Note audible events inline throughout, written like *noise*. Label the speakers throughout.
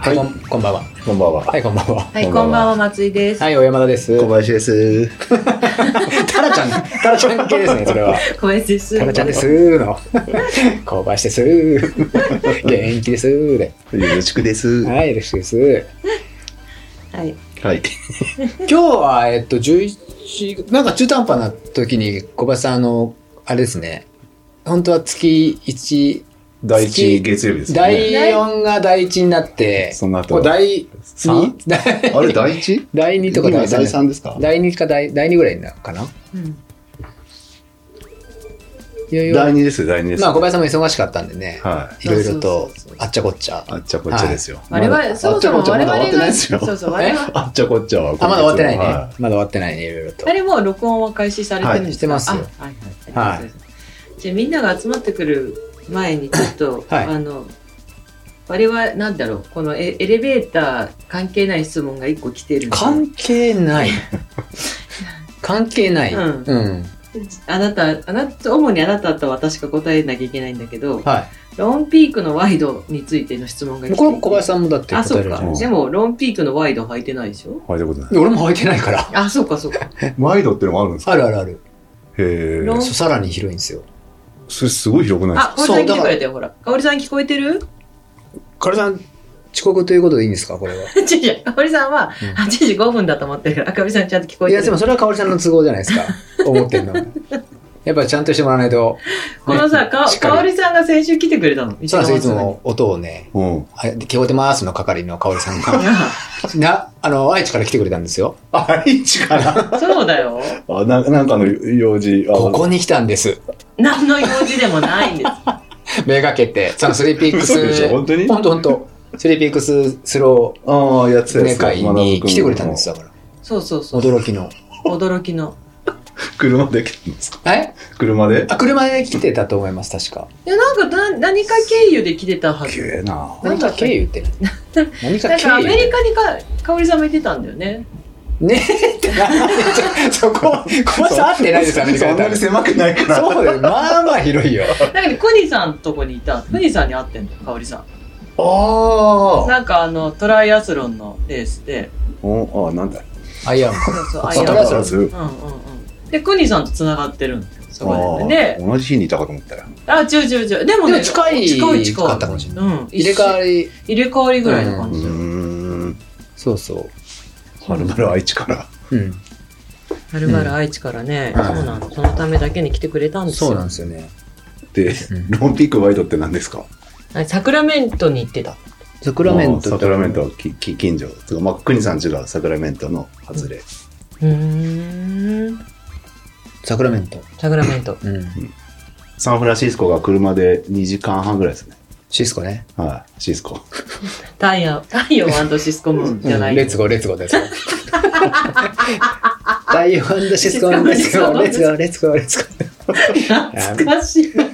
Speaker 1: はい、こんこんばんは。
Speaker 2: こんばんは。
Speaker 1: はい、こんばんは。
Speaker 3: はい、
Speaker 2: こんばんは
Speaker 3: こんばんは、松井です。
Speaker 1: はい、小山田です。
Speaker 2: 小林です。
Speaker 1: タラちゃん、タラちゃん系です *laughs* ね、それは。
Speaker 3: 小林です。
Speaker 1: タラちゃんですーの。小林ですー。元気ですーで。
Speaker 2: よろしくです。は
Speaker 1: はい、よろしいです。
Speaker 3: はい。
Speaker 2: い。
Speaker 1: 今日は、えっと、11、なんか中途半端な時に小林さん、あの、あれですね。本当は月1、
Speaker 2: 第一月曜日です
Speaker 1: 第
Speaker 2: ね。
Speaker 1: 4が第1になって、
Speaker 2: その後
Speaker 1: こう第2、
Speaker 2: 三
Speaker 1: 第
Speaker 2: あれ第一？
Speaker 1: *laughs* 第2とか
Speaker 2: 今第
Speaker 1: 3。
Speaker 2: 三ですか？
Speaker 1: 第2か第第2ぐらいになるかな
Speaker 3: うん。
Speaker 1: いろいろ
Speaker 2: 第二ですよ第二です。
Speaker 1: まあ小
Speaker 2: は
Speaker 1: 林さんも忙しかったんでね、
Speaker 2: い。
Speaker 1: いろいろと
Speaker 3: そうそうそうそう
Speaker 1: あっちゃこっちゃ。
Speaker 2: あっちゃこっちゃですよ。
Speaker 3: 我
Speaker 2: まだ
Speaker 3: 々、そもそも
Speaker 2: あっちゃこっちゃ
Speaker 3: 我
Speaker 2: まだ終わって
Speaker 3: 々
Speaker 2: ない
Speaker 3: が、
Speaker 2: です
Speaker 3: そう
Speaker 2: よ。
Speaker 3: そう、我々、
Speaker 2: あっちゃこっちゃは
Speaker 1: あ、まだ終わってないね。
Speaker 2: は
Speaker 1: まだ終わってないね、いろいろと
Speaker 3: あ。れもう録音は開始されてるんですか、
Speaker 1: はいしてますよ
Speaker 3: あはいはい。ありがとうございますじゃあみんなが集まってくる前に、ちょっと、
Speaker 1: はい
Speaker 3: あの、我々、なんだろう、このエエレベーター関係ない質問が一個来てるんですよ
Speaker 1: 関係
Speaker 3: *laughs*
Speaker 1: ない。関係ない。う。
Speaker 3: うんんあなた、あなた、主にあなたと私が答えなきゃいけないんだけど、
Speaker 1: は
Speaker 3: ロンピークのワイドについての質問が
Speaker 1: い。
Speaker 3: 来て
Speaker 1: もう
Speaker 3: い
Speaker 1: こ
Speaker 3: て。
Speaker 1: れ小林さんもだって
Speaker 3: あ、そ
Speaker 1: 答え
Speaker 3: う
Speaker 1: るじゃ
Speaker 3: か
Speaker 1: ん。。
Speaker 3: でも、ロンピークのワイド履いてないでしょ
Speaker 2: い。はい。ということない。
Speaker 1: 俺も履いてないから。
Speaker 3: あ、そうか、そうか。
Speaker 2: ワイドってのもあるんですか？
Speaker 1: あるあるある。
Speaker 2: へ
Speaker 3: ロン
Speaker 2: え。
Speaker 1: そうさらに広いんですよ。
Speaker 2: それすごい広くないです
Speaker 3: *laughs*
Speaker 2: か、
Speaker 3: あ香織さん来
Speaker 1: そうだから
Speaker 3: てくれたよ、ほら。香織さん聞こえてる
Speaker 1: カルさん、遅刻ということでいいんですかこれは。
Speaker 3: *laughs* 違う違う香織さんは
Speaker 1: うん
Speaker 3: 8時5分だと思ってるから、香織さんちゃんと聞こ
Speaker 1: い
Speaker 3: えて
Speaker 1: や、
Speaker 3: る。
Speaker 1: でもそれは香織さんの都合じゃないです
Speaker 3: *laughs*
Speaker 1: か。思ってんの。やっぱちゃんとしてもらわないと。
Speaker 3: このさ、か
Speaker 1: しっかり
Speaker 3: 香織さんが先週来てくれたの。道
Speaker 1: そうなん
Speaker 3: の
Speaker 1: ですよ、いつ
Speaker 3: 松
Speaker 1: も音をね、
Speaker 2: うん。
Speaker 1: あ聞こえてますの係の香織さん
Speaker 3: に
Speaker 1: が。 *laughs* な、あの、愛知から来てくれたんですよ。
Speaker 2: あいちかな。
Speaker 3: あ *laughs* そうだよ。
Speaker 2: *laughs* あなんかなんかの用事。あ
Speaker 1: ここに来たんです。
Speaker 3: 何の用事でもないんです。
Speaker 1: めがけて、そのスリーピーク
Speaker 2: *laughs* 嘘でし
Speaker 1: ス、
Speaker 2: ょ本当に
Speaker 1: 本当本当スリーピークススロ
Speaker 2: ああやってた
Speaker 1: ー
Speaker 2: や
Speaker 1: メ
Speaker 2: つだ。
Speaker 1: 会に来てくれたんです。だから。
Speaker 3: *laughs* そうそうそう。
Speaker 1: 驚きの。
Speaker 3: 驚きの。
Speaker 2: 車で来たんですか？
Speaker 1: え
Speaker 2: 車で？
Speaker 1: あ、車で来てたと思います、確か。
Speaker 3: いや、なんかな何か経由で来てたは
Speaker 2: き
Speaker 3: ず。
Speaker 2: れいな。
Speaker 1: 何か経由って何何か
Speaker 3: *laughs* なん
Speaker 1: 経
Speaker 3: かアメリ
Speaker 1: 由
Speaker 3: カにか香織さんも行ってたんだよね。
Speaker 1: ねえって
Speaker 3: *laughs*
Speaker 1: 何 *laughs* そこ、小松さん合ってないです、アメリカだ
Speaker 2: そ
Speaker 1: っ
Speaker 2: ん
Speaker 1: た
Speaker 2: な
Speaker 1: ら
Speaker 2: に狭くないか
Speaker 1: *laughs*
Speaker 2: ら。
Speaker 1: そうだよ、まあまあ広いよ。
Speaker 3: なんかね、コニーさんとこにいた。コニーさんに会ってんだよ、香織さん。
Speaker 1: あ
Speaker 3: なんかあの、トライアスロンのレースで。
Speaker 2: おあなんだ。
Speaker 1: *laughs* あ。アイアンマン。
Speaker 3: そうそう、
Speaker 1: あ
Speaker 3: ア
Speaker 1: そう
Speaker 3: イアン
Speaker 1: トライア
Speaker 3: マン
Speaker 1: スロン
Speaker 2: ず。
Speaker 3: うんうんうん。で、クニさんと繋がってるんですよ、そこ
Speaker 2: あ
Speaker 3: で。で、
Speaker 2: 同じ日にいたかと思ったよ。
Speaker 3: あ、違う違う違う。でもね、
Speaker 1: でも近い
Speaker 3: 近い近い。
Speaker 1: かったかもしれない
Speaker 3: うん。
Speaker 1: 入れ替わり。
Speaker 3: 入れ替わりぐらいの感
Speaker 2: う
Speaker 3: じ。
Speaker 2: ーん。
Speaker 1: そうそ
Speaker 2: はるばる愛知から。
Speaker 1: う。うん。
Speaker 3: はるばる愛知からね、
Speaker 1: うん
Speaker 3: そうなの。そのためだけに来てくれたんですよ。
Speaker 1: そうなんですよね。
Speaker 2: で、 *laughs*
Speaker 1: うん
Speaker 2: ロンピークワイドって何ですか
Speaker 3: あサクラメントに行ってた。
Speaker 1: サ
Speaker 2: サ
Speaker 1: クラメント
Speaker 2: サクラメントはきき近所。つうか、まあ、国さんちがサクラメントの外れ。
Speaker 3: うーん。
Speaker 1: サクラメント。
Speaker 3: サクラメント。
Speaker 1: うん。
Speaker 2: サンフランシスコが車で2時間半ぐらいですね。
Speaker 1: シスコね。
Speaker 2: はい、シスコ。
Speaker 3: 太陽、太陽シスコムーンじゃない。
Speaker 1: レッツゴー、レッツゴーです。太陽シスコ、レッツゴー、レッツゴー、レッツゴー、レッツゴ
Speaker 3: 懐かしい。太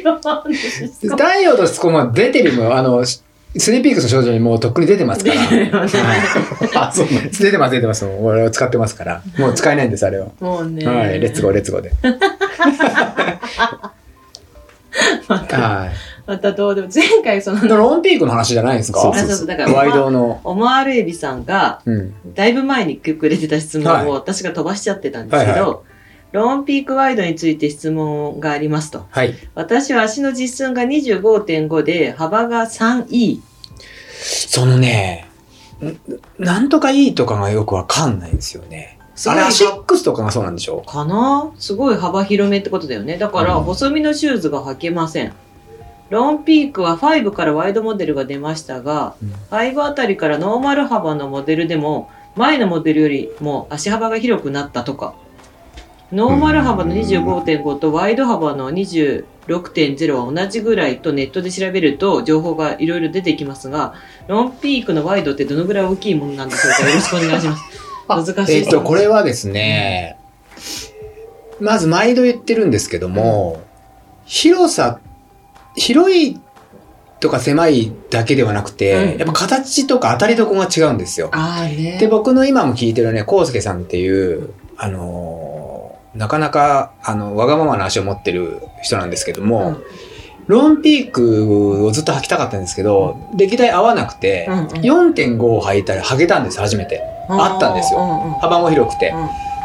Speaker 3: 陽シス
Speaker 1: ー。
Speaker 3: コム
Speaker 1: 太陽とシスコも出てるもんあの、スリーピークスの少女にもうとっくに出てますから。
Speaker 3: 出てるよね
Speaker 1: はい
Speaker 2: あ、そうなんで
Speaker 1: 出てます、出てます。もう俺を使ってますから。もう使えないんです、あれは。
Speaker 3: ーン。もうね。
Speaker 1: はい、レッツゴー、レッツゴーで。はい。
Speaker 3: またどうでも、前回その、
Speaker 1: でもロンピークの話じゃないんですか
Speaker 2: そう
Speaker 3: あ、そうそう、だから、
Speaker 1: ワイドの。
Speaker 3: オマールエビさんが、
Speaker 1: うん。
Speaker 3: だいぶ前にくれてた質問
Speaker 1: は
Speaker 3: を私が飛ばしちゃってたんですけど、
Speaker 1: はい
Speaker 3: ロンピークワイドについて質問がありますと。
Speaker 1: はい。
Speaker 3: 私は足の実寸が25.5で、幅が 3E。
Speaker 1: そのね、んなんとかいいとかがよくわかんないんですよね。
Speaker 3: すご
Speaker 1: あ
Speaker 3: い
Speaker 1: れ、アシ
Speaker 3: 幅
Speaker 1: ックスとかがそうなんでしょ
Speaker 3: かなすごい幅広めってことだよね。だから、
Speaker 2: うん
Speaker 3: 細身のシューズが履けません。ロンピークは5からワイドモデルが出ましたが、
Speaker 1: うん
Speaker 3: 5あたりからノーマル幅のモデルでも、前のモデルよりも足幅が広くなったとか。ノーマル幅の25.5とワイド幅の26.0は同じぐらいとネットで調べると情報がいろいろ出てきますが、ロンピークのワイドってどのぐらい大きいものなんでしょうかよろしくお願い
Speaker 1: *laughs*
Speaker 3: します。難しい。
Speaker 1: えっと、これはですね、まず毎度言ってるんですけども、広さ広いとか狭いだけではなくて、
Speaker 3: うん
Speaker 1: やっぱ形とか当たりどこが違うんですよ。
Speaker 3: ああね。
Speaker 1: で、僕の今も聞いてるね、コウスケさんっていう、あのーなかなか、あの、わがままな足を持ってる人なんですけども、
Speaker 3: うん
Speaker 1: ロンピークをずっと履きたかったんですけど、歴代合わなくて、
Speaker 3: うんうん
Speaker 1: 4.5を履いたら履けたんです、初めて。あったんですよ
Speaker 3: うんうんうん
Speaker 1: 幅も広くて。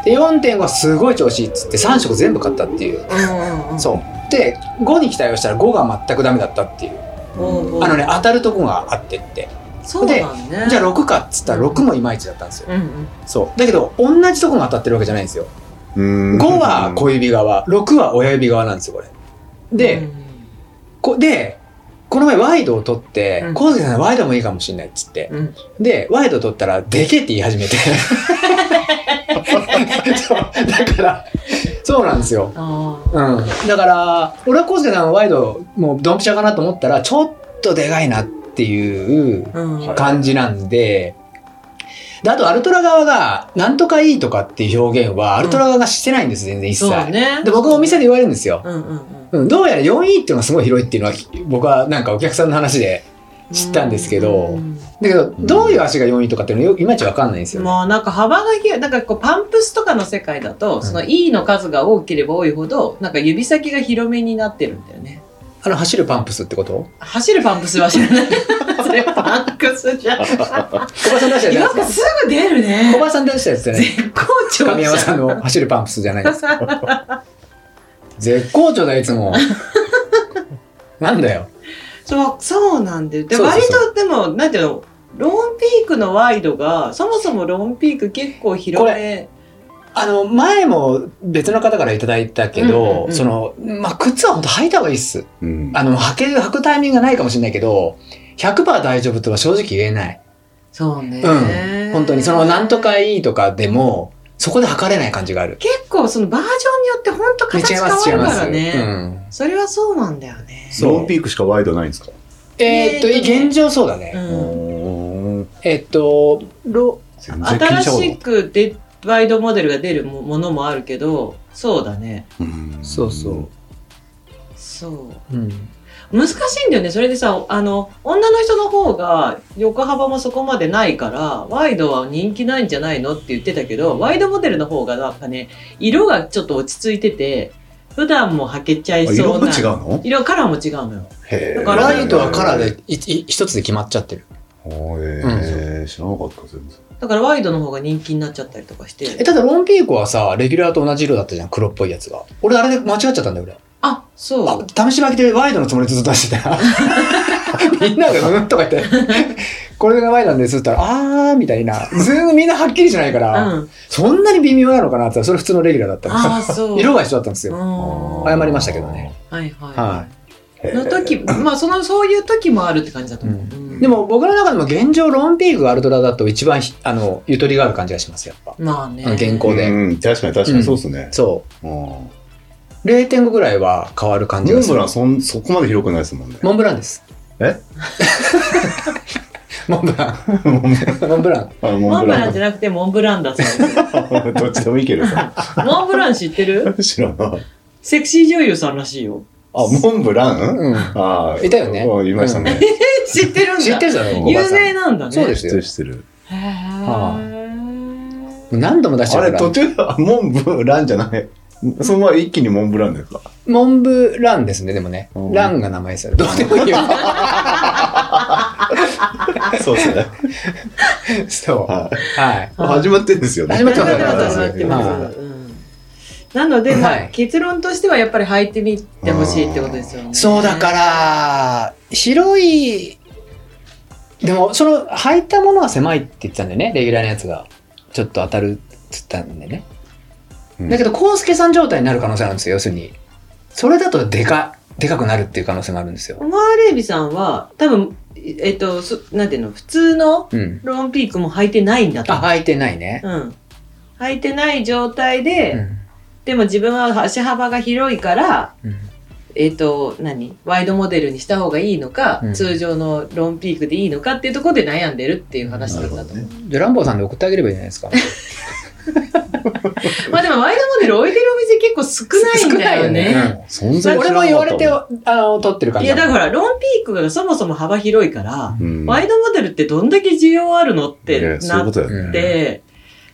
Speaker 1: で、4.5すごい調子いいっつって3色全部買ったっていう。
Speaker 3: うんうん
Speaker 1: そう。で、5に期待をしたら5が全くダメだったっていう。
Speaker 3: うんうん。
Speaker 1: あのね、当たるとこがあってって。
Speaker 3: そうなんね。
Speaker 1: じゃあ6かっつったら6もいまいちだったんですよ。
Speaker 3: うんうん。
Speaker 1: そう。だけど、同じとこが当たってるわけじゃないんですよ。
Speaker 2: 5
Speaker 1: 5は小指側、6は親指側なんですよ、これ。で、
Speaker 3: うん
Speaker 1: こで、この前ワイドを取って
Speaker 3: う、ん
Speaker 1: コウスケさんワイドもいいかもしれないっつって。
Speaker 3: うん、
Speaker 1: で、ワイド取ったら、でけえって言い始めて。そうだから、そうなんですよ。
Speaker 3: あ
Speaker 1: うん。だから、俺はコウスケさんはワイド、もうドンピシャかなと思ったら、ちょっとでかいなっていう
Speaker 3: あ、うん、
Speaker 1: 感じなんで、であとアルトラ側が、なんとかいいとかっていう表現は、アルトラ側がしてないんです、全然一
Speaker 3: そう
Speaker 1: 切。
Speaker 3: ね。
Speaker 1: で、僕お店で言われるんですよ。
Speaker 3: うんうんうん、
Speaker 1: うん、どうやら 4E っていうのがすごい広いっていうのは、僕はなんかお客さんの話で、知ったんですけど
Speaker 3: うん
Speaker 1: だけど、どういう足が 4E とかっていうのよいまいちわかんないんですよね。
Speaker 3: もうなんか幅が広い、なんかこうパンプスとかの世界だと、その E の数が多ければ多いほど、なんか指先が広めになってるんだよね。
Speaker 1: あの、走るパンプスってこと
Speaker 3: 走るパンプスは知ら
Speaker 1: *laughs*
Speaker 3: ない。それパンプスじゃん。
Speaker 1: 小林さん出した
Speaker 3: よ
Speaker 1: やつ
Speaker 3: く
Speaker 1: です
Speaker 3: すぐ出る
Speaker 1: *laughs* か小
Speaker 3: ね。
Speaker 1: 林さん出したやつじゃない
Speaker 3: 絶好調
Speaker 1: 神
Speaker 3: じ
Speaker 1: 山
Speaker 3: ゃん。
Speaker 1: さ
Speaker 3: *laughs*
Speaker 1: んの走るパンプスじゃないですか。絶好調だよ、いつ *laughs* も。なんだよ。
Speaker 3: そう、そうなんだよ。で、
Speaker 1: そうそう
Speaker 3: 割
Speaker 1: そ
Speaker 3: と、でも、なんていうの、ロンピークのワイドが、そもそもロンピーク結構広め。
Speaker 1: あの、前も別の方からいただいたけど、
Speaker 3: うんうんうん
Speaker 1: その、まあ、靴は本当履いた方がいいっす。
Speaker 2: うん
Speaker 1: あの、履ける、履くタイミングがないかもしれないけど、100%大丈夫とは正直言えない。
Speaker 3: そうね、
Speaker 1: うん。本当に、その、なんとかいいとかでも、そこで測れない感じがある。
Speaker 3: 結構そのバージョンによって本当形
Speaker 1: 違い
Speaker 3: 変
Speaker 1: ま
Speaker 3: わ
Speaker 1: す、違い
Speaker 3: る
Speaker 1: ま
Speaker 3: か
Speaker 1: す。
Speaker 3: らね、
Speaker 1: うん。
Speaker 3: それはそうなんだよね
Speaker 1: そう
Speaker 2: ロンピークしかワイドないんですか
Speaker 1: えーっと、
Speaker 3: えーっとね
Speaker 1: 現状そうだね。
Speaker 3: うん
Speaker 2: おー
Speaker 1: えーっと、ロ、
Speaker 2: 全然気
Speaker 3: 新
Speaker 2: にしたことな
Speaker 3: し
Speaker 2: い
Speaker 3: くでワイドモデルが出るもものもあるけどそうだね
Speaker 2: うん
Speaker 1: そうそう
Speaker 3: そう
Speaker 1: うん。
Speaker 3: 難しいんだよねそれでさあの女の人の方が横幅もそこまでないからワイドは人気ないんじゃないのって言ってたけどワイドモデルの方がなんかね色がちょっと落ち着いてて普段も履けちゃい
Speaker 2: あ
Speaker 3: そ
Speaker 2: 色
Speaker 3: う
Speaker 2: も
Speaker 3: な
Speaker 2: 違うの
Speaker 3: 色カラーも違うのよ
Speaker 2: へ
Speaker 3: だ
Speaker 2: ー
Speaker 3: から
Speaker 1: ライトはカラーでいい一つで決まっちゃってる。
Speaker 2: おーへー知らなかった全然
Speaker 3: だからワイドの方が人気になっちゃったりとかして
Speaker 1: え、ただロンピークはさ、レギュラーと同じ色だったじゃん、黒っぽいやつが。俺あれで間違っちゃったんだよ、
Speaker 3: あ、そ
Speaker 1: 俺
Speaker 3: う。。
Speaker 1: あ、試し履きでワイドのつもりでずっと出して
Speaker 3: *laughs*
Speaker 1: た。みんながうんとか言って、これがワイドなんですって言ったら、あーみたいな。全然みんなはっきりじゃないか
Speaker 3: う
Speaker 1: ら、
Speaker 3: ん。
Speaker 1: そんなに微妙なのかなって言ったらそれ普通のレギュラーだったの
Speaker 3: あ、そう。
Speaker 1: 色が一緒だったんです
Speaker 3: う
Speaker 1: よ。
Speaker 3: ん。は
Speaker 1: 謝
Speaker 3: い
Speaker 1: りましたけどね
Speaker 3: はい
Speaker 1: は
Speaker 3: はい。の時、まあ、その、そういう時もあるって感じだと思う。
Speaker 1: うん
Speaker 3: うん
Speaker 1: で、も僕の中でも現状ロンピークがアルトラだと一番ひあのゆとりがある感じがしますやっぱ
Speaker 3: まあね。
Speaker 1: あの原
Speaker 2: こ
Speaker 1: 稿
Speaker 2: う
Speaker 1: で、
Speaker 2: ん確かに確かにそうっすね
Speaker 1: そ
Speaker 2: うん
Speaker 1: う0.5ぐらいは変わる感じ
Speaker 2: モ
Speaker 1: が
Speaker 2: ン
Speaker 1: す
Speaker 2: ブ
Speaker 1: る
Speaker 2: ランそんそこまで広くないですもんね
Speaker 1: モンブランです
Speaker 2: え
Speaker 1: モンブラン *laughs* モンブラン
Speaker 2: あの
Speaker 3: モ
Speaker 2: モ
Speaker 3: ン
Speaker 2: ン
Speaker 3: ブ
Speaker 2: ブ
Speaker 3: ラ
Speaker 2: ラ
Speaker 3: ン
Speaker 2: ン
Speaker 3: じゃなくてモンブランだそう
Speaker 2: どっちでもいいけ
Speaker 1: *laughs*
Speaker 2: どさ
Speaker 3: モンブラン知ってる
Speaker 2: 知らない
Speaker 3: セクシー女優さんらしいよ。
Speaker 2: あモンブラン
Speaker 1: うん
Speaker 2: ああ
Speaker 1: いたよね
Speaker 2: うんいましたね
Speaker 3: え知ってるんだ。
Speaker 1: 知ってるじゃない小林
Speaker 3: 有
Speaker 1: さん
Speaker 3: 名なんだね。。
Speaker 1: そうですす
Speaker 2: 知って
Speaker 1: よ
Speaker 2: る知ってる
Speaker 3: へ
Speaker 1: は
Speaker 3: ー
Speaker 1: 何度も出して
Speaker 2: あ
Speaker 1: るか
Speaker 2: れ途
Speaker 1: ら
Speaker 2: 中あモンブランじゃないそのまま一気にモンブランですか
Speaker 1: モンブランですねでもね
Speaker 2: うん
Speaker 1: ランが名前ですよどうでも *laughs* いいよ
Speaker 2: そうですね
Speaker 1: そう
Speaker 2: は
Speaker 1: はい
Speaker 2: い始まってんですよね
Speaker 1: 始まってます
Speaker 3: だから始まってま
Speaker 1: は
Speaker 3: す。うんなので、まあ
Speaker 1: はい
Speaker 3: 結論としてはやっぱり履いてみてほしいってことですよね。
Speaker 1: そうだから、広い、でも、その、履いたものは狭いって言ってたんだよね、レギュラーのやつが。ちょっと当たるって言ったんでね。
Speaker 2: うん
Speaker 1: だけど、コウスケさん状態になる可能性あるんですよ、要するに。それだとでか、でかくなるっていう可能性もあるんですよ。
Speaker 3: オマールエビさんは、多分、えっと、そなんていうの、普通の
Speaker 1: うん。
Speaker 3: ロンピークも履いてないんだと
Speaker 1: あ、
Speaker 3: 思
Speaker 1: 履いてないね。
Speaker 3: う。うん。履いてない状態で、
Speaker 1: うん。
Speaker 3: でも自分は足幅が広いから、
Speaker 1: うん
Speaker 3: えっと、何ワイドモデルにした方がいいのか、
Speaker 1: うん
Speaker 3: 通常のロンピークでいいのかっていうところで悩んでるっていう話なんだと思う。
Speaker 2: なる
Speaker 1: じゃあ、ランボーさんで送ってあげればいいじゃないですか。
Speaker 3: まあでもワイドモデル置いてるお店結構少ないんだよね。
Speaker 2: 存在
Speaker 1: 俺も言われて、あの、撮ってる感
Speaker 3: い
Speaker 1: じ
Speaker 3: や
Speaker 1: なの
Speaker 3: だからロンピークがそもそも幅広いから、
Speaker 2: うん、
Speaker 3: ワイドモデルってどんだけ需要あるのっ
Speaker 2: い
Speaker 3: て
Speaker 2: やそうい
Speaker 3: な
Speaker 2: う
Speaker 3: っ
Speaker 2: ことだよね。
Speaker 3: て、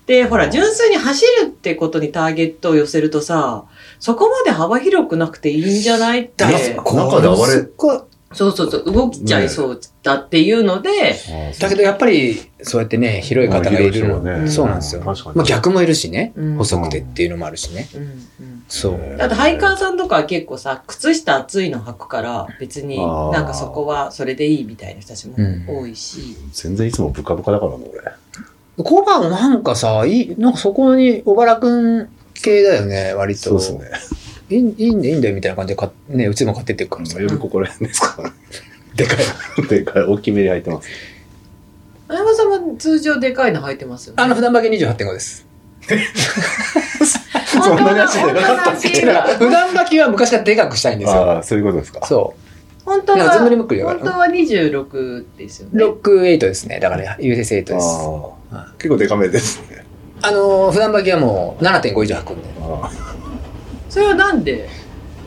Speaker 3: で、ほら、純粋に走るってことにターゲットを寄せるとさ、そこまで幅広くなくていいんじゃないって
Speaker 1: だ、
Speaker 2: 中で暴れ
Speaker 1: すっごい
Speaker 3: そうそうそう、動きちゃいそうだっていうので、
Speaker 1: だけどやっぱり、そうやってね、広い方がいるの。
Speaker 3: ね
Speaker 1: そうなんですよ。
Speaker 4: 確かに。
Speaker 1: まあ逆もいるしね。
Speaker 3: うん
Speaker 1: 細くてっていうのもあるしね。
Speaker 3: うんうん
Speaker 1: そう。
Speaker 3: あと、ハイカーさんとかは結構さ、靴下厚いの履くから、別に
Speaker 2: あー
Speaker 3: なんかそこはそれでいいみたいな人たちも多いし。
Speaker 2: 全然いつもブカブカだからな、俺。
Speaker 1: コバもなんかさ、いい、なんかそこに小原くん系だよね、割
Speaker 2: そ
Speaker 1: と。
Speaker 2: うですね。
Speaker 1: いいいいんだよ、いいんだよ、みたいな感じで買っ、ね、うちでも買ってってるからさ
Speaker 2: よ。りここら辺ですか。
Speaker 1: でかい。
Speaker 2: でかい、大きめに入ってます。
Speaker 3: 相山さんも通常でかいの履いてますよね。
Speaker 1: あの、普段履き28.5です。
Speaker 2: そんなに足でかかったっ
Speaker 1: *laughs* だ
Speaker 3: ええ
Speaker 2: け
Speaker 1: から、普段履きは昔からでかくしたいんですよ。
Speaker 2: ああ、そういうことですか。
Speaker 1: そ
Speaker 3: 本
Speaker 1: う。
Speaker 3: 当
Speaker 1: なんかずんぐり
Speaker 3: は、
Speaker 1: むっくりだか
Speaker 3: 本当
Speaker 1: ら。
Speaker 3: は26ですよね。
Speaker 1: ロック8ですね。だから、USS8 です。
Speaker 2: ああ結構でかめですね。
Speaker 1: あのー、普段履きはもう7.5以上履くんで。
Speaker 2: あ
Speaker 3: それはなんで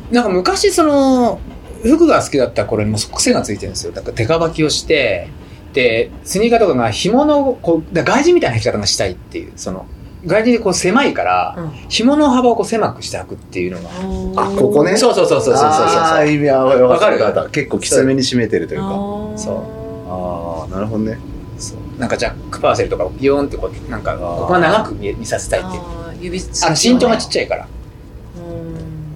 Speaker 1: なんか昔その服が好きだった頃にもう癖がついてるんですよ。だからデカ履きをして、で、スニーカーとかが紐の、こう、だから外人みたいな履き方がしたいっていう、その、外人でこう狭いから、紐の幅をこう狭くして履くっていうのが。
Speaker 2: あここね
Speaker 1: そうそうそうそうそうそう
Speaker 2: あ
Speaker 1: そ
Speaker 2: あ、
Speaker 1: う。
Speaker 2: 意味はわかる
Speaker 1: わ
Speaker 2: わ
Speaker 1: か
Speaker 2: か
Speaker 1: る
Speaker 2: る。結構きつめに締めてるというか。
Speaker 1: そ
Speaker 2: ああ、なるほどね。
Speaker 1: そうなんかジャックパーセルとかをビヨーンってこう、なんか、ここは長く見え見させたいっていう。
Speaker 3: う。指
Speaker 1: あの、身長がちっ
Speaker 3: ゃ
Speaker 1: ちゃいから。
Speaker 3: い。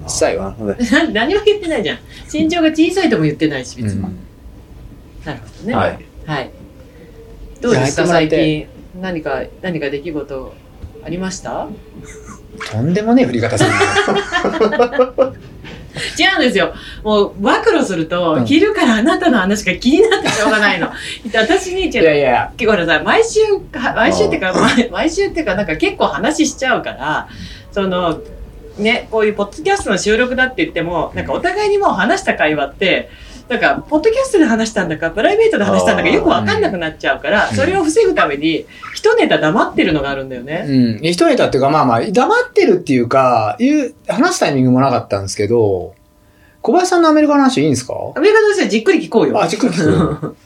Speaker 1: 小さいわ
Speaker 2: なるほどね。
Speaker 3: な何も言ってないじゃん。 *laughs* 身長が小さいとも言ってないし、別に。
Speaker 1: う
Speaker 3: なるほどね。
Speaker 1: ん
Speaker 3: は。
Speaker 1: はいい。
Speaker 3: どうですか、
Speaker 1: いや相
Speaker 3: 最
Speaker 1: 手もら
Speaker 3: 近。何か、何か出来事ありました
Speaker 1: とんでもねえ振り方す *laughs* るな。
Speaker 3: 違うんですよ。もう、暴露すると、
Speaker 1: うん
Speaker 3: 昼からあなたの話が気になってしょうがないの。 *laughs* 私に、
Speaker 1: い
Speaker 3: ちょっと
Speaker 1: やいや、
Speaker 3: 結構ほらさ、毎週、は毎週っていうか、毎毎週っていうか、なんか結構話しちゃうから、その、ね、こういうポッドキャストの収録だって言っても、なんかお互いにもう話した会話って、なんか、ポッドキャストで話したんだか、プライベートで話したんだか、
Speaker 2: あー
Speaker 3: よくわかんなくなっちゃうから、
Speaker 1: うん
Speaker 3: それを防ぐために、一ネタ黙ってるのがあるんだよね。
Speaker 1: うん。一ネタっていうか、まあまあ、黙ってるっていうか、言う、話すタイミングもなかったんですけど、小林さんのアメリカの話いいんですか
Speaker 3: アメリカとしてはじっくり聞こうよ。
Speaker 1: あ、じっくり聞く。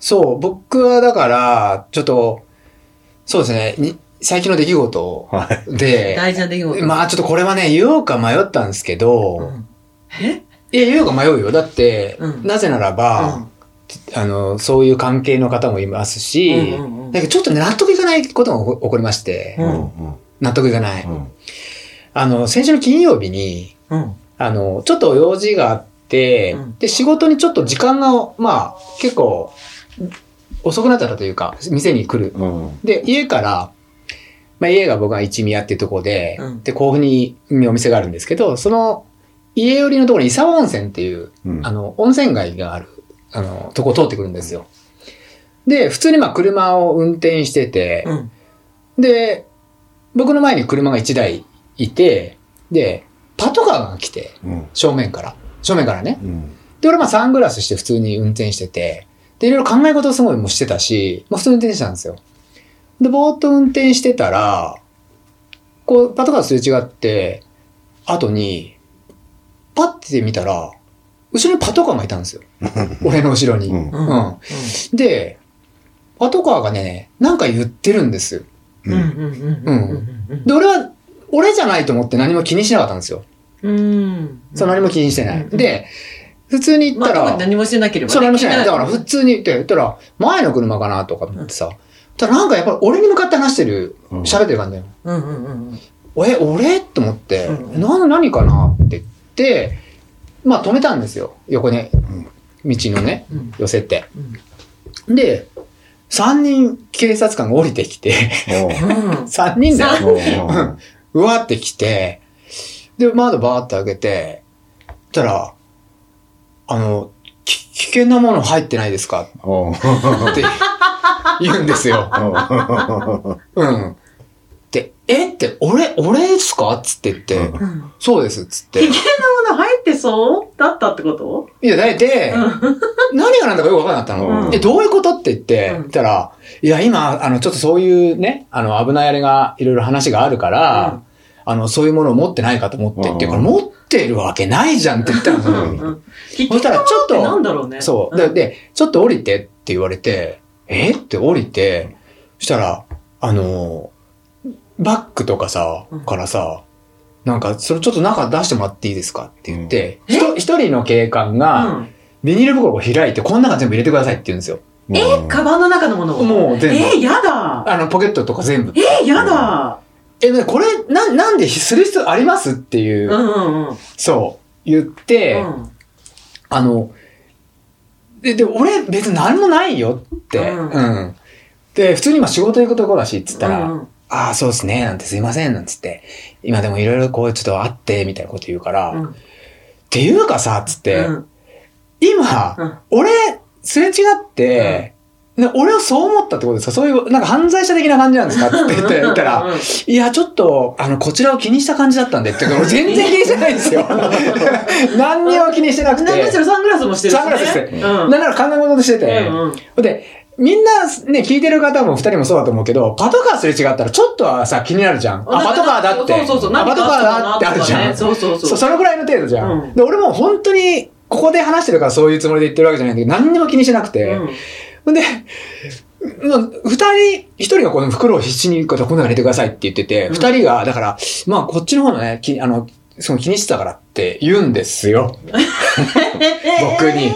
Speaker 1: そう、僕はだから、ちょっと、そうですね、に最近の出来事
Speaker 2: はい。
Speaker 1: で、
Speaker 3: 大事な出来事。
Speaker 1: まあちょっとこれはね、言おうか迷ったんですけ
Speaker 3: う
Speaker 1: ど、
Speaker 3: んえ
Speaker 1: いや、言おうか迷うよ。だって、
Speaker 3: うん
Speaker 1: なぜならば、あの、そういう関係の方もいます
Speaker 3: う
Speaker 1: し、
Speaker 3: んうんうん
Speaker 1: だけどちょっとね、納得いかないことが起こ起こりまして、
Speaker 3: うん
Speaker 2: うん
Speaker 1: 納得いかない。
Speaker 2: うん
Speaker 1: あの、先週の金曜日に、
Speaker 3: うん
Speaker 1: あの、ちょっと用事があって、
Speaker 3: うん
Speaker 1: で、仕事にちょっと時間が、まあ、結構、遅くなっちゃったというか、店に来る。
Speaker 2: うん。
Speaker 1: で、家から、まあ、家が僕が一宮っていうとこで、
Speaker 3: うん
Speaker 1: で、甲府にうんお店があるんですけど、その、家寄りのところに伊沢温泉っていう、
Speaker 2: うん
Speaker 1: あの、温泉街がある、あの、とこを通ってくるんですよ。で、普通にまあ、車を運転してて、
Speaker 3: うん
Speaker 1: で、僕の前に車が1台いて、で、パトカーが来て、
Speaker 2: うん。
Speaker 1: 正面から。正面からね。
Speaker 2: うん。
Speaker 1: で、俺まあサングラスして普通に運転してて、で、いろいろ考え事をすごいもうしてたし、まあ普通に運転してたんですよ。で、ぼーっと運転してたら、こう、パトカーすれ違って、後に、パッて見たら、後ろにパトカーがいたんですよ。俺の後ろに。
Speaker 2: うん
Speaker 3: うん
Speaker 1: う
Speaker 3: うん
Speaker 1: んで、パトカーがね、なんか言ってるんですよ。
Speaker 2: う
Speaker 3: うん
Speaker 2: ん。
Speaker 3: うんうんうん
Speaker 1: で、俺は、俺じゃないと思って何も気にしなかったんですよ。
Speaker 3: うん
Speaker 1: そう、何も気にしてない。
Speaker 3: うん
Speaker 1: で、普通に行
Speaker 3: ま
Speaker 1: った
Speaker 3: あ、
Speaker 1: ら、
Speaker 3: 特に何もしてなければね、
Speaker 1: そう、何もしない。だから、
Speaker 3: 気に
Speaker 1: 普通に行って、言ったら、前の車かなとか思ってさ、ただなんかやっぱり俺に向かって話してる、
Speaker 2: うん
Speaker 1: 喋ってる感じだよ。
Speaker 3: なるうんうんうんうん。
Speaker 1: え、俺と思って、
Speaker 3: うん
Speaker 1: な、何かなって言って、まあ止めたんですよ。横に、道のね、
Speaker 3: うん
Speaker 1: 寄せて。
Speaker 3: うん
Speaker 1: で、3人警察官が降りてきて、3人だよ。
Speaker 2: おうおうおう
Speaker 1: うわって来て、で、窓バーって開けて、たら、あの、き危険なもの入ってないですか
Speaker 2: おう
Speaker 1: って言うんですよ。うん。で、えって、俺、俺ですかつって言って、
Speaker 2: う
Speaker 3: うん
Speaker 1: そうです、つっ
Speaker 3: 危
Speaker 2: *laughs*
Speaker 1: て。
Speaker 3: 険なもの入ってそうだったってこと
Speaker 1: いや、大体、何がなんだかよくわかんなかったの。
Speaker 2: うん
Speaker 1: え、どういうことって言って、
Speaker 3: う
Speaker 1: 言
Speaker 3: ん
Speaker 1: ったら、いや、今、あの、ちょっとそういうね、あの、危ないあれが、いろいろ話があるから、あの、そういうものを持ってないかと思ってって、
Speaker 2: うん
Speaker 1: これ持ってるわけないじゃんって言った
Speaker 5: う
Speaker 1: の。
Speaker 5: んうん。聞き
Speaker 1: そしたらちょっと
Speaker 3: *laughs*
Speaker 5: なんだろうね。
Speaker 1: そう。
Speaker 5: ん
Speaker 1: で、で、ちょっと降りてって言われて、えって降りて、そしたら、あのー、バッグとかさ
Speaker 5: うん、
Speaker 1: からさ、なんか、それちょっと中出してもらっていいですかって言って、ひと一人の警官が、
Speaker 5: うん
Speaker 1: ビニール袋を開いて、この中全部入れてくださいって言うんですよ。
Speaker 2: うん
Speaker 5: え、カバンの中のものを。
Speaker 1: もう全部。
Speaker 5: えー、やだ。
Speaker 1: あの、ポケットとか全部。
Speaker 5: えー、やだ。
Speaker 1: え、ねこれ、な、なんでひする必要ありますっていうう、
Speaker 5: んうんうん。
Speaker 1: そう、言って、
Speaker 5: うん
Speaker 1: あの、で、で、俺別に何もないよって。
Speaker 5: う
Speaker 1: うんん。で、普通に今仕事行くとこだし、っつったら、
Speaker 5: うんうん
Speaker 1: ああ、そうですね、なんてすいません、なんつって、今でもいろいろこうちょっとあって、みたいなこと言うから、
Speaker 5: う
Speaker 1: っ
Speaker 5: ん
Speaker 1: ていうかさ、つって、
Speaker 5: うん
Speaker 1: 今、
Speaker 5: うん
Speaker 1: 俺、すれ違って、ね俺はそう思ったってことですかそういう、なんか犯罪者的な感じなんですかって言った言ったら、
Speaker 5: うんうん
Speaker 1: いや、ちょっと、あの、こちらを気にした感じだったんでって、俺全然気にしてないんで
Speaker 5: *laughs*
Speaker 1: すよ。何にも気にしてなくて。
Speaker 5: なんかしろサングラスもしてるし、ね。
Speaker 1: サングラスして
Speaker 5: うん。
Speaker 1: なんなら考え事としてて。
Speaker 5: うんうん
Speaker 1: で、みんなね、聞いてる方も二人もそうだと思うけど、パトカーすれ違ったらちょっとはさ、気になるじゃん。あ、パトカーだって。
Speaker 5: そうそうそう。
Speaker 1: あ、
Speaker 5: 何
Speaker 1: パト
Speaker 5: か
Speaker 1: カーだ
Speaker 5: あ
Speaker 1: っ
Speaker 5: った
Speaker 1: て
Speaker 5: か
Speaker 1: あ
Speaker 5: な
Speaker 1: る
Speaker 5: と
Speaker 1: じ
Speaker 5: かね
Speaker 1: ゃん。
Speaker 5: そうそう
Speaker 1: そ、
Speaker 5: そう
Speaker 1: そのくらいの程度じゃん。
Speaker 5: うん
Speaker 1: で、俺もう本当に、ここで話してるからそういうつもりで言ってるわけじゃないんだけど、何にも気にしてなく
Speaker 5: う
Speaker 1: て。
Speaker 5: ん
Speaker 1: で、まあ二人、一人がこの袋を必死にこうやってこの中に入れてくださいって言ってて、
Speaker 5: うん
Speaker 1: 二、人が、だから、まあこっちの方のね、きあの、その気にしてたからって言うんですよ。僕に。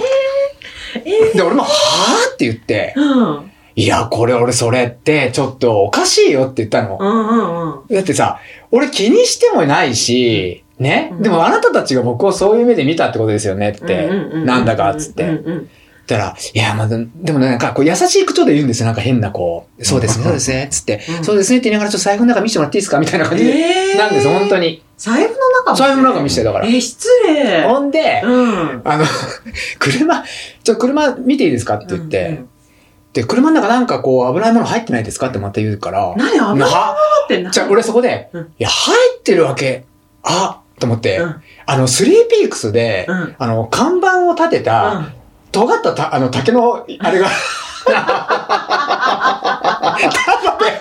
Speaker 1: で、俺も、はぁって言って、
Speaker 5: うん。
Speaker 1: いや、これ俺それって、ちょっとおかしいよって言ったの。
Speaker 5: うんうんうん。
Speaker 1: だってさ、俺気にしてもないし、ね
Speaker 5: うん
Speaker 1: でもあなたたちが僕をそういう目で見たってことですよねっ
Speaker 5: う
Speaker 1: て。
Speaker 5: うう
Speaker 1: なんだかっつって
Speaker 5: うんうん
Speaker 1: たら、いや、まあ、ででもねなんかこう優しい口調で言うんですよ。なんか変なこう、そうですね、そうですね、つっ
Speaker 5: う
Speaker 1: て、
Speaker 5: ん
Speaker 1: そうですねって言いながらちょっと財布の中見せてもらっていいですかみたいな感じで。
Speaker 5: えー
Speaker 1: なんです、本当に。
Speaker 5: 財布の中も
Speaker 1: 財布の中見せて、だから。
Speaker 5: え、失礼。
Speaker 1: ほんで、
Speaker 5: うん。
Speaker 1: あの、 *laughs* 車、ちょ、っと車見ていいですかって言って、で、車の中なんかこう危ないもの入ってないですかってまた言うから、
Speaker 5: 何危ない
Speaker 1: は
Speaker 5: ってな。
Speaker 1: じゃあ、俺そこで、
Speaker 5: うん
Speaker 1: いや、入ってるわけ、あと思って、
Speaker 5: うん
Speaker 1: あの、スリーピークスで、
Speaker 5: うん
Speaker 1: あの、看板を立てた、尖ったた、あの、竹の、あ
Speaker 5: *laughs*
Speaker 1: れが、束で、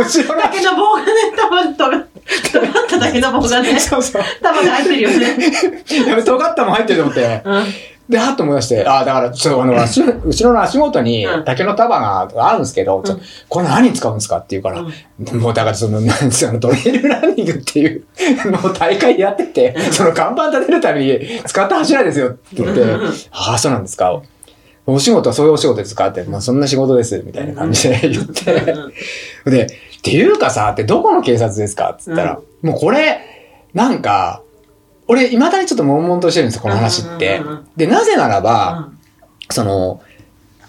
Speaker 1: 後ろ
Speaker 5: だ
Speaker 1: が、
Speaker 5: けの棒がね、たまとが、とがっただけの棒がね、
Speaker 1: そうそう、
Speaker 5: 玉が入ってるよね。
Speaker 1: やべ、尖ったもん入ってると思って、
Speaker 5: うん。
Speaker 1: で、はっと思い出して、ああ、だから、そう、あの、足後ろの足元に
Speaker 5: うん
Speaker 1: 竹の束があるんですけど、ちょ
Speaker 5: うん
Speaker 1: これ何に使うんですかって言うから、もうだからその、なんつうの、トレイルランニングっていう、もう大会やってて、その看板立てるために使った柱ですよって言って
Speaker 5: うんうん、
Speaker 1: ああ、そうなんですか。お仕事はそういうお仕事ですかって、まあそんな仕事です、みたいな感じで言 *laughs* って。
Speaker 5: うん
Speaker 1: で、っていうかさ、ってどこの警察ですかって言ったら、もうこれ、なんか、俺、未だにちょっと悶々としてるんですよ、この話って
Speaker 5: うんうんうんうん。
Speaker 1: で、なぜならば、
Speaker 5: うん
Speaker 1: その、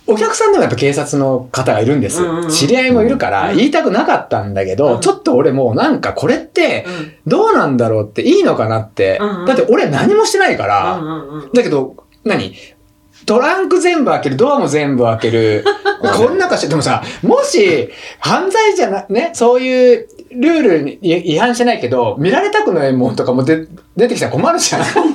Speaker 1: お客さんでもやっぱ警察の方がいるんです。
Speaker 5: うんうんうん
Speaker 1: 知り合いもいるから、
Speaker 5: うん
Speaker 1: 言いたくなかったんだけど、
Speaker 5: うん
Speaker 1: ちょっと俺もうなんかこれって、どうなんだろうっていいのかなって。
Speaker 5: うんうん
Speaker 1: だって俺何もしてないから、
Speaker 5: うんうんうん。
Speaker 1: だけど、何トランク全部開ける、ドアも全部開
Speaker 5: *laughs*
Speaker 1: ける。こんなかして、でもさ、もし、犯罪じゃな、ね、そういうルールに違反してないけど、見られたくないもんとかもで出てきたら困るじゃん。
Speaker 5: *laughs* そうね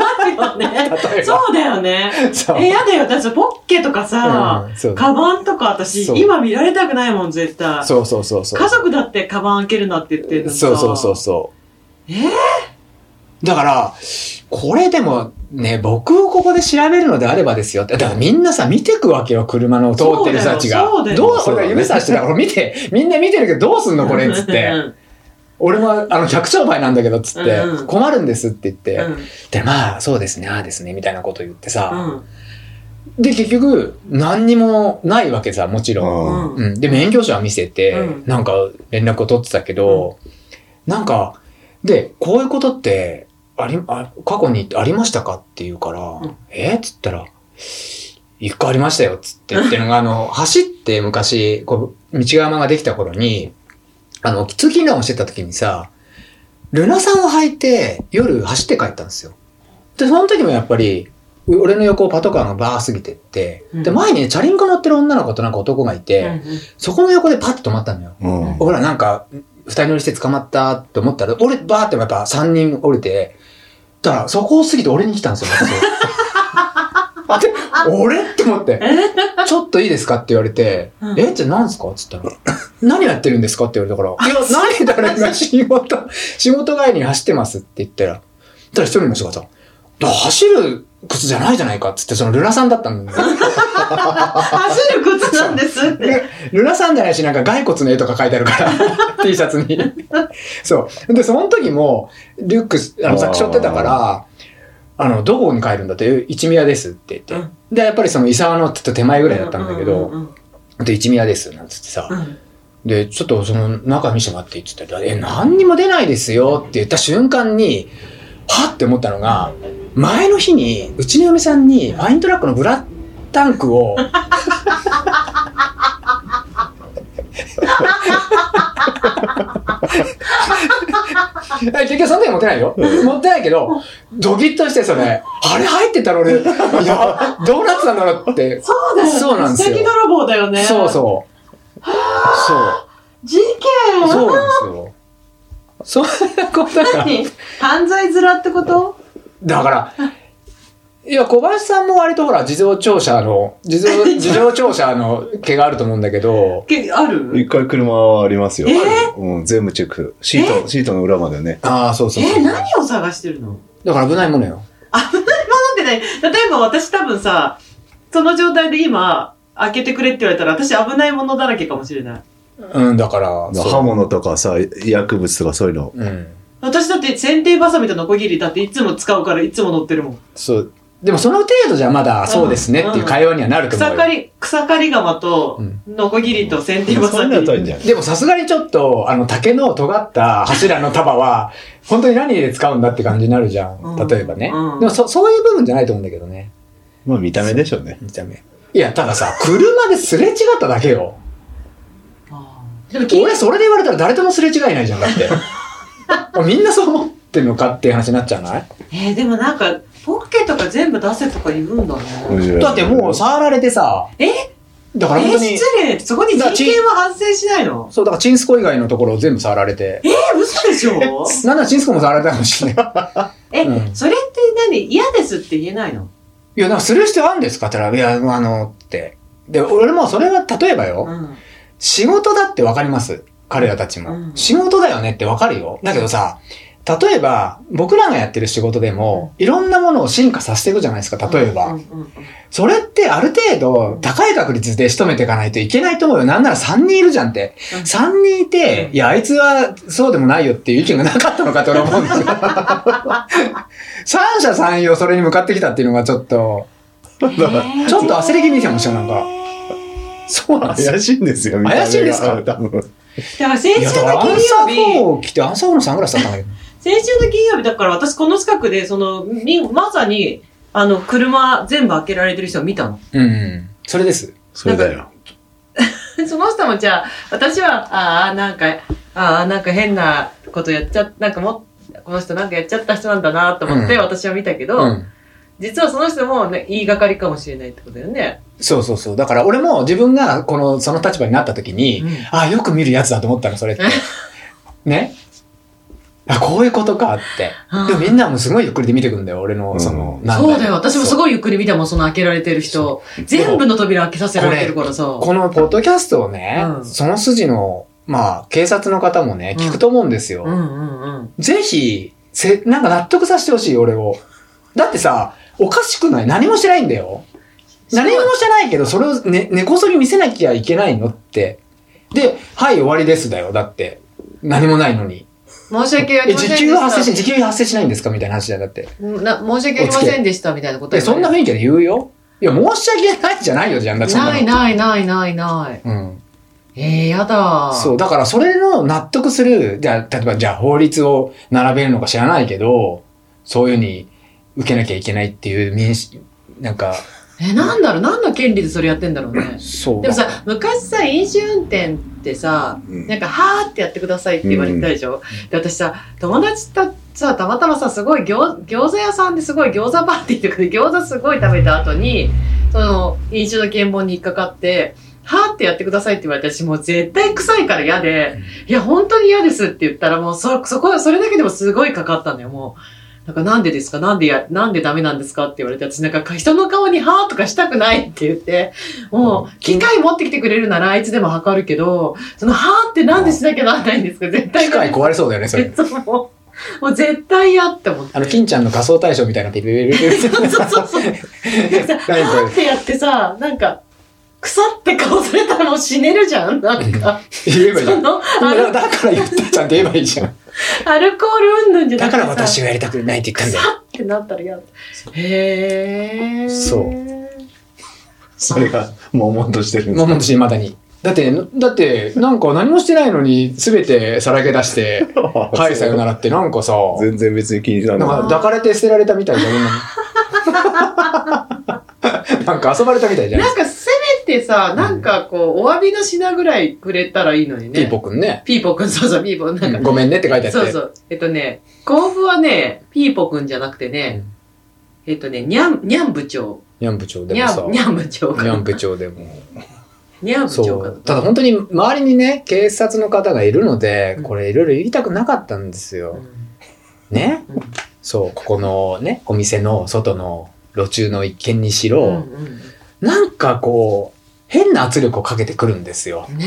Speaker 1: 例えば。
Speaker 5: そうだよね。
Speaker 1: そう
Speaker 5: え、やだよ。私、ポッケとかさ、
Speaker 1: うんそう
Speaker 5: カバンとか私、
Speaker 1: そう
Speaker 5: 今見られたくないもん、絶対。
Speaker 1: そうそうそうそう。
Speaker 5: 家族だってカバン開けるなって言ってるのにさ
Speaker 1: そうそうそうそう。
Speaker 5: え
Speaker 1: だから、これでもね、僕をここで調べるのであればですよって。だからみんなさ、見てくわけよ、車の通ってる人たちが。
Speaker 5: そうだよ
Speaker 1: どう
Speaker 2: そ、う
Speaker 1: 俺が
Speaker 2: だよ
Speaker 1: 指さして
Speaker 5: *laughs*
Speaker 1: たから、見て、みんな見てるけどどうすんのこれっつっ
Speaker 5: う
Speaker 1: て。
Speaker 5: ん
Speaker 1: 俺も、あの、百丁倍なんだけど、つって
Speaker 5: うんうん、
Speaker 1: 困るんですって言って。
Speaker 5: うん
Speaker 1: で、まあ、そうですね、ああですね、みたいなこと言ってさ。
Speaker 5: うん
Speaker 1: で、結局、何にもないわけさ、もちろん。
Speaker 2: うん
Speaker 5: うん
Speaker 1: うん、で免許証は見せて、
Speaker 5: うん
Speaker 1: なんか連絡を取ってたけど、なんかでこういうことってありあ過去にありましたかって言うから「
Speaker 5: ん
Speaker 1: えっ?」つったら「一個ありましたよ」っつってってのがあの走って昔こう道が山ができた頃にあの通勤ランをしてた時にさルナさんを履いて夜走って帰ったんですよ。でその時もやっぱりう俺の横をパトカーがバー過ぎてって、
Speaker 5: うん
Speaker 1: で前にねチャリンコ乗ってる女の子となんか男がいて、そこの横でパッと止まったのよ。
Speaker 2: うん
Speaker 1: ほら、なんか、二人乗りして捕まったって思ったら、俺、バーってやっぱ三人降りて、たら、
Speaker 3: *laughs*
Speaker 1: そこを過ぎて俺に来たんですよ、私あれ俺って思って。ちょっといいですかって言われて、
Speaker 3: うん
Speaker 1: えって何ですかっつったら、何やってるんですかって言われたから、いや、何だろう今仕事、仕事帰りに走ってますって言ったら、そしたら一人の人がさ、だから走る靴じゃないじゃないかっつって、そのルナさんだったんだよ。
Speaker 3: 走る靴なんですって。
Speaker 1: でルナさんじゃないし、なんか骸骨の絵とか書いてある
Speaker 3: *laughs*
Speaker 1: から、T シャツに。そう。で、その時も、リュックス、あの、作詞ってたから、あの、どこに帰るんだって、一宮ですって言って。で、やっぱりその、伊沢のちょっと手前ぐらいだったんだけ
Speaker 3: う
Speaker 1: ど、
Speaker 3: ん
Speaker 1: で、一宮です、なんつってさ
Speaker 3: う。んうん
Speaker 1: で、ちょっとその、中見せてもらって言ってたら、え、何にも出ないですよって言った瞬間に、はっって思ったのが、前の日に、うちの嫁さんに、ファイントラックのブラタンクを、はい結局その時は持ってないよ。持ってないけど、ドキッとしてそれ、あれ入ってたら俺、いや、どうなってたんだろうって。
Speaker 3: そうだよね。
Speaker 1: そうなんですよ
Speaker 3: 素敵泥棒だよね。
Speaker 1: そうそう。そう。
Speaker 3: う。事件
Speaker 1: そうなんですよ。そんなことが。
Speaker 3: 何犯罪面ってこと
Speaker 1: だから、いや、小林さんも割とほら、事情聴者の、事 *laughs* 情、事情聴者の毛があると思うんだけど、
Speaker 3: けある
Speaker 2: 一回車はありますよ。
Speaker 3: え
Speaker 2: うん、全部チェック。シート、シートの裏までね。
Speaker 1: ああ、そうそうそう
Speaker 3: え、何を探してるの
Speaker 1: だから危ないものよ。
Speaker 3: だってね、例えば私多分さ、その状態で今、開けてくれって言われたら、私危ないものだらけかもしれない。
Speaker 1: うん、だから、そう
Speaker 2: 刃物とかさ、薬物とかそういうの。
Speaker 1: うん。
Speaker 3: 私だって剪定バサミとノコギリだっていつも使うからいつも乗ってるもん。
Speaker 1: そう。でもその程度じゃまだ、そうですねっていう会話にはなると思う
Speaker 3: 草
Speaker 1: よ。
Speaker 3: 刈り、草刈り釜と
Speaker 1: うん
Speaker 3: ノコギリと剪定バ
Speaker 2: そ
Speaker 3: サ
Speaker 2: ん
Speaker 3: ミ。
Speaker 2: なといいんじゃない
Speaker 1: でもさすがにちょっと、あの、竹の尖った柱の束は、本当に何で使うんだって感じになるじゃ
Speaker 3: うん
Speaker 1: ん。例えばね。
Speaker 3: うん
Speaker 1: でもそ、そういう部分じゃないと思うんだけどね。
Speaker 2: まあ見た目でしょうね。
Speaker 1: 見た目。いや、たださ、車ですれ違っただけよ。
Speaker 3: あーでも聞い
Speaker 1: 俺、それで言われたら誰ともすれ違いないじゃん、だ *laughs* って。みんなそう思ってんのかっていう話になっちゃうない
Speaker 3: えー、でもなんか、ポッケとか全部出せとか言うんだね。
Speaker 1: だってもう
Speaker 2: さ、
Speaker 1: 触られてさ、
Speaker 3: え
Speaker 1: だ
Speaker 3: え
Speaker 1: から本当
Speaker 3: ー、
Speaker 1: に
Speaker 3: 失、礼。そこに人権は反省しないの
Speaker 1: そう、だからチンスコ以外のところを全部触られて、
Speaker 3: えー、嘘でしょ
Speaker 1: なんならチンスコも触られたかもしれない。
Speaker 3: え、
Speaker 1: うん
Speaker 3: それって何嫌ですって言えないの
Speaker 1: いや、なんかする必要あるんですかって言ったら、いや、あの、って。で、俺もそれは例えばよ、
Speaker 3: うん。
Speaker 1: 仕事だってわかります。彼らたちも。
Speaker 3: うん
Speaker 1: 仕事だよねってわかるよ。だけどさ、例えば、僕らがやってる仕事でも、いろんなものを進化させていくじゃないですか、例えば。
Speaker 3: うんうんうん
Speaker 1: それってある程度、高い確率で仕留めていかないといけないと思うよ。なんなら3人いるじゃんって。
Speaker 3: うん
Speaker 1: 3人いて
Speaker 3: う、ん
Speaker 1: いや、あいつはそうでもないよっていう意見がなかったのかって俺は思うん
Speaker 3: *laughs*
Speaker 1: ですよ。三者三様それに向かってきたっていうのがちょっと、
Speaker 3: えー
Speaker 1: *laughs* ちょっと焦り気味かもしれないなんかそうなんですよ。
Speaker 2: 怪しいんですよ、見た目が
Speaker 1: 怪しいですか
Speaker 2: 多分。
Speaker 3: だから先
Speaker 1: い
Speaker 3: 週
Speaker 1: や、
Speaker 3: の
Speaker 1: だからアンサー
Speaker 3: 金
Speaker 1: 4
Speaker 3: 曜日、
Speaker 1: 来て、アンサー4のサングラスだったんだけど。
Speaker 3: 先週の金曜日だから私この近くで、その、みまさに、あの、車全部開けられてる人を見たの。
Speaker 1: うんうん。それです。
Speaker 2: それだよ。
Speaker 3: その人もじゃあ、私は、ああ、なんか、ああ、なんか変なことやっちゃ、なんかも、この人なんかやっちゃった人なんだなと思って
Speaker 1: うん
Speaker 3: 私は見たけど、
Speaker 1: うん。
Speaker 3: 実はその人も、ね、言いがかりかもしれないってことだよね。
Speaker 1: そうそうそう。だから俺も自分がこの、その立場になった時に、
Speaker 3: うん
Speaker 1: ああ、よく見るやつだと思ったの、それって。 *laughs* ねあ、こういうことかって。でもみんなもすごいゆっくりで見てくんだよ、俺の、その、
Speaker 2: うん
Speaker 1: なん
Speaker 3: そうだよ。私もす
Speaker 1: そう
Speaker 3: ごいゆっくり見たもん、その開けられてる人。全部の扉開けさせられてるからさ。
Speaker 1: このポッドキャストをね、
Speaker 3: うん
Speaker 1: その筋の、まあ、警察の方もね、聞くと思うんですよ。
Speaker 3: うんうんうん。
Speaker 1: ぜひ、せ、なんか納得させてほしい、俺を。だってさ、おかしくない何もしてないんだよ。何もしてないけど、それをね、根こそぎ見せなきゃいけないのって。で、はい、終わりですだよ。だって。何もないのに。
Speaker 3: 申し訳あ
Speaker 1: え、
Speaker 3: りませ
Speaker 1: 時
Speaker 3: んでした。
Speaker 1: 給は発生し、時給発生しないんですかみたいな話だよだって。
Speaker 3: な申し訳ありませんでしたみたいなこと
Speaker 1: え、そんな
Speaker 3: な
Speaker 1: 雰囲気で言うよ。いや、申し訳ないじゃないよ、じゃんだってそんの
Speaker 3: いないないないない。
Speaker 1: うん。
Speaker 3: えー、やだ。
Speaker 1: そう。だから、それの納得する、じゃあ、例えば、じゃあ、法律を並べるのか知らないけど、そういうふうに受けなきゃいけないっていう民主、なんか、
Speaker 3: え、なんだろう何の権利でそれやってんだろうね。
Speaker 1: そう。
Speaker 3: でもさ、昔さ、飲酒運転ってさ、
Speaker 2: うん
Speaker 3: なんか、はーってやってくださいって言われてたでしょ、で、私さ、友達とさ、たまたまさ、すごい餃餃子屋さんですごい餃子パーティーとかで餃子すごい食べた後に、その、飲酒の検問に引っかかって、はーってやってくださいって言われて、私もう絶対臭いから嫌で、いや、本当に嫌ですって言ったら、もうそ、そこ、それだけでもすごいかかったんだよ、もう。なんかなんでですかなんでや、なんでダメなんですかって言われて、私なんか人の顔にはーとかしたくないって言って、もう機械持ってきてくれるならいつでも測るけど、そのはーってなんでしなきゃなんないんですか絶対。
Speaker 1: 機械壊れそうだよね、それ。
Speaker 3: そうもうもう絶対嫌って思って。
Speaker 1: あの、金ちゃんの仮想対象みたいなピピピピピピ。
Speaker 3: そうそう
Speaker 1: *laughs*
Speaker 3: そう。さ、
Speaker 1: 何こ
Speaker 3: はーってやってさ、なんか、腐って顔されたらもう死ねるじゃんなんか。
Speaker 1: れ。言えばいいじゃ
Speaker 3: そ
Speaker 1: ん。
Speaker 3: の、ア
Speaker 1: だ
Speaker 3: ル
Speaker 1: だから言ったちゃんと言えばいいじゃん。
Speaker 3: アルコール云々じゃな
Speaker 1: だ
Speaker 3: くて
Speaker 1: か
Speaker 3: さ。
Speaker 1: ら私はやりたくないって言ったんだよ。
Speaker 3: 腐ってなったら嫌だへえ
Speaker 1: そう
Speaker 2: それが、悶々としてるんで
Speaker 1: もう私、まだに。だって、だって、なんか何もしてないのに、すべてさらけ出して、
Speaker 2: す。
Speaker 1: はい、さよならって、なんかさ、
Speaker 2: 全然別に気にしな
Speaker 1: なん
Speaker 2: か
Speaker 1: か
Speaker 2: っ
Speaker 1: 抱かれて捨てられたみたいじゃん女
Speaker 3: *laughs*
Speaker 1: に。なんか遊ばれたみたいじゃない
Speaker 3: なんかせめてさなんかこうお詫びの品ぐらいくれたらいいのに
Speaker 1: ピ
Speaker 3: ね
Speaker 1: ーポくんね。
Speaker 3: ピーポくんそうそうピーポくんなんか、
Speaker 1: ごめんねって書いてあって。
Speaker 3: そうそうえっとね甲府はねピーポくんじゃなくてね、えっとねにゃんにゃん部長
Speaker 1: ニャン部長で
Speaker 3: に
Speaker 1: も
Speaker 3: ゃ
Speaker 1: さ
Speaker 3: ん。にゃん部長か
Speaker 1: ニャ
Speaker 3: な
Speaker 1: ン部長でも。
Speaker 3: にゃん部
Speaker 1: そ
Speaker 3: 長か
Speaker 1: う。ただ本当に周りにね、警察の方がいるので、これいろいろ言いたくなかったんです
Speaker 3: う
Speaker 1: よ。
Speaker 3: ん
Speaker 1: ね
Speaker 3: うん。
Speaker 1: そう、ここのね、お店の外の路中の一軒にしろ、
Speaker 3: うんう
Speaker 1: なんかこう、変な圧力をかけてくるんですよ。
Speaker 3: んね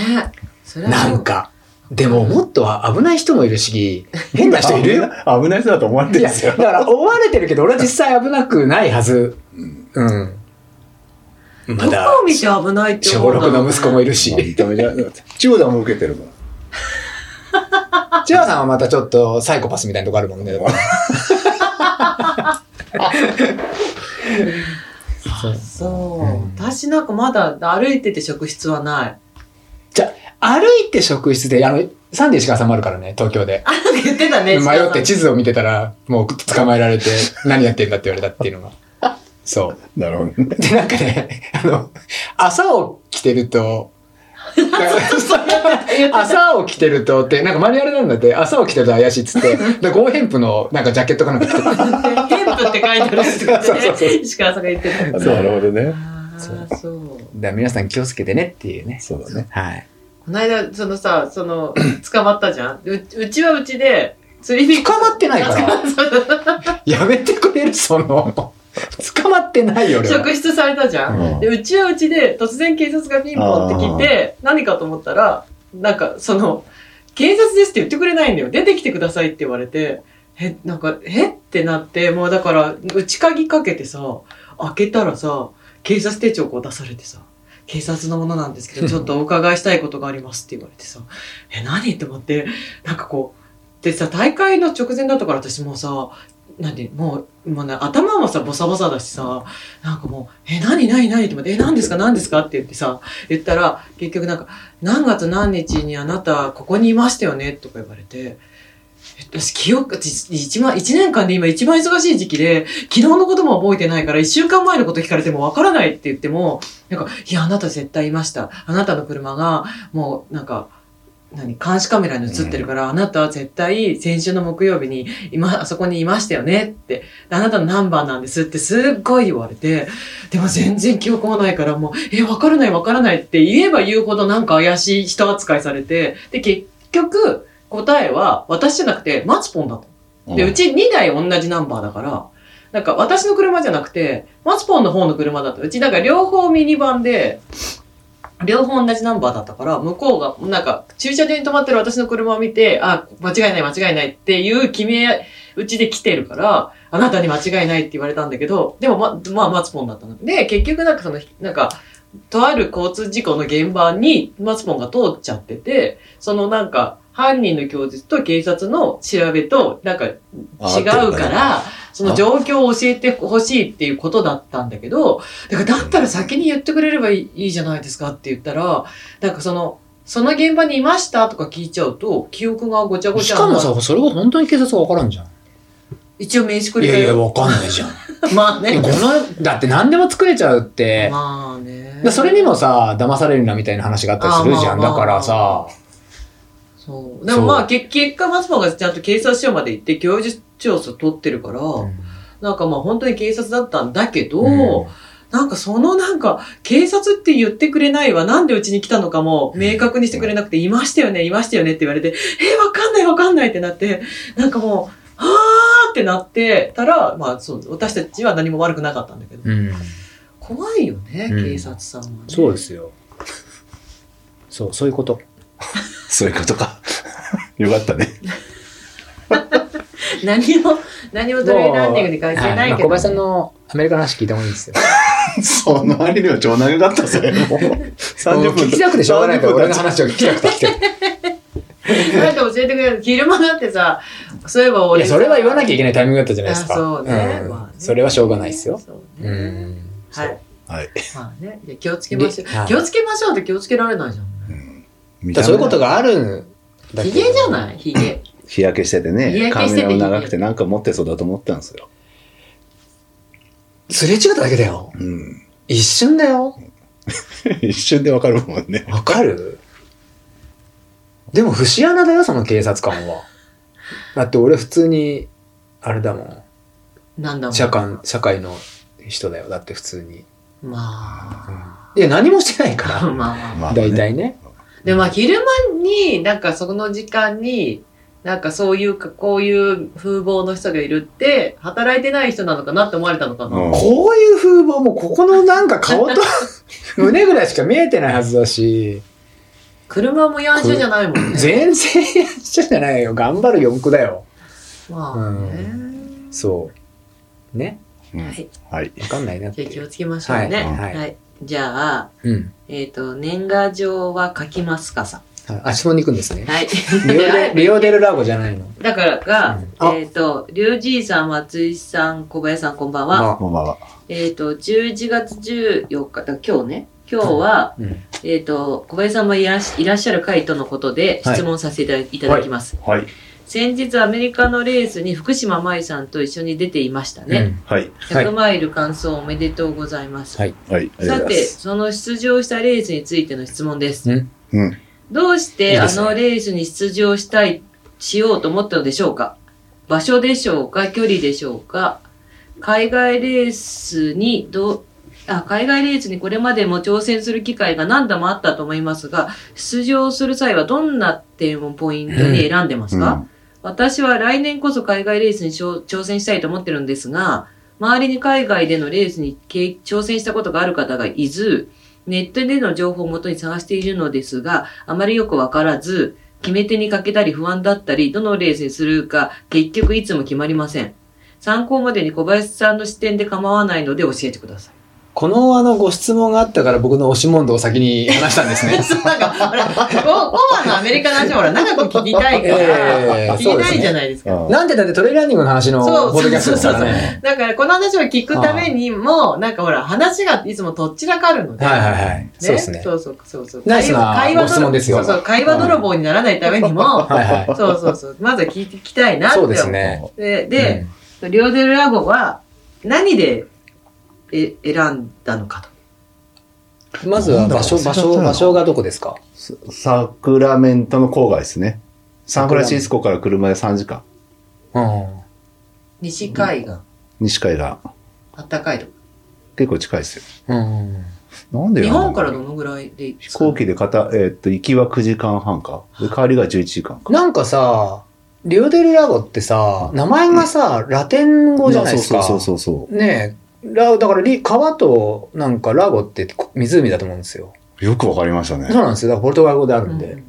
Speaker 3: それは
Speaker 1: なんか。でも、もっとは危ない人もいるし、変な
Speaker 2: た。
Speaker 1: 人いるよ。
Speaker 2: 危ない人だと思われて
Speaker 1: い
Speaker 2: るん
Speaker 1: や、
Speaker 2: ですよ
Speaker 1: だ。から追われてるけど、俺は実際危なくないはず。うん。ま
Speaker 3: ど
Speaker 1: だ
Speaker 3: こを、見て危ないって思
Speaker 1: 小
Speaker 3: う
Speaker 1: 6の息子もいるし
Speaker 2: まあ。見た目じゃ、千代田も受けてるから。
Speaker 1: 千葉さんはまたちょっとサイコパスみたいなとこあるもん *laughs* ね。
Speaker 3: そう、
Speaker 1: うん
Speaker 3: 私なんかまだ歩いてて職質はない *laughs*
Speaker 1: 歩いて職質で、あの、サンデー石川さんもあるからね、東京で。
Speaker 3: あなんか言ってたね
Speaker 1: 迷って地図を見てたら、もう捕まえられて、何やってんだって言われたっていうのが。そう。
Speaker 2: なるほどね。
Speaker 1: で、なんかね、あの、朝起きてる *laughs* と、朝起きてるとって、なんかマニュアルなんだって、朝起きてると怪しいっつ *laughs* って、で、ゴーヘンプのなんかジャケットかなんか着 *laughs* てた。
Speaker 3: テンプって書いてあるって言っ
Speaker 1: *laughs*
Speaker 3: て
Speaker 1: そうそうそう
Speaker 3: ね石川さんが言ってた
Speaker 2: あなるほどね。
Speaker 3: あ
Speaker 1: そう
Speaker 3: あそう
Speaker 1: だ皆さん気をつけてねっていうね。
Speaker 2: そうだね。
Speaker 1: はい。
Speaker 3: この間そのさそ
Speaker 1: *clears throat*
Speaker 3: の捕まったじゃんううちはうちで釣り人
Speaker 1: 捕まってないから。
Speaker 3: そう
Speaker 1: *laughs* やめてくれる、その、捕まってないよ、俺は。
Speaker 3: 職質されたじゃん、
Speaker 2: うん
Speaker 3: でうちはうちで突然警察がピンポンって来て何かと思ったらなんかその警察ですって言ってくれないんだよ出てきてくださいって言われてえなんかえってなってもうだから内鍵かけてさ開けたらさ警察手帳こう出されてさ警察のものなんですけど、ちょっとお伺いしたいことがありますって言われてさ、え、何って思って、なんかこう、でさ、大会の直前だったから私もうさ、なんで、もう、もうね、頭もさ、ボサボサだしさ、なんかもう、え、何、何、何って思って、え、何ですか、何ですかって言ってさ、言ったら、結局なんか、何月何日にあなた、ここにいましたよねとか言われて、え私、記憶、じ一番、一年間で今一番忙しい時期で、昨日のことも覚えてないから、一週間前のこと聞かれてもわからないって言っても、なんか、いや、あなた絶対いました。あなたの車が、もう、なんか、何監視カメラに映ってるから、あなたは絶対先週の木曜日に今、あそこにいましたよねって、であなたの何番なんですってすっごい言われて、でも全然記憶もないからもう、え、わからないわからないって言えば言うほどなんか怪しい人扱いされて、で、結局答えは私じゃなくてマツポンだと。で、うち2台同じナンバーだから、なんか私の車じゃなくて、マツポンの方の車だった。うちなんか両方ミニバンで、両方同じナンバーだったから、向こうが、なんか、駐車場に止まってる私の車を見て、あ、間違いない間違いないっていう決めうちで来てるから、あなたに間違いないって言われたんだけど、でもま、まあ、マツポンだったの。で、結局なんかその、なんか、とある交通事故の現場にマツポンが通っちゃってて、そのなんか、犯人の供述と警察の調べと、なんか、違うから、その状況を教えてほしいっていうことだったんだけど、だからだったら先に言ってくれればいいいいじゃないですかって言ったら、なんかその、その現場にいましたとか聞いちゃうと、記憶がごちゃごち
Speaker 1: し
Speaker 3: ゃ
Speaker 1: か
Speaker 3: にな
Speaker 1: も
Speaker 3: る。
Speaker 1: さ、それが本当に警察がわからんじゃん。
Speaker 3: 一応名刺く
Speaker 1: い
Speaker 3: れた
Speaker 1: や
Speaker 3: よ
Speaker 1: いや、わかんないじゃん。
Speaker 3: *laughs* まあね。
Speaker 1: この、だって何でも作れちゃうって、
Speaker 3: まあね。
Speaker 1: それにもさ、騙されるなみたいな話があったりするじゃん。
Speaker 3: あーま
Speaker 1: だ
Speaker 3: あま
Speaker 1: か
Speaker 3: あ
Speaker 1: らさ、
Speaker 3: そう。でもま
Speaker 1: そ
Speaker 3: あ、け結果、松本がちゃんと警察署まで行って、教授調査取ってるから、なんかまあ本当に警察だったんだけど、
Speaker 1: うん
Speaker 3: なんかそのなんか、警察って言ってくれないわ、なんでうちに来たのかも明確にしてくれなくて、いましたよね、いましたよねって言われて、えー、わかんないわかんないってなって、なんかもう、はーってってなってたら、まあそう、私たちは何も悪くなかったんだけど。
Speaker 1: うん。
Speaker 3: 怖いよね、
Speaker 1: うん
Speaker 3: 警察さんは、ね。
Speaker 1: そうですよ。そう、そういうこと。
Speaker 2: そういうことか。 *laughs* よかったね。
Speaker 3: 何も、何もトレイランニングに関係ない
Speaker 1: まあ
Speaker 3: け
Speaker 1: 小
Speaker 3: ど、
Speaker 1: 林さんのアメリカの話聞いた方がいい
Speaker 3: *laughs*
Speaker 1: ですよ。
Speaker 2: その割には超長かったそれもう30
Speaker 1: もう
Speaker 2: 分
Speaker 1: 聞きたくてしょうがないから、俺の
Speaker 2: 30分
Speaker 1: 話
Speaker 2: 経っ
Speaker 1: を聞きたくて来てる。
Speaker 3: なんか教えてくれる。昼間だってさ、そういえば
Speaker 1: い
Speaker 3: 俺
Speaker 1: や、
Speaker 3: さ。
Speaker 1: それは言わなきゃいけないタイミングだったじゃないですか。
Speaker 3: あそうね,、
Speaker 1: ん
Speaker 3: まあね
Speaker 1: それはしょうがないですよ。。
Speaker 3: そう
Speaker 1: う
Speaker 3: ね
Speaker 1: ん。
Speaker 3: はい。
Speaker 2: たはい、
Speaker 3: まあね。いや気をつけましょう
Speaker 1: ではい。
Speaker 3: 気をつけましょうって気をつけられないじゃん。
Speaker 2: 見
Speaker 1: だから
Speaker 2: た
Speaker 1: そういう
Speaker 2: 目
Speaker 1: ことがあるんだけ
Speaker 3: ヒ
Speaker 1: ど。
Speaker 3: ゲじゃないヒゲ。
Speaker 2: 日焼けしてて
Speaker 3: 日
Speaker 2: ね
Speaker 3: 焼け
Speaker 2: 髪
Speaker 3: してて
Speaker 2: の長くてなんか持ってそうだと思ったんですよ、
Speaker 1: すれ違っただけだよ。
Speaker 2: うん、
Speaker 1: 一瞬だよ。
Speaker 2: 一瞬でわかるもんね
Speaker 1: わかるでも、節穴だよ、その警察官は。だって俺普通に、あれだもん。
Speaker 3: なんだもん。
Speaker 1: 社会、社会の人だよ。だって普通に。
Speaker 3: ま
Speaker 1: いや、何もしてない
Speaker 3: あ。 *laughs* ま
Speaker 1: か
Speaker 3: あまあ。
Speaker 2: ま
Speaker 1: ら。
Speaker 2: あ
Speaker 1: 大
Speaker 2: ね
Speaker 1: 体ね。
Speaker 3: *laughs* でまあ昼間になんかその時間になんかそういうかこういう風貌の人がいるって働いてない人なのかなって思われたのかな、
Speaker 2: うん
Speaker 1: こういう風貌も、ここのなんか
Speaker 3: *laughs*
Speaker 1: 顔と胸ぐらいしか見えてないはずだし、
Speaker 3: 車もヤンシュじゃないもんね。
Speaker 1: 全然やっちゃじゃないよ。頑張る四駆だよ。
Speaker 3: まあね。
Speaker 1: そう。ね。
Speaker 2: うん
Speaker 3: は
Speaker 2: はいい、
Speaker 1: わかんないなって
Speaker 3: *laughs* じゃ
Speaker 1: い
Speaker 3: あ気を
Speaker 1: う。
Speaker 3: つけましょうね。
Speaker 1: はい
Speaker 3: は。
Speaker 1: はいい
Speaker 3: じゃあ、
Speaker 1: うん。
Speaker 3: えっ、と、年賀状は書きますかさ。
Speaker 1: はいあ、質問に行くんですね。 *laughs*
Speaker 3: はい。
Speaker 1: リオデリオデルラゴじゃないの。
Speaker 3: だからが、
Speaker 1: うんあ
Speaker 3: えっ、と、りゅうじいさん、松井さん、小林さん、こんばんは。
Speaker 1: あ
Speaker 2: こんばんは
Speaker 3: えっ、と、11月14日、だから今日ね。今日は、
Speaker 1: うん
Speaker 3: えっ、と、小林さんもいらっしいらっしゃる回とのことで
Speaker 1: はい
Speaker 3: 質問させていただ,、い、ただきます。
Speaker 2: はい
Speaker 3: 先日アメリカのレースに福島麻衣さんと一緒に出ていましたね。
Speaker 2: はい
Speaker 1: はい
Speaker 3: 100マイル完走おめでとうございます。
Speaker 1: はい
Speaker 2: はいありがとう
Speaker 3: さ
Speaker 2: ござい
Speaker 3: て、
Speaker 2: ます
Speaker 3: その出場したレースについての質問です。
Speaker 1: うん
Speaker 2: うん
Speaker 3: どうし
Speaker 1: い
Speaker 3: て
Speaker 1: い
Speaker 3: あ
Speaker 1: ですね
Speaker 3: のレースに出場したい、しようと思ったのでしょうか場所でしょうか距離でしょうか海外レースにどう、あ、海外レースにこれまでも挑戦する機会が何度もあったと思いますが、出場する際はどんな点をポイントに選んでますか、私は来年こそ海外レースに挑挑戦したいと思ってるんですが、周りに海外でのレースに経挑戦したことがある方がいず、ネットでの情報をもとに探しているのですが、あまりよくわからず、決め手にかけたり不安だったり、どのレースにするか結局いつも決まりません。参考までに小林さんの視点で構わないので教えてください。
Speaker 1: このあのご質問があったから僕の押し問答を先に話したんですね。
Speaker 3: そう、なんか、ほら、ココアのアメリカの話をほら、長く聞きたい
Speaker 1: *laughs* ええ
Speaker 3: ゃないです
Speaker 2: うん
Speaker 1: なんでだってトレーランニングの話の
Speaker 3: そう
Speaker 1: ポッドキャストですからね。
Speaker 3: だからこの話を聞くためにも、なんかほら、話がいつもとっちらかるので。
Speaker 1: はいはい
Speaker 3: ね
Speaker 1: はい。そうですね。
Speaker 3: そうそうそうそう。
Speaker 1: ナイスな
Speaker 3: 会話
Speaker 1: ご質問ですよ
Speaker 3: そうそう、会話泥棒にならないためにも、
Speaker 1: はいは。
Speaker 3: *laughs* そうそうそう、まずは聞いていきたいないって
Speaker 1: そ
Speaker 3: 思
Speaker 1: うですね。
Speaker 3: で、で、リオデルラゴは何でえ選んだのかと。
Speaker 1: うんまずは場所、
Speaker 2: なん
Speaker 1: 場
Speaker 2: だ忘れちゃっ
Speaker 1: 所、
Speaker 2: たな
Speaker 1: 場所がどこですか
Speaker 2: ササクラメントの郊外ですねサンフランシスコから車で3時間
Speaker 1: うん。
Speaker 3: 西海岸、
Speaker 2: 西海岸
Speaker 3: あったかいとこ。
Speaker 2: 結構近いですよ
Speaker 1: うん。
Speaker 2: なんで
Speaker 3: 日
Speaker 2: よ
Speaker 3: 本からどのぐらいで
Speaker 2: 飛行機で片、えーっと行きは9時間半かで帰りが11時間か
Speaker 1: なんかさ、リオデルラゴってさ、名前がさ、ラテン語じゃないですか。
Speaker 2: そうそうそうそう
Speaker 1: ねえ、ラだからリ川となんかラゴって湖だと思うんですよ。
Speaker 2: よくわかりました
Speaker 1: そう
Speaker 2: ね。
Speaker 1: なんですよ。だからポルトガル語であ
Speaker 3: う
Speaker 1: るん
Speaker 3: んうん
Speaker 1: で。
Speaker 3: うん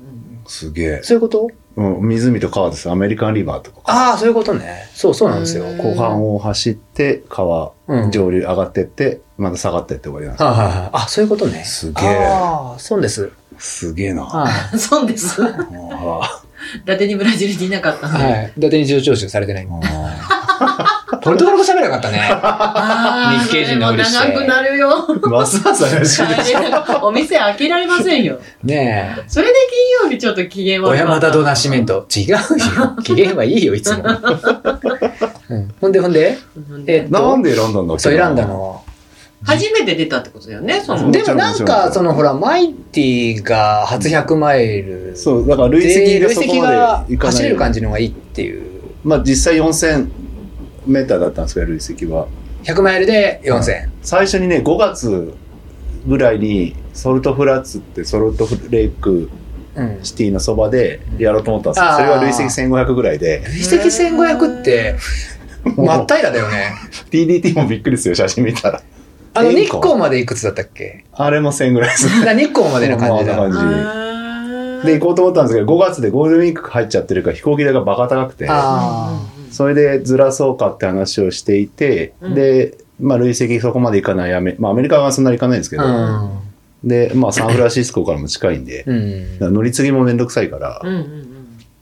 Speaker 2: すげえ。
Speaker 1: そういうこと
Speaker 2: うん、湖と川です。アメリカンリバーとか。
Speaker 1: ああ、そういうことね。そうそうなんですよ。
Speaker 3: うん
Speaker 1: こ
Speaker 2: 湖岸を走って、川、
Speaker 1: う。うん。
Speaker 2: 上流上がってって、また下がってって終わりなんで
Speaker 1: はいはいはい。あ、そういうことね。
Speaker 2: すげえ
Speaker 1: ああ、そうです。
Speaker 2: す。すげえな。
Speaker 1: は
Speaker 3: *laughs* そうです。伊
Speaker 2: あ
Speaker 3: 達にブラジルにいなかった
Speaker 1: い。
Speaker 3: ので。
Speaker 1: はい。伊達に事情聴取されてない。
Speaker 2: あ
Speaker 1: ポルトガル語喋れなかったね。
Speaker 3: あー
Speaker 1: *laughs* 日系人のふりして
Speaker 3: それも長くなるよ。
Speaker 2: ますます怪しい
Speaker 1: *laughs*
Speaker 2: でしょ。
Speaker 3: お店開けられませんよ。
Speaker 1: *laughs* ねえ。
Speaker 3: それで金曜日ちょっと機嫌悪
Speaker 1: 小
Speaker 3: かった
Speaker 1: 山田ドナシメント。違うよ。機嫌はいいよ、いつ *laughs* も。うん、ほんでほんで
Speaker 3: うん
Speaker 1: えっ
Speaker 2: なん
Speaker 1: と、
Speaker 2: で選んだんだっけ
Speaker 1: そう選んだの。
Speaker 3: 初めて出たってことだよね、その。
Speaker 1: でもなんか、そのほら、マイティが初100マイル。
Speaker 2: そう、だから累
Speaker 1: で
Speaker 2: 積が
Speaker 1: 累
Speaker 2: そ
Speaker 1: 積
Speaker 2: こま
Speaker 1: が
Speaker 2: でいか
Speaker 1: 走
Speaker 2: な
Speaker 1: れる感
Speaker 2: い。
Speaker 1: じの方がいいっていう。
Speaker 2: まあ実際4000メーターだったんですけど、累積は。
Speaker 1: 100マイルで4000。
Speaker 2: 最初にね5月ぐらいにソルトフラッツってソルトレイク
Speaker 1: うん。
Speaker 2: シティのそばでやろうと思ったんです
Speaker 1: あー
Speaker 2: よそれは累積1500ぐらいで
Speaker 1: 累積1500って、真っ平らだよね。
Speaker 2: TDT もびっくりですよ、写真見たら。
Speaker 1: あの、
Speaker 2: 円弧
Speaker 1: 日光までいくつだったっけ *laughs*
Speaker 2: あれも1000円ぐらいです。
Speaker 1: だから日光までの感じ
Speaker 2: ま
Speaker 1: だ。
Speaker 2: あまあ感
Speaker 3: あ
Speaker 2: じで、行こうと思ったんですけど、5月でゴールデンウィーク入っちゃってるから飛行機代がバカ高くて、
Speaker 1: あ
Speaker 2: それでずらそうかって話をしていて、
Speaker 3: うん
Speaker 2: で、まあ累積そこまで行かないやめ、まあアメリカはそんなに行かないんですけど、
Speaker 1: あ。
Speaker 2: で、まあサンフランシスコからも近いんで、
Speaker 1: うん。う
Speaker 2: だか
Speaker 1: ん。
Speaker 2: ら乗り継ぎもめんどくさいから、
Speaker 3: うんうんうん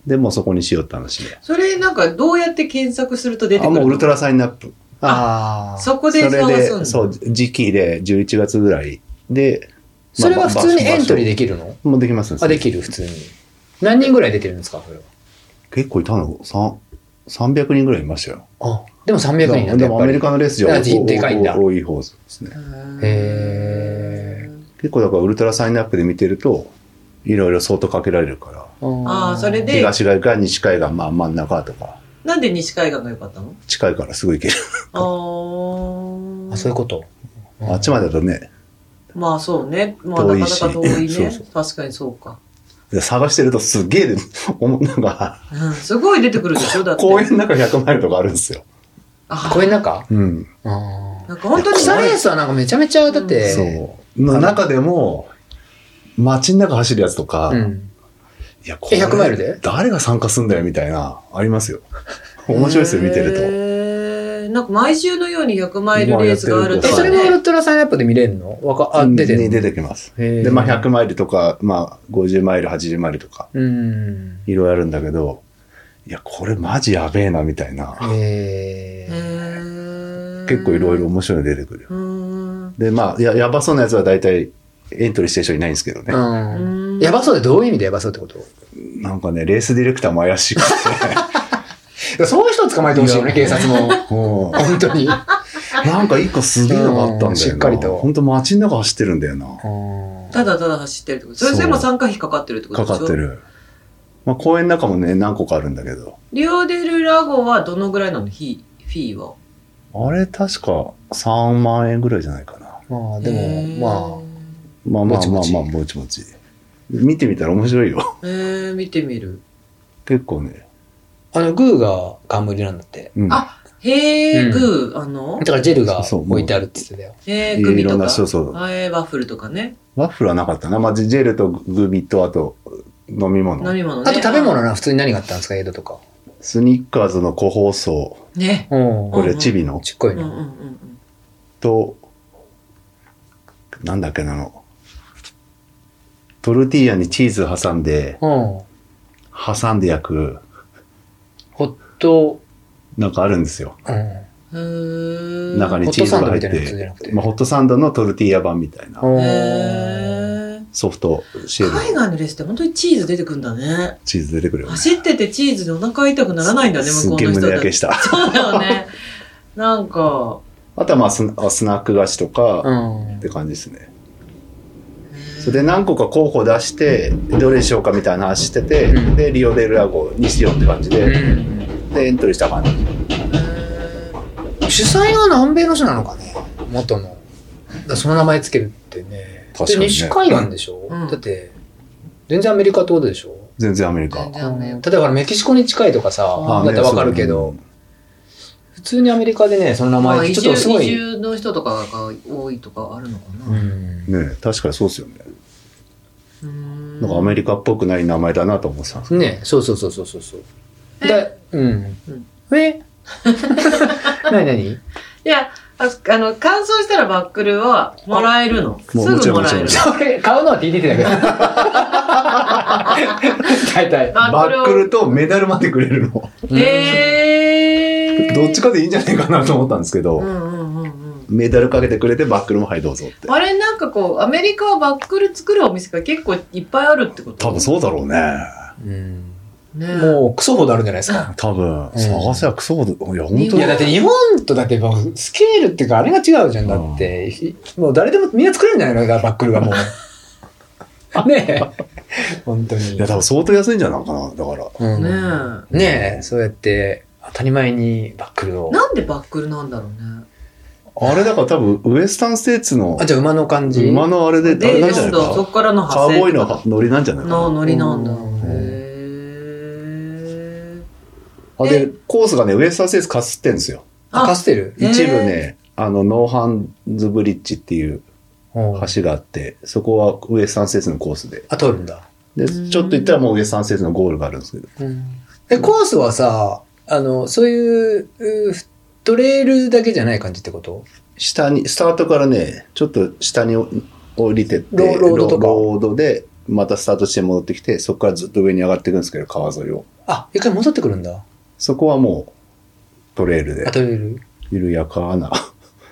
Speaker 2: で、もうそこにしようって話で。
Speaker 3: それなんかどうやって検索すると出てく
Speaker 2: あ、
Speaker 3: るの
Speaker 2: もうウルトラサインアッ
Speaker 1: *laughs*
Speaker 2: プ。
Speaker 1: ああ。
Speaker 3: そこ
Speaker 2: そ
Speaker 3: で
Speaker 2: れ
Speaker 3: 探すん
Speaker 2: で、
Speaker 3: だ
Speaker 2: そう、時期で11月ぐらいで、
Speaker 1: それは普通にエントリーできるの
Speaker 2: もうできますね
Speaker 1: あ、できる、普通に。何人ぐらい出てるんですか、それは。
Speaker 2: 結構いたのさん300人ぐらいいましたよ。
Speaker 1: あ、でも300
Speaker 2: で
Speaker 1: 人なんだ、やっ
Speaker 2: もア
Speaker 1: ぱ
Speaker 2: メ
Speaker 1: り
Speaker 2: リ。カのレースじゃ
Speaker 1: あ人でかいんだ
Speaker 2: 多い方ですね。
Speaker 1: へ
Speaker 2: 結構だからウルトラサインアップで見てると、いろいろ相当かけられるから、
Speaker 3: ああそれで
Speaker 2: 東海岸、西海岸、まあ真ん中とか、
Speaker 3: なんで西海岸が良かったの
Speaker 2: 近いからすぐ行ける。
Speaker 3: あー
Speaker 1: あ、そういうこと。
Speaker 2: あっちまでだとね、
Speaker 3: まあそうね。まあ
Speaker 2: 遠い
Speaker 3: なかな
Speaker 2: し
Speaker 3: か遠い
Speaker 2: そう
Speaker 3: ね
Speaker 2: そ。
Speaker 3: 確かにそうか。
Speaker 2: 探してるとすげえで、おもな
Speaker 1: *laughs*
Speaker 2: んか、
Speaker 3: うん、すごい出てくるでし
Speaker 2: *laughs*
Speaker 3: ょだって。
Speaker 2: 公園の中100マイルとかあるんですよ。
Speaker 3: あ
Speaker 1: 公園の中
Speaker 2: うん。
Speaker 1: ああ。
Speaker 3: なんか本当に
Speaker 1: 草レースはなんかめちゃめちゃ、だって、
Speaker 2: そう。の中でも、街の中走るやつとか、
Speaker 1: うん。
Speaker 2: いや、これ
Speaker 1: え100マイルで
Speaker 2: 誰が参加すんだよみたいな、ありますよ。面白いですよ、見てる
Speaker 3: ると。なんか毎週のように100マイルレースがあると
Speaker 1: え、
Speaker 2: まあ
Speaker 1: それ
Speaker 2: やって
Speaker 1: もウ
Speaker 3: ね。
Speaker 1: ルトラサインアップで見れるのわか、
Speaker 2: と。
Speaker 1: あ、出て
Speaker 2: に
Speaker 1: る
Speaker 2: 出
Speaker 1: の
Speaker 2: てきます。
Speaker 1: で
Speaker 2: で、まあ、100マイルとか、まあ、50マイル、80マイルとか、
Speaker 1: うん。
Speaker 2: いろいろあるんだけど、いや、これマジやべえな、みたいな。
Speaker 1: え
Speaker 3: へ
Speaker 1: ー
Speaker 3: ー
Speaker 2: 結構いろいろ。面白いの出てくるよ。
Speaker 3: うーん。
Speaker 2: で、まあ、ややばそうなやつは大体、エントリーしてる人いないんですけどね。
Speaker 1: うん。
Speaker 3: う
Speaker 1: やば
Speaker 3: う。
Speaker 1: そうでどういう意味でやばそうってこと
Speaker 2: なんかね、レースディレクターも怪しく
Speaker 1: *laughs* そういう人捕まえてほしいよね、警察も。 *laughs*
Speaker 2: て。う
Speaker 1: 本
Speaker 2: ん
Speaker 1: 当 *laughs* に。
Speaker 2: なんか一個すげえのがあったんだ
Speaker 1: うん
Speaker 2: よな。
Speaker 1: しっかりと
Speaker 2: ほんと街の中走ってるんだよな。
Speaker 3: ただただ走ってるってこと。それ
Speaker 2: そう
Speaker 3: それも参加費かかってるってこと
Speaker 2: か
Speaker 3: でし
Speaker 2: か
Speaker 3: ょ
Speaker 2: って。る。まあ、公園の中もね、何個かあるんだけど。
Speaker 3: リオデルラゴはどのぐらいなの費、フィーは。
Speaker 2: あれ、確か3万円ぐらいじゃないかな。
Speaker 1: まあでも、まあ、
Speaker 2: まあま
Speaker 1: も
Speaker 2: あ
Speaker 1: ち
Speaker 2: ま
Speaker 1: も
Speaker 2: あ
Speaker 1: ち
Speaker 2: まあ、ぼちぼち。見てみたら面白いよ。 *laughs*
Speaker 3: あ。えー、見てみる。
Speaker 2: 結構ね。
Speaker 1: あの、グーが冠なんだって。
Speaker 2: うん。
Speaker 3: あへ
Speaker 1: う
Speaker 3: ー、
Speaker 1: ん
Speaker 3: グー、あの
Speaker 1: だ、からジェルが
Speaker 2: そうそう
Speaker 1: 置いてあるって言ってたよ。
Speaker 3: へー、グ
Speaker 2: い
Speaker 3: ミ
Speaker 2: ろ
Speaker 3: と
Speaker 2: ん
Speaker 3: か
Speaker 2: な、。そうそう。
Speaker 3: あえーワッフルとかね。
Speaker 2: ワッフルはなかったな。まあ、ジジェルとグミと、あと、飲み物
Speaker 3: 飲。み物ね。
Speaker 1: あと食べ物な、普通に何があったんですか、エイドとか。
Speaker 2: スニッカーズの個包装。
Speaker 3: ね。
Speaker 1: うん
Speaker 2: これ、チビの。
Speaker 1: ちっこ
Speaker 3: う
Speaker 1: い
Speaker 3: んうんうん
Speaker 1: の。
Speaker 3: うん。
Speaker 2: と、なんだっけなあの。トルティーヤにチーズ挟んで、
Speaker 1: うん。
Speaker 2: 挟んで焼く、
Speaker 1: ホット、
Speaker 2: なんかあるんですよ。
Speaker 1: うん。
Speaker 3: へー
Speaker 2: 中に
Speaker 1: ホ
Speaker 2: チ
Speaker 1: ッ
Speaker 2: ー
Speaker 1: ト
Speaker 2: ズ
Speaker 1: サ
Speaker 2: が
Speaker 1: ンドみたい
Speaker 2: 入っ
Speaker 1: なやつじゃ
Speaker 2: て
Speaker 1: なくて。
Speaker 2: まあ、ホットサンドのトルティーヤ版みたいな
Speaker 1: うん
Speaker 3: へー
Speaker 2: ソフトシェ
Speaker 3: 海
Speaker 2: ルの
Speaker 3: 外のレースって本当にチーズ出てくんだね。
Speaker 2: チーズ出てくるよね
Speaker 3: 走っててチーズでお腹痛くならないんだね、
Speaker 2: すっ
Speaker 3: 向こう
Speaker 2: げえ
Speaker 3: の人
Speaker 2: 胸焼
Speaker 3: た
Speaker 2: け
Speaker 3: ち。
Speaker 2: した
Speaker 3: そうだよね。なんか、
Speaker 2: あとはまあスナスナック菓子と
Speaker 1: う
Speaker 2: か
Speaker 1: ん
Speaker 2: っ。て感じですねそれで何個か候補出してどれにしようかみたいな話してて
Speaker 1: うん
Speaker 2: でリオデルラゴにしようって感じ
Speaker 1: う
Speaker 2: で
Speaker 1: ん
Speaker 2: でエントリーした感じ
Speaker 1: 主催が南米の人なのかね元の。だからその名前つけるってね。
Speaker 2: 確かにね
Speaker 1: で西海岸でしょ
Speaker 3: うん
Speaker 1: だって、全然アメリカってことでしょ
Speaker 2: 全然アメリカ
Speaker 3: 全然アメリカ
Speaker 1: 例えばメキシコに近いとかさ
Speaker 3: あ、
Speaker 1: だったらわかるけど、普通にアメリカでね、その名
Speaker 3: まあ
Speaker 1: 前、
Speaker 3: 移
Speaker 1: ちょっとすご
Speaker 3: 住移
Speaker 1: い。
Speaker 3: 住の人とかが多いとかあるのかな。
Speaker 1: うん
Speaker 2: ね確かにそうですよね
Speaker 3: うん
Speaker 2: なんかアメリカっぽくない名前だなと思ってたんです
Speaker 1: ねそうそうそうそうそうそう。
Speaker 3: え
Speaker 1: だ、うん
Speaker 3: うん。
Speaker 1: え *laughs* なになに
Speaker 3: いや、ああの、乾燥したらバックルはもらえるの。す
Speaker 2: もうもち
Speaker 3: ぐ
Speaker 2: ろ
Speaker 3: も
Speaker 2: ん
Speaker 3: らえる
Speaker 2: もち。
Speaker 1: それ、買うのは TDT *laughs* だけど。大体。
Speaker 2: バック
Speaker 3: を
Speaker 2: ルとメダルまでくれるの
Speaker 3: えー、
Speaker 2: どっちかでいいんじゃないかなと思ったんですけど、
Speaker 3: うんうんうんうん
Speaker 2: メダルかけてくれてバックルもはいどうぞって。
Speaker 3: あれなんかこうアメリカはバックル作るお店が結構いっぱいあるってこと
Speaker 2: 多分そうだろうね。
Speaker 1: うん
Speaker 3: ね
Speaker 1: もうクソほどあるんじゃないですか。
Speaker 2: 多分、
Speaker 1: うん
Speaker 2: 探せばクソほど、いや、本
Speaker 3: 日
Speaker 2: 当
Speaker 1: い
Speaker 3: 本
Speaker 2: に
Speaker 1: や、だって日本とだってもうスケールっていうかあれが違うじゃんだって、ひもう誰でもみんな作れるんじゃないのバックルがもう。ねえ。本当に。
Speaker 2: いや、多分相当安いんじゃないかな。だから、
Speaker 1: うん
Speaker 3: ねえ
Speaker 1: ねえ、そうやって当たり前にバックルを。
Speaker 3: なんでバックルなんだろうね
Speaker 2: あれだから多分、ウエスタンステーツの
Speaker 1: あ、じゃあ馬の感じ。
Speaker 2: 馬のあれで、あれ
Speaker 3: で
Speaker 2: なんじゃ
Speaker 3: ど
Speaker 2: なんい
Speaker 3: どんそ
Speaker 2: か
Speaker 3: こからの
Speaker 2: な。カ
Speaker 3: 派
Speaker 2: ーボーイ
Speaker 3: 生と
Speaker 2: の
Speaker 3: か
Speaker 2: ノリなんじゃないか
Speaker 3: の
Speaker 2: な。
Speaker 3: ノリなんだへ
Speaker 1: うん
Speaker 3: え
Speaker 2: あで、コースがね、ウエスタンステースかすってんですよ。
Speaker 1: あ、カステル。
Speaker 3: へー
Speaker 2: 一部ね、あの、ノーハンズブリッジっていう
Speaker 1: うん
Speaker 2: 橋があって、そこはウエスタンステースのコースで。
Speaker 1: あ、通るんだ。
Speaker 2: で、
Speaker 3: うん
Speaker 2: ちょっと行ったらもうウエスタンステースのゴールがあるんですけど。
Speaker 1: え、コースはさ、あの、そういう、うートレイルだけじゃない感じってこと
Speaker 2: 下に、スタートからね、ちょっと下に降りてって、
Speaker 1: ローロードとか
Speaker 2: ロードで、またスタートして戻ってきて、そこからずっと上に上がっていくんですけど、川沿いを。
Speaker 1: あ、一回戻ってくるんだ。
Speaker 2: そこはもう、トレイルで
Speaker 1: あ、、トレイル。
Speaker 2: 緩やかな。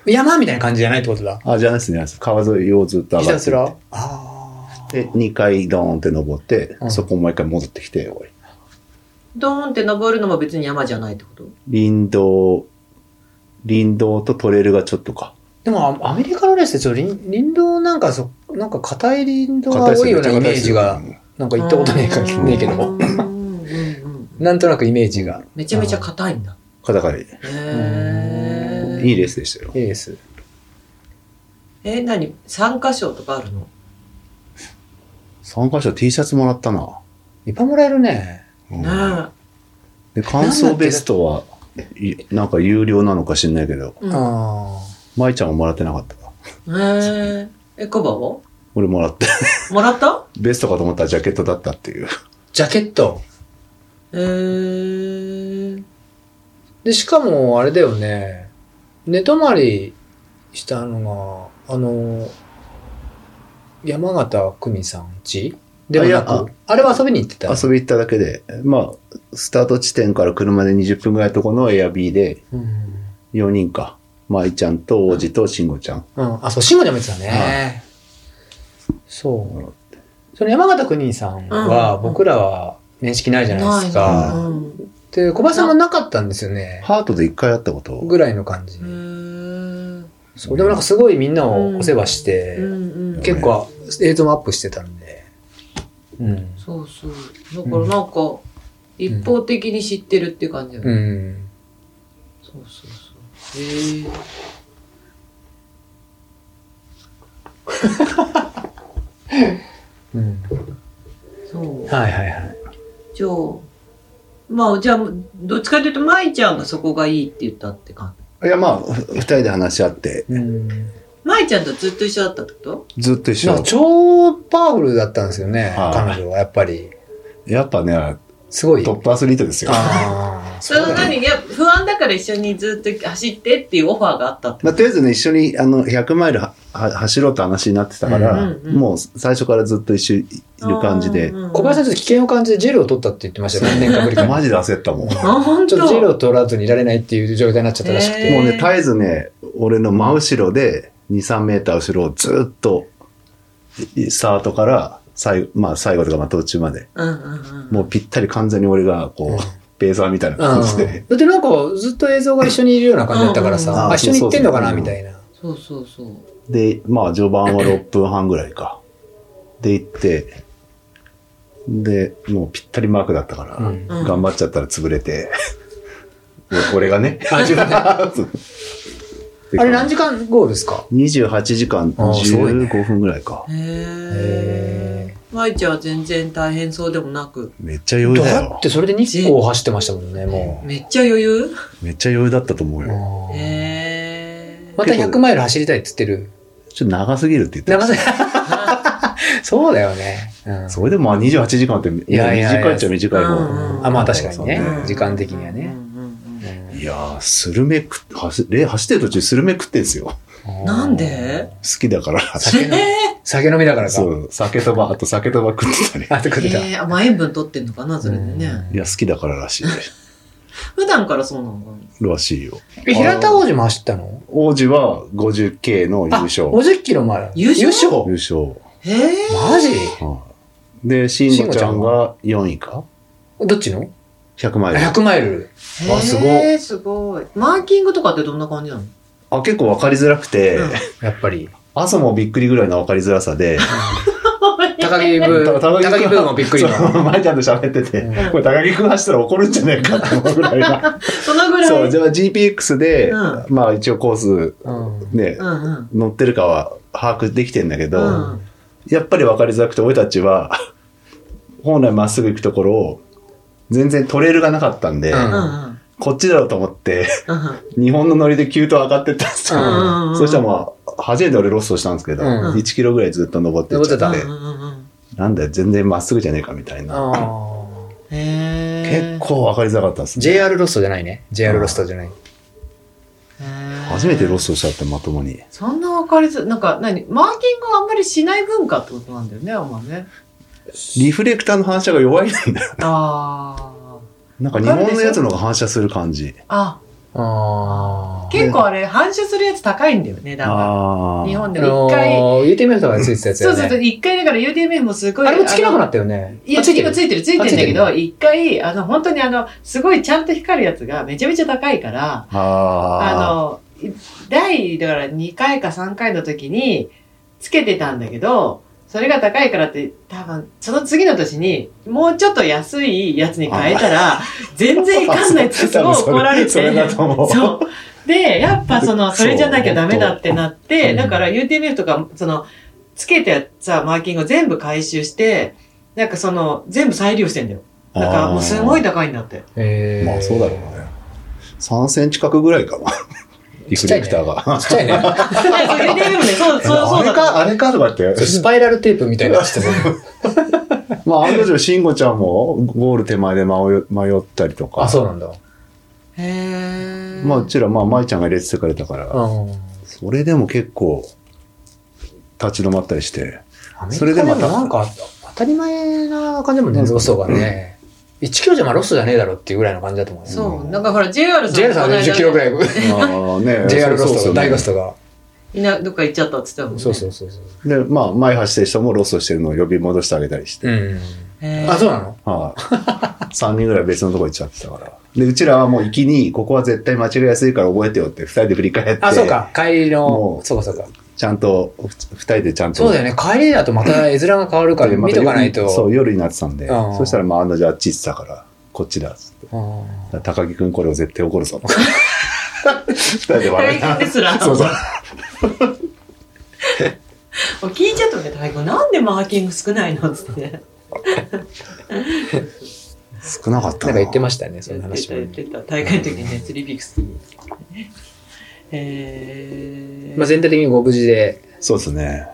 Speaker 1: 山みたいな感じじゃないってことだ。
Speaker 2: あ、じゃないですね。川沿いをずっと上
Speaker 1: ひ
Speaker 2: が
Speaker 1: た
Speaker 2: って
Speaker 1: す
Speaker 2: いっ
Speaker 1: ら。
Speaker 2: て
Speaker 1: ああ。
Speaker 2: で、2回ドーンって登って、
Speaker 1: うん
Speaker 2: そこもう一回戻ってきて、終わり
Speaker 3: ドーンって登るのも別に山じゃないってこと
Speaker 2: 林道、林道とトレイルがちょっとか。
Speaker 1: でも、あアメリカのレースってちょっと林、林道なんかそ、なんか硬い林道が多いようなイメージが、なんか行ったことねえか
Speaker 3: うーん
Speaker 1: ねえけど
Speaker 3: う
Speaker 1: も。
Speaker 3: んうんうん
Speaker 1: なんとなくイメージが。
Speaker 3: めちゃめちゃ硬いんだ。
Speaker 2: 硬かい。
Speaker 3: へ
Speaker 2: いい
Speaker 3: え。
Speaker 2: レースでしたよ。
Speaker 1: いいです。
Speaker 3: え、何 ?3 箇所とかあるの
Speaker 2: 参加者 T シャツもらったな。
Speaker 1: いっぱいもらえるね。
Speaker 2: うん
Speaker 3: ね
Speaker 2: で、感想ベストは、いなんか有料なのか知んないけど、
Speaker 3: え。うん
Speaker 1: ああ。
Speaker 2: 舞ちゃんはもらってなかったか。
Speaker 3: へえ。え、コバは
Speaker 2: 俺もらって、 *laughs*
Speaker 3: もらった
Speaker 2: ベストかと思ったらジャケットだったっていう。
Speaker 1: ジャケット。
Speaker 3: へえ。
Speaker 1: で、しかも、あれだよね。寝泊まりしたのが、あの、山形久美さん家でもなく
Speaker 2: あいや
Speaker 1: あれは遊びに行ってた。
Speaker 2: 遊び行っただけで、まあ、スタート地点から車で20分ぐらいのとこのエアビーで、
Speaker 1: うん。
Speaker 2: 4人か。舞ちゃんと王子と慎吾ちゃん。
Speaker 1: うん。あ、そう、慎吾ちゃんも言ってたね。そう。その山形国さんは、
Speaker 3: うん
Speaker 1: 僕らは面識ないじゃないですか。
Speaker 2: ない
Speaker 3: うん
Speaker 1: で、小林さんもなかったんですよね。
Speaker 2: ハートで1回会ったこと
Speaker 1: ぐらいの感じ。
Speaker 3: へえ。
Speaker 1: そうでもなんかすごいみんなをお世話して、
Speaker 3: うんうん
Speaker 1: 結構映像もアップしてたんで。うん。
Speaker 3: そうそう。だからなんか、一方的に知ってるっていう感じだよね。
Speaker 1: うん。
Speaker 3: そうそうそう。へえ。
Speaker 1: うん、
Speaker 3: そう。
Speaker 1: はいはいはい。
Speaker 3: じゃあ、まあ、じゃあ、どっちかというと、舞ちゃんがそこがいいって言ったって感じ。
Speaker 2: いや、まあ、ふ二人で話し合って、
Speaker 1: うん、
Speaker 3: 舞ちゃんとずっと一緒だったってこと
Speaker 2: ずっと一緒
Speaker 1: なん
Speaker 2: だ
Speaker 1: か
Speaker 2: っ
Speaker 1: 超パワフルだったんですよね、
Speaker 2: はい
Speaker 1: 彼女はやっぱり。
Speaker 2: た。やっぱね、
Speaker 1: すごい。
Speaker 2: トップアスリートですよ。
Speaker 1: ああ、
Speaker 3: その何いや、不安だから一緒にずっと走ってっていうオファーがあったって
Speaker 2: まあ、とりあえずね、一緒に、あの、100マイルはは走ろうって話になってたから、
Speaker 3: うんうんうん
Speaker 2: もう最初からずっと一緒にいる感じで、
Speaker 1: 小林さん
Speaker 3: ん。
Speaker 1: ちょっと危険を感じてジェルを取ったって言ってましたよ、何年かぶりかに。
Speaker 2: マジで焦ったもん。も
Speaker 3: あ、ほん
Speaker 1: ちょっとジェル
Speaker 3: と
Speaker 1: を取らずにいられないっていう状態になっちゃったらしく
Speaker 3: へ
Speaker 1: て。
Speaker 3: ー
Speaker 2: うね、絶えずね、俺の真後ろで、2、3メーター後ろをずっと、いスタートから、最後、まあ最後とか、まあ途中まで、
Speaker 3: うんうんうん。
Speaker 2: もうぴったり完全に俺が、こう、
Speaker 1: うん
Speaker 2: ペーサーみたいな
Speaker 1: うん
Speaker 2: 感
Speaker 1: だ
Speaker 2: じで、
Speaker 1: ってなんかずっと映像が一緒にいるような感じだったから
Speaker 3: うん
Speaker 1: さ、
Speaker 2: うん
Speaker 1: あ一緒に行ってんのかな
Speaker 2: そうそ
Speaker 1: み
Speaker 2: う
Speaker 1: たいな。
Speaker 3: そうそうそう。
Speaker 2: で、まあ、序盤は6
Speaker 1: *laughs*
Speaker 2: 分半ぐらいか。で、行って、で、もうぴったりマークだったから、
Speaker 1: うん
Speaker 2: 頑張っちゃったら潰れて、お俺がね。
Speaker 1: あ自
Speaker 2: *laughs*
Speaker 1: 分であれ何
Speaker 2: 時
Speaker 1: 時間ゴールですか
Speaker 2: ?28 時間
Speaker 1: あーすごいね
Speaker 2: 15分ぐらいか。
Speaker 3: へえ。舞ちゃんは全然大変そうでもなく、
Speaker 2: めっちゃ余裕だ
Speaker 1: だ
Speaker 2: よ
Speaker 1: っ。てそれで日光を走ってましたもんね、も
Speaker 3: めっちゃ余裕
Speaker 2: めっちゃ余裕だったと思う
Speaker 1: う。
Speaker 2: よ。
Speaker 1: うん
Speaker 3: へえ。
Speaker 1: また100マイル走りたいって言ってる。
Speaker 2: ちょっと長すぎるって言って
Speaker 1: 長さ *laughs* そうだよね。うん
Speaker 2: それでもまあ28時間って、ね
Speaker 1: いやいやいや
Speaker 2: 短いっちゃ短い方、
Speaker 3: うんうん
Speaker 1: あまあ確かにね
Speaker 2: そう
Speaker 1: 時間的にはね
Speaker 3: うんうんうん
Speaker 2: いやー、スルメ食っ走、れ走ってる途中スルメ食ってんすよ。好
Speaker 1: うん
Speaker 3: なんで
Speaker 2: きだから。
Speaker 1: 酒飲み酒飲みだからか
Speaker 2: そ。う、酒とば、あと酒とば食ってたね。
Speaker 1: あ、てくれた。
Speaker 3: えーあまあ塩分取ってんのかな、それで
Speaker 2: *laughs*
Speaker 3: ね。
Speaker 2: いや、好きだかららしい。
Speaker 3: 普段からそうなのかな
Speaker 2: らしいよ。
Speaker 1: え平田王子も走ったの
Speaker 2: 王子は 50K の優勝。
Speaker 1: 50キロまで。
Speaker 3: 優勝
Speaker 2: 優勝。
Speaker 3: へえ。
Speaker 1: マジ
Speaker 2: はいで、しんごちゃんが4位か
Speaker 1: どっちの
Speaker 2: ?100 マイル。
Speaker 1: ?100 マイル。
Speaker 2: あすごい
Speaker 3: へーすごい。マーキングとかってどんな感じなの
Speaker 2: あ、結構分かりづらくて、
Speaker 3: うん
Speaker 1: やっぱ *laughs* り。
Speaker 2: 朝もびっくりぐらいの分かりづらさで、
Speaker 1: 高木ブー、 *laughs* 高木ブーもびっくりの。
Speaker 2: *laughs* そう前ちゃんと喋ってて、
Speaker 1: うん
Speaker 2: これ高木君走ったら怒るんじゃないかって思うぐらいな。
Speaker 3: そのぐらい。
Speaker 2: そう、じゃあ GPX で、
Speaker 3: う
Speaker 2: まあ一応コー
Speaker 1: うん
Speaker 2: スね
Speaker 3: う、んうん。
Speaker 2: 乗ってるかは把握できてんだけど、
Speaker 3: うん *laughs*
Speaker 2: やっぱり分かりづらくて、俺たちは、本来まっすぐ行くところを、全然トレールがなかったんで、
Speaker 1: うん
Speaker 3: うんうん
Speaker 2: こっちだろうと思って、
Speaker 3: うん
Speaker 2: 日本のノリで急と上がってったんですよ。
Speaker 3: うんうん
Speaker 2: そしたらまあ、初めて俺ロストしたんですけど、
Speaker 1: うん
Speaker 2: 1キロぐらいずっと登ってっちゃって、
Speaker 1: 登
Speaker 3: うんうんうん
Speaker 2: なんだよ、全然まっすぐじゃねえかみたい
Speaker 1: *laughs*
Speaker 2: な。
Speaker 1: ああ。
Speaker 3: へー
Speaker 2: 結構わかりづらかったですね。
Speaker 1: JR ロストじゃないね。JR ロストじゃない。
Speaker 3: へー
Speaker 2: 初めてロストしちゃってまともに。
Speaker 3: そんな分かりづなんか何マーキングをあんまりしない文化ってことなんだよねあんまね
Speaker 2: リフレクターの反射が
Speaker 3: *laughs*
Speaker 2: 弱いんだよ。
Speaker 3: あ
Speaker 2: なんか日本のやつの方が反射する感じ。
Speaker 3: ーあ
Speaker 1: ああ。
Speaker 3: 結構あれ反射するやつ高いんだよねだか
Speaker 2: あ
Speaker 3: ら
Speaker 2: あ。
Speaker 3: 日本
Speaker 1: あ
Speaker 3: でも
Speaker 1: の
Speaker 3: 一回
Speaker 1: ー、UTMF とかについてたやつ
Speaker 3: そ
Speaker 1: だ
Speaker 3: う
Speaker 1: よ
Speaker 3: そうそう
Speaker 1: ね。
Speaker 3: 一回だから UTMF もすごい
Speaker 1: あれもつけなくな
Speaker 3: っ
Speaker 1: ったよね。
Speaker 3: いや、
Speaker 1: あついてる
Speaker 3: 今ついてる、ついてるんだけ
Speaker 1: あ
Speaker 3: ど、一回、あの、本当にあの、すごいちゃんと光るやつがめちゃめちゃ高いから、
Speaker 2: ああ。
Speaker 3: あの、い第、だから2回か3回の時に、つけてたんだけど、それが高いからって、多分、その次の年に、もうちょっと安いやつに変えたら、全然いかんないってすごい怒られ
Speaker 2: *laughs*
Speaker 3: て。
Speaker 2: それだと思う。
Speaker 3: そう。で、やっぱその、それじゃなきゃダメだってなっ
Speaker 1: そ
Speaker 3: て、
Speaker 1: う
Speaker 3: だから UTMF とか、その、つけてさ、マーキングを全部回収して、なんかその、全部再利用してんだよ。だからもうすごい
Speaker 2: だ。
Speaker 3: 高いん
Speaker 1: *laughs*
Speaker 3: だって。
Speaker 1: えー
Speaker 2: まあそうだろうね。3センチ角ぐらいかな。リフレクター
Speaker 1: *laughs*
Speaker 2: が。
Speaker 1: ちっちゃいね。
Speaker 2: *laughs*
Speaker 3: いやそう UTMF ね、そう、そう、
Speaker 2: あ
Speaker 3: そう
Speaker 2: れ
Speaker 3: だと思う
Speaker 2: か、あれかとかって。
Speaker 1: スパイラルテープみたいになって
Speaker 2: *laughs*
Speaker 1: たね。
Speaker 2: まあ、案の定、慎吾ちゃんもゴール手前で迷迷ったりとか。
Speaker 1: あ、そうなんだ。
Speaker 3: へー
Speaker 2: まあ、うちら、まあ、舞ちゃんが入れててくれたから、
Speaker 1: うん。
Speaker 2: それでも結構、立ち止まったりして。
Speaker 1: それでも
Speaker 2: それでも
Speaker 1: なんか当たり前な感じだもんね、
Speaker 2: うん
Speaker 1: ロストがね。1キロじゃまあロストじゃねえだろっていうぐらいの感じだと思う。
Speaker 3: そう、なんかほら、JR さん
Speaker 1: JR さんは
Speaker 3: この間
Speaker 1: 20キロぐらい、
Speaker 2: ああ、
Speaker 1: *laughs*
Speaker 2: ね
Speaker 1: JR ロストが、大ロ
Speaker 2: ロ
Speaker 1: ストが。
Speaker 3: みんなどっか行っちゃったって言ってたもんね。
Speaker 1: そうそうそうそう。
Speaker 2: で、まあ、前走ってる人もロストしてるのを呼び戻してあげたりして。
Speaker 1: うん。
Speaker 3: へー
Speaker 1: あ、そうなの
Speaker 2: はい、3人ぐらい別のとこ行っちゃってたから。で、うちらはもう行きに、ここは絶対間違いやすいから覚えてよって、二人で振り返って。
Speaker 1: あ、そう。か。帰り
Speaker 2: も
Speaker 1: の、
Speaker 2: う
Speaker 1: そうかそうか。
Speaker 2: ちゃんと、ふ二人でちゃんと。
Speaker 1: そうだよね。帰りだとまた絵面が変わるから
Speaker 2: でま
Speaker 1: 見
Speaker 2: た
Speaker 1: と
Speaker 2: 夜
Speaker 1: かないと。
Speaker 2: そう、夜になってたんで。
Speaker 1: うん
Speaker 2: そしたら、まあ、あの、じゃあ、あっち行ってたから、こっちだ、つって。
Speaker 1: うん
Speaker 2: だから高木くんこれを絶対怒るぞ。二人で笑いなが
Speaker 3: 大 *laughs* 変ですら
Speaker 2: そうそう。
Speaker 3: 俺聞いちゃったもんね、太鼓。なんでマーキング少ないのっつって。
Speaker 2: 少なかった
Speaker 1: なんか
Speaker 2: な。
Speaker 1: 言ってましたね、そ
Speaker 3: 言
Speaker 1: んな
Speaker 3: って
Speaker 1: 話
Speaker 3: た、
Speaker 1: も
Speaker 3: 言っ。てた。大会の時にね、スリーピックスに。へー
Speaker 1: まあ全体的にご無事で。
Speaker 2: そうですね。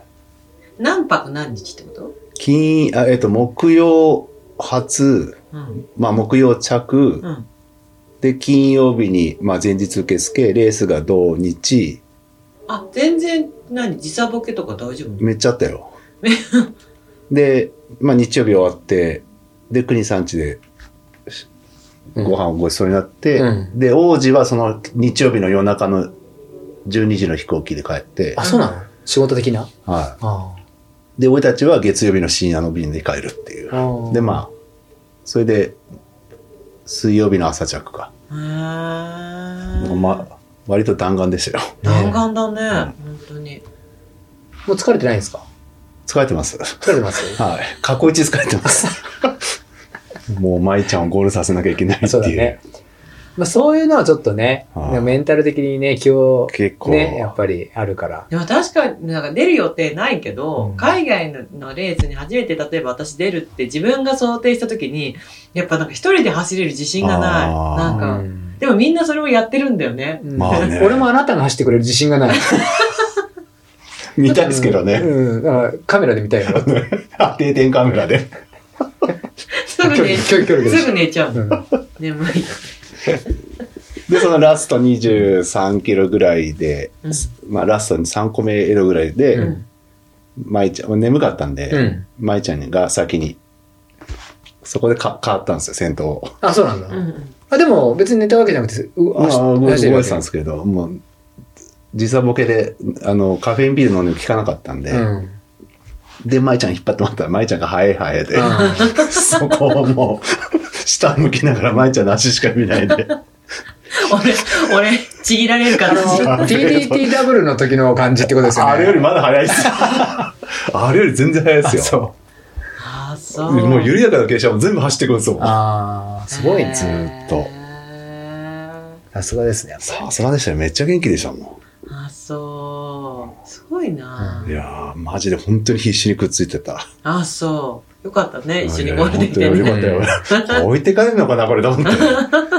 Speaker 3: 何泊何日ってこと
Speaker 2: 金、あえっと、木曜初、
Speaker 3: うん。
Speaker 2: まあ、木曜着、
Speaker 3: うん。
Speaker 2: で、金曜日に、まあ、前日受付、レースが土日、
Speaker 3: あ、全然、何時差ボケとか大丈夫
Speaker 2: めっちゃあった *laughs* よ。で、まあ、日曜日終わって、で、国産地で、
Speaker 1: うん
Speaker 2: ご飯をご馳走になって、
Speaker 1: う
Speaker 2: で、王子はその日曜日の夜中の12時の飛行機で帰って
Speaker 1: あ、、そうなの仕事的な
Speaker 2: は
Speaker 1: あ
Speaker 2: い。で、俺たちは月曜日の深夜の便で帰るっていう。
Speaker 1: あ。
Speaker 2: で、まあ、それで、水曜日の朝着か。
Speaker 3: へー
Speaker 2: ま、割と弾丸でしたよ。
Speaker 3: 弾丸だね、本当に。
Speaker 1: あ。もう疲れてないんですか
Speaker 2: 疲れてます。
Speaker 1: 疲れてます
Speaker 2: はい。過去一疲れてます。 *laughs* もう、舞ちゃんをゴールさせなきゃいけないって
Speaker 1: そうだ
Speaker 2: いう。
Speaker 1: ね。まあそういうのはちょっとね、
Speaker 2: はい
Speaker 1: でもメンタル的にね、気を、
Speaker 2: 結構、
Speaker 1: ね、やっぱりあるから。
Speaker 3: でも確かになんか出る予定ないけど、
Speaker 1: うん
Speaker 3: 海外ののレースに初めて例えば私出るって自分が想定した時に、やっぱなんか一人で走れる自信がない。
Speaker 2: あー
Speaker 3: なん
Speaker 1: う
Speaker 3: か、
Speaker 1: ん
Speaker 3: でもみんなそれをやってるんだよね。
Speaker 1: うん
Speaker 2: まあね
Speaker 1: 俺もあなたが走ってくれる自信がない。
Speaker 2: 見たいですけどね。
Speaker 1: うん。だからカメラで見たい
Speaker 2: *laughs*
Speaker 1: よ。
Speaker 2: あ定点カメラで。
Speaker 3: すぐ
Speaker 1: 距
Speaker 3: 寝
Speaker 1: 離、
Speaker 3: ちゃ
Speaker 1: 距離、距
Speaker 3: う。
Speaker 1: 離
Speaker 3: すぐ寝ちゃう。
Speaker 1: うん
Speaker 3: 眠い。
Speaker 2: で、そのラスト23キロぐらいで、
Speaker 3: うん
Speaker 2: まあ、ラストに3個目エロぐらいで、
Speaker 1: うん
Speaker 2: 舞ちゃん、眠かったんで、
Speaker 1: うん。
Speaker 2: 舞ちゃんが先に、そこでか変わったんですよ、先頭を。
Speaker 1: あ、そうなん
Speaker 3: う
Speaker 1: だ。
Speaker 3: ん
Speaker 1: あ、でも別に寝たわけじゃなくて、う
Speaker 2: まあ、動い
Speaker 1: 走
Speaker 2: て
Speaker 1: る
Speaker 2: た
Speaker 1: わ
Speaker 2: ん
Speaker 1: け
Speaker 2: ですけど、もう、時差ボケで、あの、カフェインビール飲んでも効かなかったんで、
Speaker 1: うん。
Speaker 2: で、舞ちゃん引っ張ってもらったら、舞ちゃんが早い早いで、
Speaker 1: うん
Speaker 2: *laughs* そこをもう、下向きながら舞ちゃんの足しか見ないで、
Speaker 3: *laughs* 俺、俺、ちぎられるか
Speaker 1: あ
Speaker 3: ら。
Speaker 1: の、TDTW の時の感じってことですよね。
Speaker 2: あれよりまだ早いです。 *laughs* あれより全然早いですよ。
Speaker 1: そ
Speaker 3: ああ、そう。
Speaker 2: もう緩やかな傾斜も全部走ってくるんですよ。
Speaker 1: ああ、すごいね。
Speaker 2: ずーっと
Speaker 3: へ
Speaker 1: さすがですね。やっぱり
Speaker 2: さすがでしたよ。めっちゃ元気でしたも
Speaker 3: ーあ、そう。すごいな。
Speaker 2: ん。いやー、マジで本当に必死にくっついてた。
Speaker 3: あ、そう。よかったね、一緒に
Speaker 2: あ
Speaker 3: ゴールできて
Speaker 2: いや
Speaker 3: ね。
Speaker 2: 本当によかったよ。置いてかれるのかな、これと思って。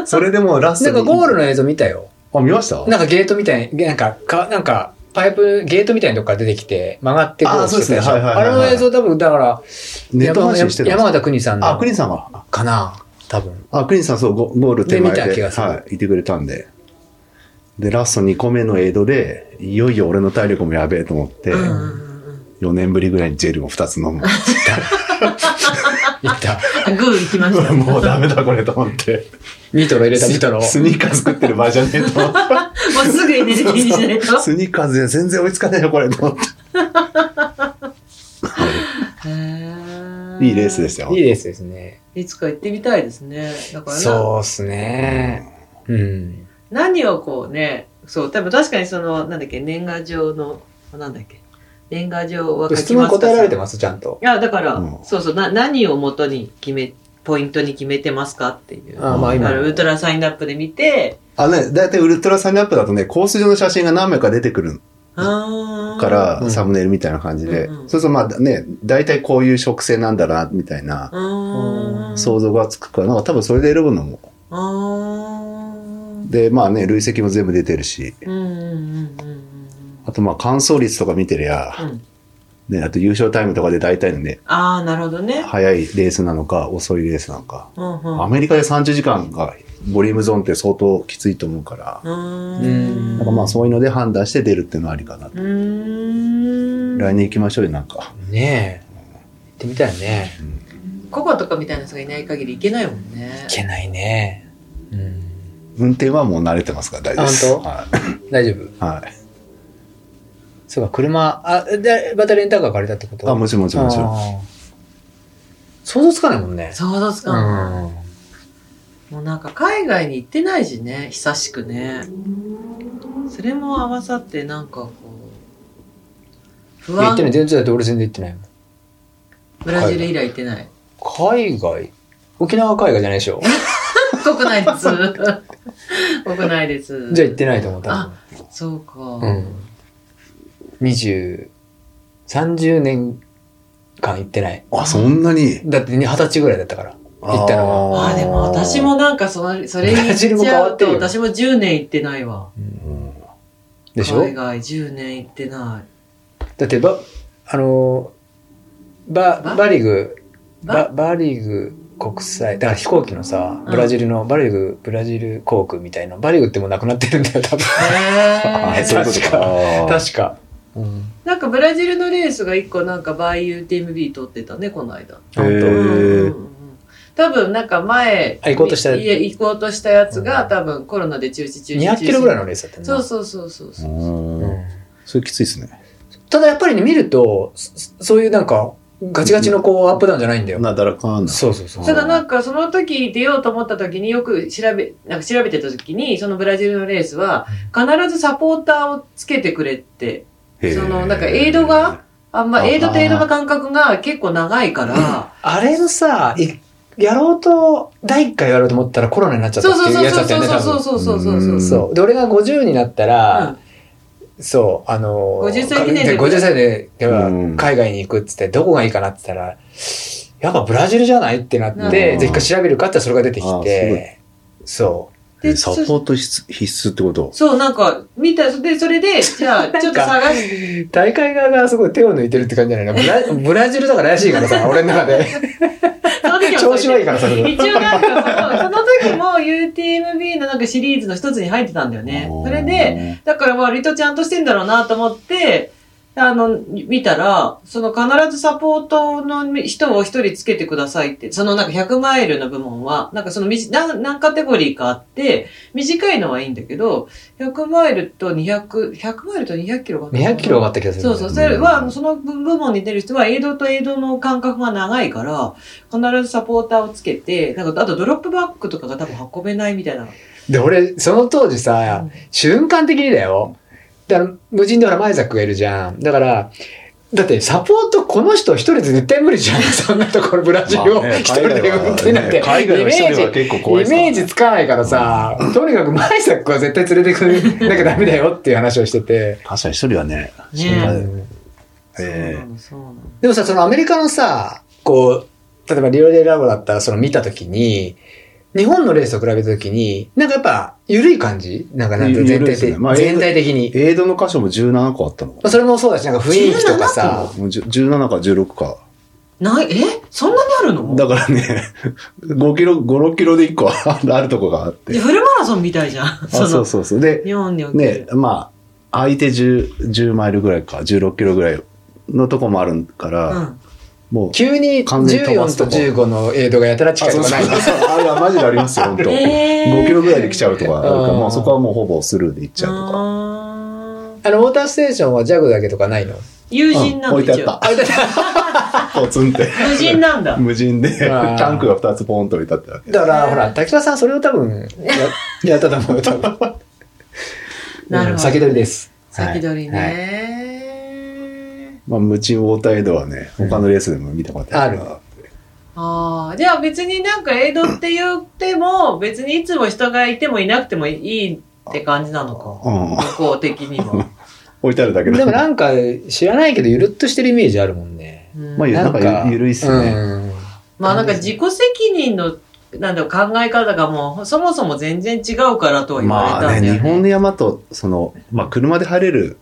Speaker 2: それでもラス
Speaker 1: な
Speaker 2: ト
Speaker 1: ん
Speaker 2: に。
Speaker 1: かゴールの映像見たよ。
Speaker 2: あ、見ました
Speaker 1: なんかゲートみたいに、なんか、かなんか、パイプ、ゲートみたいなとこから出てきて、曲がって
Speaker 2: あそうですね
Speaker 1: してたしょ
Speaker 2: はいはいはいはい
Speaker 1: あれの映像多分、だから、
Speaker 2: ネタ話してたんです
Speaker 1: 山山形邦さん
Speaker 2: あ、
Speaker 1: の
Speaker 2: クリンさんが。
Speaker 1: かな多分。
Speaker 2: あ、クリンさん、そう、ゴゴール手前で
Speaker 1: で見た気がする
Speaker 2: はい、いてくれたんで。で、ラスト2個目のエイドで、いよいよ俺の体力もやべえと思って、
Speaker 3: うん
Speaker 2: 4
Speaker 3: うんうん
Speaker 2: 年ぶりぐらいにジェルを2つ飲む。
Speaker 1: いった。
Speaker 3: うんグー行きまし
Speaker 2: *laughs*
Speaker 3: た。
Speaker 2: もうダメだこれと思って。
Speaker 1: ミートロ入れたミートロ。
Speaker 2: スニーカー作ってる場合じゃねえと思って。
Speaker 3: もうすぐエネルギーにしないと。。
Speaker 2: *laughs* スニーカーで全然追いつかないよ、これと思って。いいレースですしたよ。
Speaker 1: いいですですね。
Speaker 3: いつか行ってみたいですね。だからな
Speaker 1: そうっすね。うん。
Speaker 3: 何をこうね、そう、多分確かにその、なんだっけ、年賀状の、なんだっけ、年賀状は書きますか
Speaker 1: 質問答えられてます、ちゃんと。
Speaker 3: いや、だから、
Speaker 2: うん
Speaker 3: そうそう、な、何を元に決め、ポイントに決めてますかっていう。
Speaker 1: あまあ
Speaker 3: だ
Speaker 1: 今
Speaker 3: からウルトラサインアップで見て、
Speaker 2: あのね、だいたいウルトラサインアップだとね、コース上の写真が何枚か出てくる
Speaker 3: あー
Speaker 2: か、
Speaker 1: う
Speaker 2: ら、
Speaker 1: ん
Speaker 2: サムネイルみたいな感じで、
Speaker 3: うんうん
Speaker 2: そうするとまあね、だいたいこういう植生なんだな、みたいな
Speaker 3: あー
Speaker 2: 想像がつくから、なんか多分それで選ぶのも。
Speaker 3: あー
Speaker 2: で、まあね、累積も全部出てるし、
Speaker 3: うんうんうんうん
Speaker 2: あとまあ乾燥率とか見てりゃ、
Speaker 3: うんうん。
Speaker 2: ね、あと優勝タイムとかで大体のね、
Speaker 3: ああ、なるほどね。
Speaker 2: 早いレースなのか、遅いレースなのか。
Speaker 3: うんう
Speaker 2: アメリカで30時間がボリュームゾーンって相当きついと思うから、
Speaker 3: ん。う
Speaker 1: うん
Speaker 2: なんかまあそういうので判断して出るっていうのはありかな。
Speaker 3: うーん。
Speaker 2: 来年行きましょうよ、なんか。
Speaker 1: ねえ。行ってみたいね。
Speaker 3: ココとかみたいな人がいない限り行けないもんね。
Speaker 1: いけないね。うん。
Speaker 2: 運転はもう慣れてますから大丈夫です。
Speaker 1: あ本
Speaker 2: は
Speaker 1: 大丈夫
Speaker 2: い。はい。
Speaker 1: そうか、車、あ、で、またレンタカー借りたってこと
Speaker 2: あ、もちろんもちろんもちろん。
Speaker 1: あー想像つかないもんね。
Speaker 3: 想像つかん。
Speaker 1: ん。
Speaker 3: もうなんか海外に行ってないしね、久しくね。それも合わさってなんかこう、不
Speaker 1: 行っ
Speaker 3: 安
Speaker 1: て。ない、全然だって俺全然行ってないもん。
Speaker 3: ブラジル以来行ってない。
Speaker 1: 海外沖縄は海外じゃないでしょ
Speaker 3: *laughs* 国内です。国内です。
Speaker 1: じゃあ行ってないと思った
Speaker 3: あそうか。
Speaker 1: うん2030年間行ってない
Speaker 2: あ、そんなに
Speaker 1: だって二十歳ぐらいだったから行ったの
Speaker 3: ああ、でも私。もなんかその、それに
Speaker 1: ブラジル
Speaker 3: 行っ
Speaker 1: も
Speaker 3: ち
Speaker 1: 変
Speaker 3: ゃ
Speaker 1: わ
Speaker 3: う
Speaker 1: って
Speaker 3: と、
Speaker 1: るよ
Speaker 3: 私も10年行ってないわ。
Speaker 2: うん
Speaker 1: でしょ
Speaker 3: 海外10年行ってな
Speaker 1: だってばあのーバ
Speaker 3: バ
Speaker 1: バリグ
Speaker 3: い。
Speaker 1: ババリグ国際だから飛行機のさブラジルのバリグブラジル航空みたいなバリグってもうなくなってるんだよ多分 *laughs*
Speaker 3: へ
Speaker 2: あ、
Speaker 3: ー
Speaker 2: そういうこと
Speaker 1: 確か
Speaker 2: か。か
Speaker 1: 確か、うん、
Speaker 3: なんかブラジルのレースが一個なんかバイユー TMB 取ってたね、この間。
Speaker 1: 本当
Speaker 2: へ
Speaker 3: うんうんう
Speaker 2: ー
Speaker 3: ん多分なんか前、
Speaker 1: あ行こうとした
Speaker 3: いや行こうとしたやつが、
Speaker 1: うん
Speaker 3: 多分コロナで中止中止。
Speaker 1: 200キロぐらいのレースだったんだ
Speaker 3: そうそうそうそうそう。
Speaker 2: うんそれきついですね。
Speaker 1: ただやっぱりね、見ると、そそういうなんか、ガチガチのこう、アップダウンじゃないんだよ。
Speaker 2: なだらかんな。
Speaker 1: そうそうそう。
Speaker 3: ただなんかその時出ようと思った時によく調べ、なんか調べてた時に、そのブラジルのレースは必ずサポーターをつけてくれって、
Speaker 2: へー
Speaker 3: そのなんかエイドが、あんま
Speaker 2: あ
Speaker 3: エイドとエイドの間隔が結構長いから、
Speaker 1: あれのさ、いやろうと、第1回やろうと思ったらコロナになっちゃった
Speaker 3: そ
Speaker 1: っ
Speaker 3: う
Speaker 1: て
Speaker 3: そう
Speaker 1: いう
Speaker 3: そう
Speaker 1: やつだったよね、多
Speaker 3: そう
Speaker 1: 分。
Speaker 3: そうそうそうそうそううん
Speaker 1: そう。で、俺が50になったら、そう、あのー、
Speaker 3: 50歳記念
Speaker 1: で
Speaker 3: で
Speaker 1: 50歳で、では
Speaker 2: うん
Speaker 1: 海外に行くっつって、どこがいいかなって言ったら、やっぱブラジルじゃないってなって、
Speaker 2: うん
Speaker 1: ぜひか調べるかってそれが出て
Speaker 2: あ
Speaker 1: きて、そう。
Speaker 3: で
Speaker 2: サポート必須必須ってこと
Speaker 3: そう、なんか、見た、で、それで、じゃあ、ちょっと探し
Speaker 1: 大会側がすごい手を抜いてるって感じじゃないのブラブラジルだから怪しいからさ、俺の中
Speaker 3: *laughs*
Speaker 1: で。
Speaker 3: その時も
Speaker 1: 調子はいいからさ、それ
Speaker 3: 一応なんかその、その時も UTMB のなんかシリーズの一つに入ってたんだよね。それで、、だから割とちゃんとしてんだろうなと思って、あの、見たら、その必ずサポートの人を一人つけてくださいって、そのなんか100マイルの部門は、なんかそのみじ何何カテゴリーかあって、短いのはいいんだけど、100マイルと200、100マイルと200キロがあったかな
Speaker 1: 200キロ上がった気がする。
Speaker 3: そうそう、
Speaker 2: うん
Speaker 3: それは、その部門に出る人は、エイドとエイドの間隔が長いから、必ずサポーターをつけて、なんか、あとドロップバッグとかが多分運べないみたいな。
Speaker 1: で、俺、その当時さ、瞬間的にだよ。だから、無人でほら、前作がいるじゃん。だから、だって、サポートこの人一人で絶対無理じゃん。 *laughs* そんなところ、ブラジルを
Speaker 2: まあね
Speaker 1: 一人で運転なんて。
Speaker 2: 海外
Speaker 1: イ
Speaker 2: はね海外の
Speaker 1: メ
Speaker 2: 一人は
Speaker 1: ージ
Speaker 2: 結構怖い
Speaker 1: イ
Speaker 2: っすから
Speaker 1: メージつかないからさ、とにかく前作は絶対連れてくなきゃダメだよっていう話をしてて。
Speaker 2: 確かに一人はね、
Speaker 3: ね
Speaker 2: え
Speaker 3: そうなの、そうなの。
Speaker 1: でもさ、そのアメリカのさ、こう、例えばリオデラボだったらその見たときに、日本のレースと比べたときに、なんかやっぱ緩い感じなんかなんていうの全
Speaker 2: 緩
Speaker 1: 体
Speaker 2: いです
Speaker 1: 的、
Speaker 2: ねまあ
Speaker 1: 全体的に。
Speaker 2: エイドの箇所も17個あったの
Speaker 1: まあそれもそうだし、なんか雰囲気とかさ、
Speaker 2: もうじゅ17か16か。
Speaker 3: ない、えそんなにあるの
Speaker 2: だからね、5キロ、5、6キロで1個あ *laughs* るあるとこがあっ
Speaker 3: で
Speaker 2: て。
Speaker 3: フルマラソンみたいじゃん。
Speaker 2: あそうそうそう。で、
Speaker 3: 日本におけ
Speaker 2: ね
Speaker 3: る。、
Speaker 2: まあ、相手 10, 10マイルぐらいか、16キロぐらいのとこもあるから、
Speaker 3: うん。
Speaker 2: もう、
Speaker 1: 急に
Speaker 2: 完全に飛ば
Speaker 1: 14
Speaker 2: すと
Speaker 1: と
Speaker 2: こ
Speaker 1: 15のエイドがやたら近いとかない。
Speaker 2: あれはマジでありますよ、本当。
Speaker 3: えー
Speaker 2: 5キロぐらいで来ちゃうとかあるか
Speaker 1: う
Speaker 2: ら、
Speaker 1: ん
Speaker 2: まあそこはもうほぼスルーで行っちゃうとか。
Speaker 3: あー
Speaker 1: あの、ウォーターステーションはジャグだけとかないの
Speaker 3: 友人な
Speaker 2: うん置いて
Speaker 3: だ、
Speaker 2: あ
Speaker 3: 一応
Speaker 2: っ。た。ポツンって。
Speaker 3: 無人なんだ。
Speaker 2: 無人で、
Speaker 1: あー
Speaker 2: タンクが2つポンと置いてあったわけ。
Speaker 1: だから、ほら、滝沢さんそれを多分や、やったと思う、多分。
Speaker 3: なるほど
Speaker 1: うん先取りです。
Speaker 3: 先取り
Speaker 1: はいはい
Speaker 3: ね。
Speaker 2: まあ無人ウォーターエイドはね、他のレースでも見たことあるな。
Speaker 1: うんあ
Speaker 3: ああ、じゃあ別になんかエイドって言っても、別にいつも人がいてもいなくてもいいって感じなのか。
Speaker 2: うん。
Speaker 3: 向こう的
Speaker 2: *laughs*
Speaker 3: にも。
Speaker 2: 置いてあるだけ
Speaker 1: で
Speaker 2: だ
Speaker 1: もなんか、知らないけど、ゆるっとしてるイメージあるもんね。
Speaker 3: うん
Speaker 2: まあいいやなんかゆるいっすよね
Speaker 1: うん
Speaker 3: まあなんか自己責任の、なんだろう考え方がもう、そもそも全然違うからとは言われ
Speaker 2: ま
Speaker 3: たんだ
Speaker 2: あ
Speaker 3: よね。
Speaker 2: ね、日本の山と、その、まあ車で入れる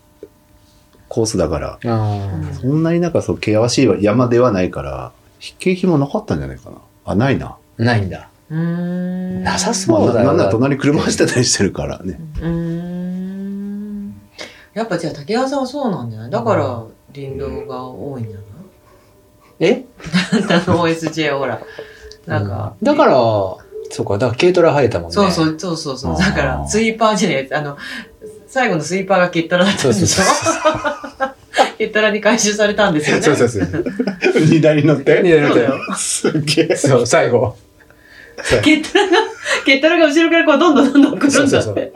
Speaker 2: コースだから、
Speaker 1: あ
Speaker 3: うん
Speaker 2: そんなになんかそう、険しい山ではないから、筆景碑もなかったんじゃないかな。あ、ないな。
Speaker 1: ーないんだ。
Speaker 3: うーん。
Speaker 1: なさそう
Speaker 2: まあな
Speaker 1: だよ
Speaker 2: なんなら隣車走ってたりしてるからね。
Speaker 3: うーん。やっぱじゃあ竹川さんはそうなんじゃないだから林道が多いんじゃ
Speaker 2: *laughs*
Speaker 3: *laughs* ない
Speaker 1: え
Speaker 3: あんたの OSJ ほら。なんか。
Speaker 1: だから、そうか、だから軽トラ入れたもんね。
Speaker 3: そうそうそうそうそう。
Speaker 2: あー
Speaker 3: だから、スイーパーじゃねえ。あの、最後のスイーパーがケッタラだったんでし
Speaker 1: そ
Speaker 3: ょ
Speaker 1: う
Speaker 3: ケッタラに回収されたんですよね。
Speaker 1: *laughs* そうそうそう。
Speaker 2: 荷台に乗って
Speaker 1: 荷台に乗って
Speaker 3: そうだ
Speaker 2: す
Speaker 3: よ
Speaker 2: げえ。
Speaker 1: そう、最後。
Speaker 3: ケッタラが、ケッタラが後ろからこう、どんどんどんどん来るんだ
Speaker 1: そうそう
Speaker 3: っ
Speaker 1: そ
Speaker 3: て。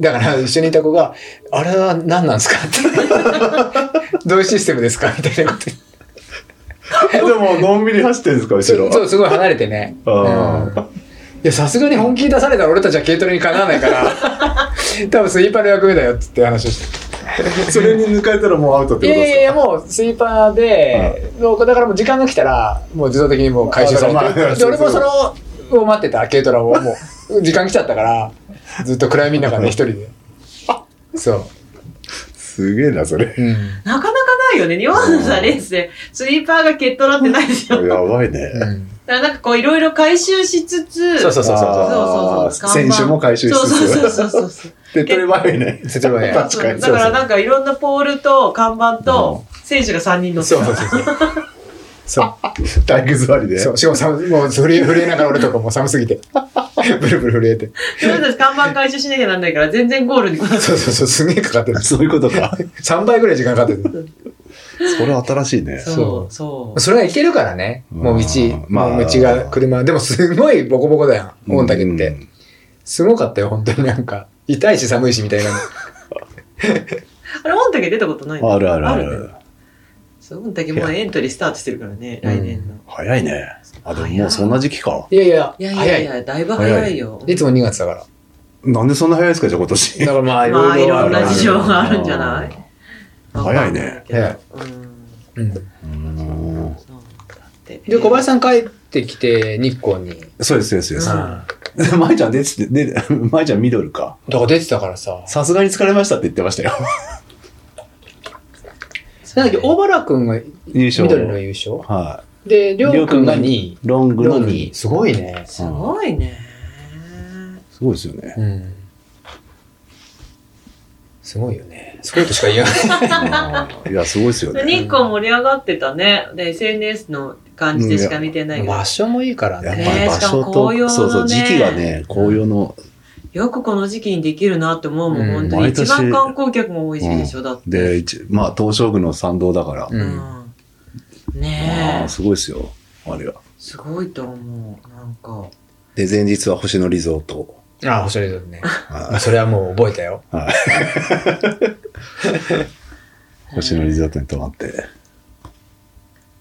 Speaker 1: だから、一緒にいた子が、あれは何なんですかって。どういうシステムですかみたいなこと言って
Speaker 2: でも、のんびり走ってるんですか、後ろ。
Speaker 1: そう、すごい離れてね。
Speaker 2: あ
Speaker 1: うんいや、さすがに本気出されたら俺たちは軽トラにかなわないから、多分スイーパーの役目だよっつって話をして。
Speaker 2: ーそれに抜かれたらもうアウトっ
Speaker 1: いや
Speaker 2: てこと
Speaker 1: い
Speaker 2: です
Speaker 1: やい
Speaker 2: か
Speaker 1: や、もうスイーパーで、もうだからもう時間が来たら、もう自動的にもう回収さ
Speaker 2: あ
Speaker 1: れ
Speaker 2: だから
Speaker 1: て。
Speaker 2: まあ
Speaker 1: で、俺もその、を待ってた、軽トラを、もう、時間来ちゃったから、ずっと暗闇の中で一人で。そ
Speaker 2: すげえな、それ。
Speaker 1: う。うん。
Speaker 3: なかなかないよね。日本のさ、レースで、スイーパーがケットラってないですよ。だか
Speaker 2: やばいうね。
Speaker 1: ん
Speaker 3: らなんかこう、いろいろ回収しつつ、
Speaker 1: そうそうそうそう。
Speaker 2: あ
Speaker 3: そ
Speaker 2: ー
Speaker 3: うそうそう。
Speaker 2: 選手も回収しつつ
Speaker 3: そうそうそうそう。
Speaker 2: 手っ取り早いね。
Speaker 1: 手っ取り早い
Speaker 2: 確かに。
Speaker 3: だからなんかいろんなポールと看板と選手が3人乗って
Speaker 1: そうそう
Speaker 3: た。
Speaker 1: そうそう。そう。
Speaker 2: 体育座りで。
Speaker 1: そう。しかも寒、もう震え、震えながら俺とかもう寒すぎて。ブルブル震えて。
Speaker 3: 自分たち看板回収しなきゃなんないから全然ゴールに来なかっ
Speaker 1: そうそうそう、すげえかかってる。
Speaker 2: そういうことか。
Speaker 1: 3倍ぐらい時間かかってる。
Speaker 2: それ新しいね
Speaker 3: た。。
Speaker 1: そ
Speaker 3: そうう、そう。
Speaker 1: それがいけるからね。もう道
Speaker 2: うん、まあ
Speaker 1: もう道が車。でもすごいボコボコだよ、御嶽って。
Speaker 2: うん
Speaker 1: すごかったよ、本当になんか。痛いし寒いしみたいな。
Speaker 3: あれ、御嶽出たことないの
Speaker 2: あるあるある
Speaker 3: ね。そう、御嶽もうエントリースタートしてるからね、来年の。
Speaker 2: 早いね。あ、でももうそんな時期か。
Speaker 1: いやいや、
Speaker 3: いやい
Speaker 1: 早
Speaker 3: やい
Speaker 1: い。
Speaker 3: や、だいぶ早いよ。
Speaker 1: いつも2月だから。
Speaker 2: なんでそんな早いですか、じゃあ今
Speaker 1: *laughs* だ
Speaker 2: 年。
Speaker 1: からまあ、い
Speaker 3: まあ、
Speaker 1: ろ
Speaker 3: い
Speaker 1: いろある
Speaker 3: ろん
Speaker 1: な
Speaker 3: な事情があるんじゃない
Speaker 2: あー早いね。
Speaker 1: 早い
Speaker 3: う
Speaker 1: う
Speaker 3: ん。
Speaker 1: ん
Speaker 2: うん
Speaker 3: そうだって。
Speaker 1: で、小林さん帰ってきて、日光に。
Speaker 2: そうです、そうです。
Speaker 1: う
Speaker 2: そ
Speaker 1: ん
Speaker 2: うです *laughs* まいちゃん出てて、で、 *laughs* まいちゃんミドルか。
Speaker 1: だから出てたからさ。
Speaker 2: さすがに疲れましたって言ってましたよ。
Speaker 1: なんだっけ、大原くんが
Speaker 2: 優勝。
Speaker 1: 緑の優勝
Speaker 2: は
Speaker 1: で、りょうくんが2位。
Speaker 2: い。ロング
Speaker 1: ロ
Speaker 2: の
Speaker 1: ン
Speaker 2: 2
Speaker 1: 2位。すごいね。
Speaker 3: すごいね。
Speaker 2: すごいですよ
Speaker 1: *laughs*
Speaker 2: ね。
Speaker 1: うん。すごいよね。すごいとしか言えない。
Speaker 2: いや、すごいですよね。
Speaker 3: 日光盛り上がってたね。で、SNS の感じでしか見て *laughs* ないけど
Speaker 1: 場。所もいいから
Speaker 2: やっ
Speaker 1: ね。
Speaker 2: ぱり場所
Speaker 3: しかも紅葉
Speaker 2: と、
Speaker 3: のね
Speaker 2: そうそう、時期がね、紅葉の、
Speaker 3: よくこの時期にできるなって思うもん、
Speaker 1: うん
Speaker 3: 本当に。
Speaker 2: 毎
Speaker 3: 一
Speaker 2: 年
Speaker 3: 番観光客も多い時期でしょ、だって。
Speaker 2: で、一まあ、東照宮の参道だから、
Speaker 1: うん
Speaker 3: うん。
Speaker 2: ま
Speaker 3: ね
Speaker 2: あ、
Speaker 3: え。
Speaker 2: すごいですよ、あれは。
Speaker 3: すごいと思う。なんか。
Speaker 2: で、前日は星野リゾート。
Speaker 1: ああ、星野リゾートね。まあ
Speaker 2: は
Speaker 1: それはもう覚えたよ。
Speaker 2: いはい星野リゾートに泊まって、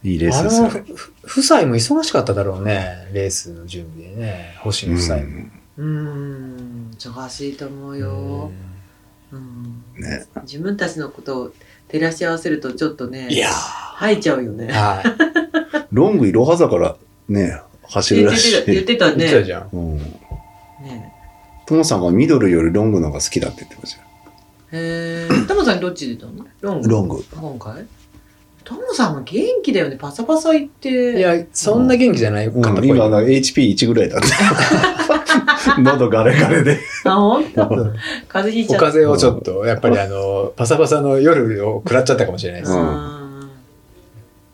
Speaker 2: いいレー
Speaker 1: あ
Speaker 2: ス
Speaker 1: れ
Speaker 2: です
Speaker 1: は
Speaker 2: よ。
Speaker 1: ふ、ふ夫妻も忙しかっただろうね。レースの準備でね。星野夫妻も。
Speaker 3: うーん。忙しいと思うよ。うん
Speaker 2: うんね。
Speaker 3: 自分たちのことを照らし合わせるとちょっとね。
Speaker 1: いやー
Speaker 5: 吐いちゃうよね。
Speaker 1: はい。
Speaker 2: ロングいろはざからね、走る
Speaker 5: 言っ
Speaker 2: らして
Speaker 5: た、言っ
Speaker 2: い。
Speaker 5: てた
Speaker 1: 言ってた
Speaker 5: ね。
Speaker 1: じゃん。
Speaker 2: うん。
Speaker 5: ね
Speaker 2: トモさんはミドルよりロングの方が好きだって言ってましたよ。
Speaker 5: へえ。
Speaker 3: タモさんどっちでたのロング
Speaker 2: ロング。
Speaker 3: 今回タモさんは元気だよね。パサパサ言って。
Speaker 1: いや、そんな元気じゃないか
Speaker 2: う
Speaker 1: ったっぽ
Speaker 2: ん、
Speaker 1: い。
Speaker 2: 今、HP1 ぐらいだった。喉ガレガレで。
Speaker 3: あ、ほんと
Speaker 1: うん
Speaker 3: 風邪ひい
Speaker 1: お
Speaker 3: ちゃった。
Speaker 1: 風邪をちょっと、やっぱりあの、パサパサの夜を食らっちゃったかもしれないです。
Speaker 2: うん
Speaker 3: あーま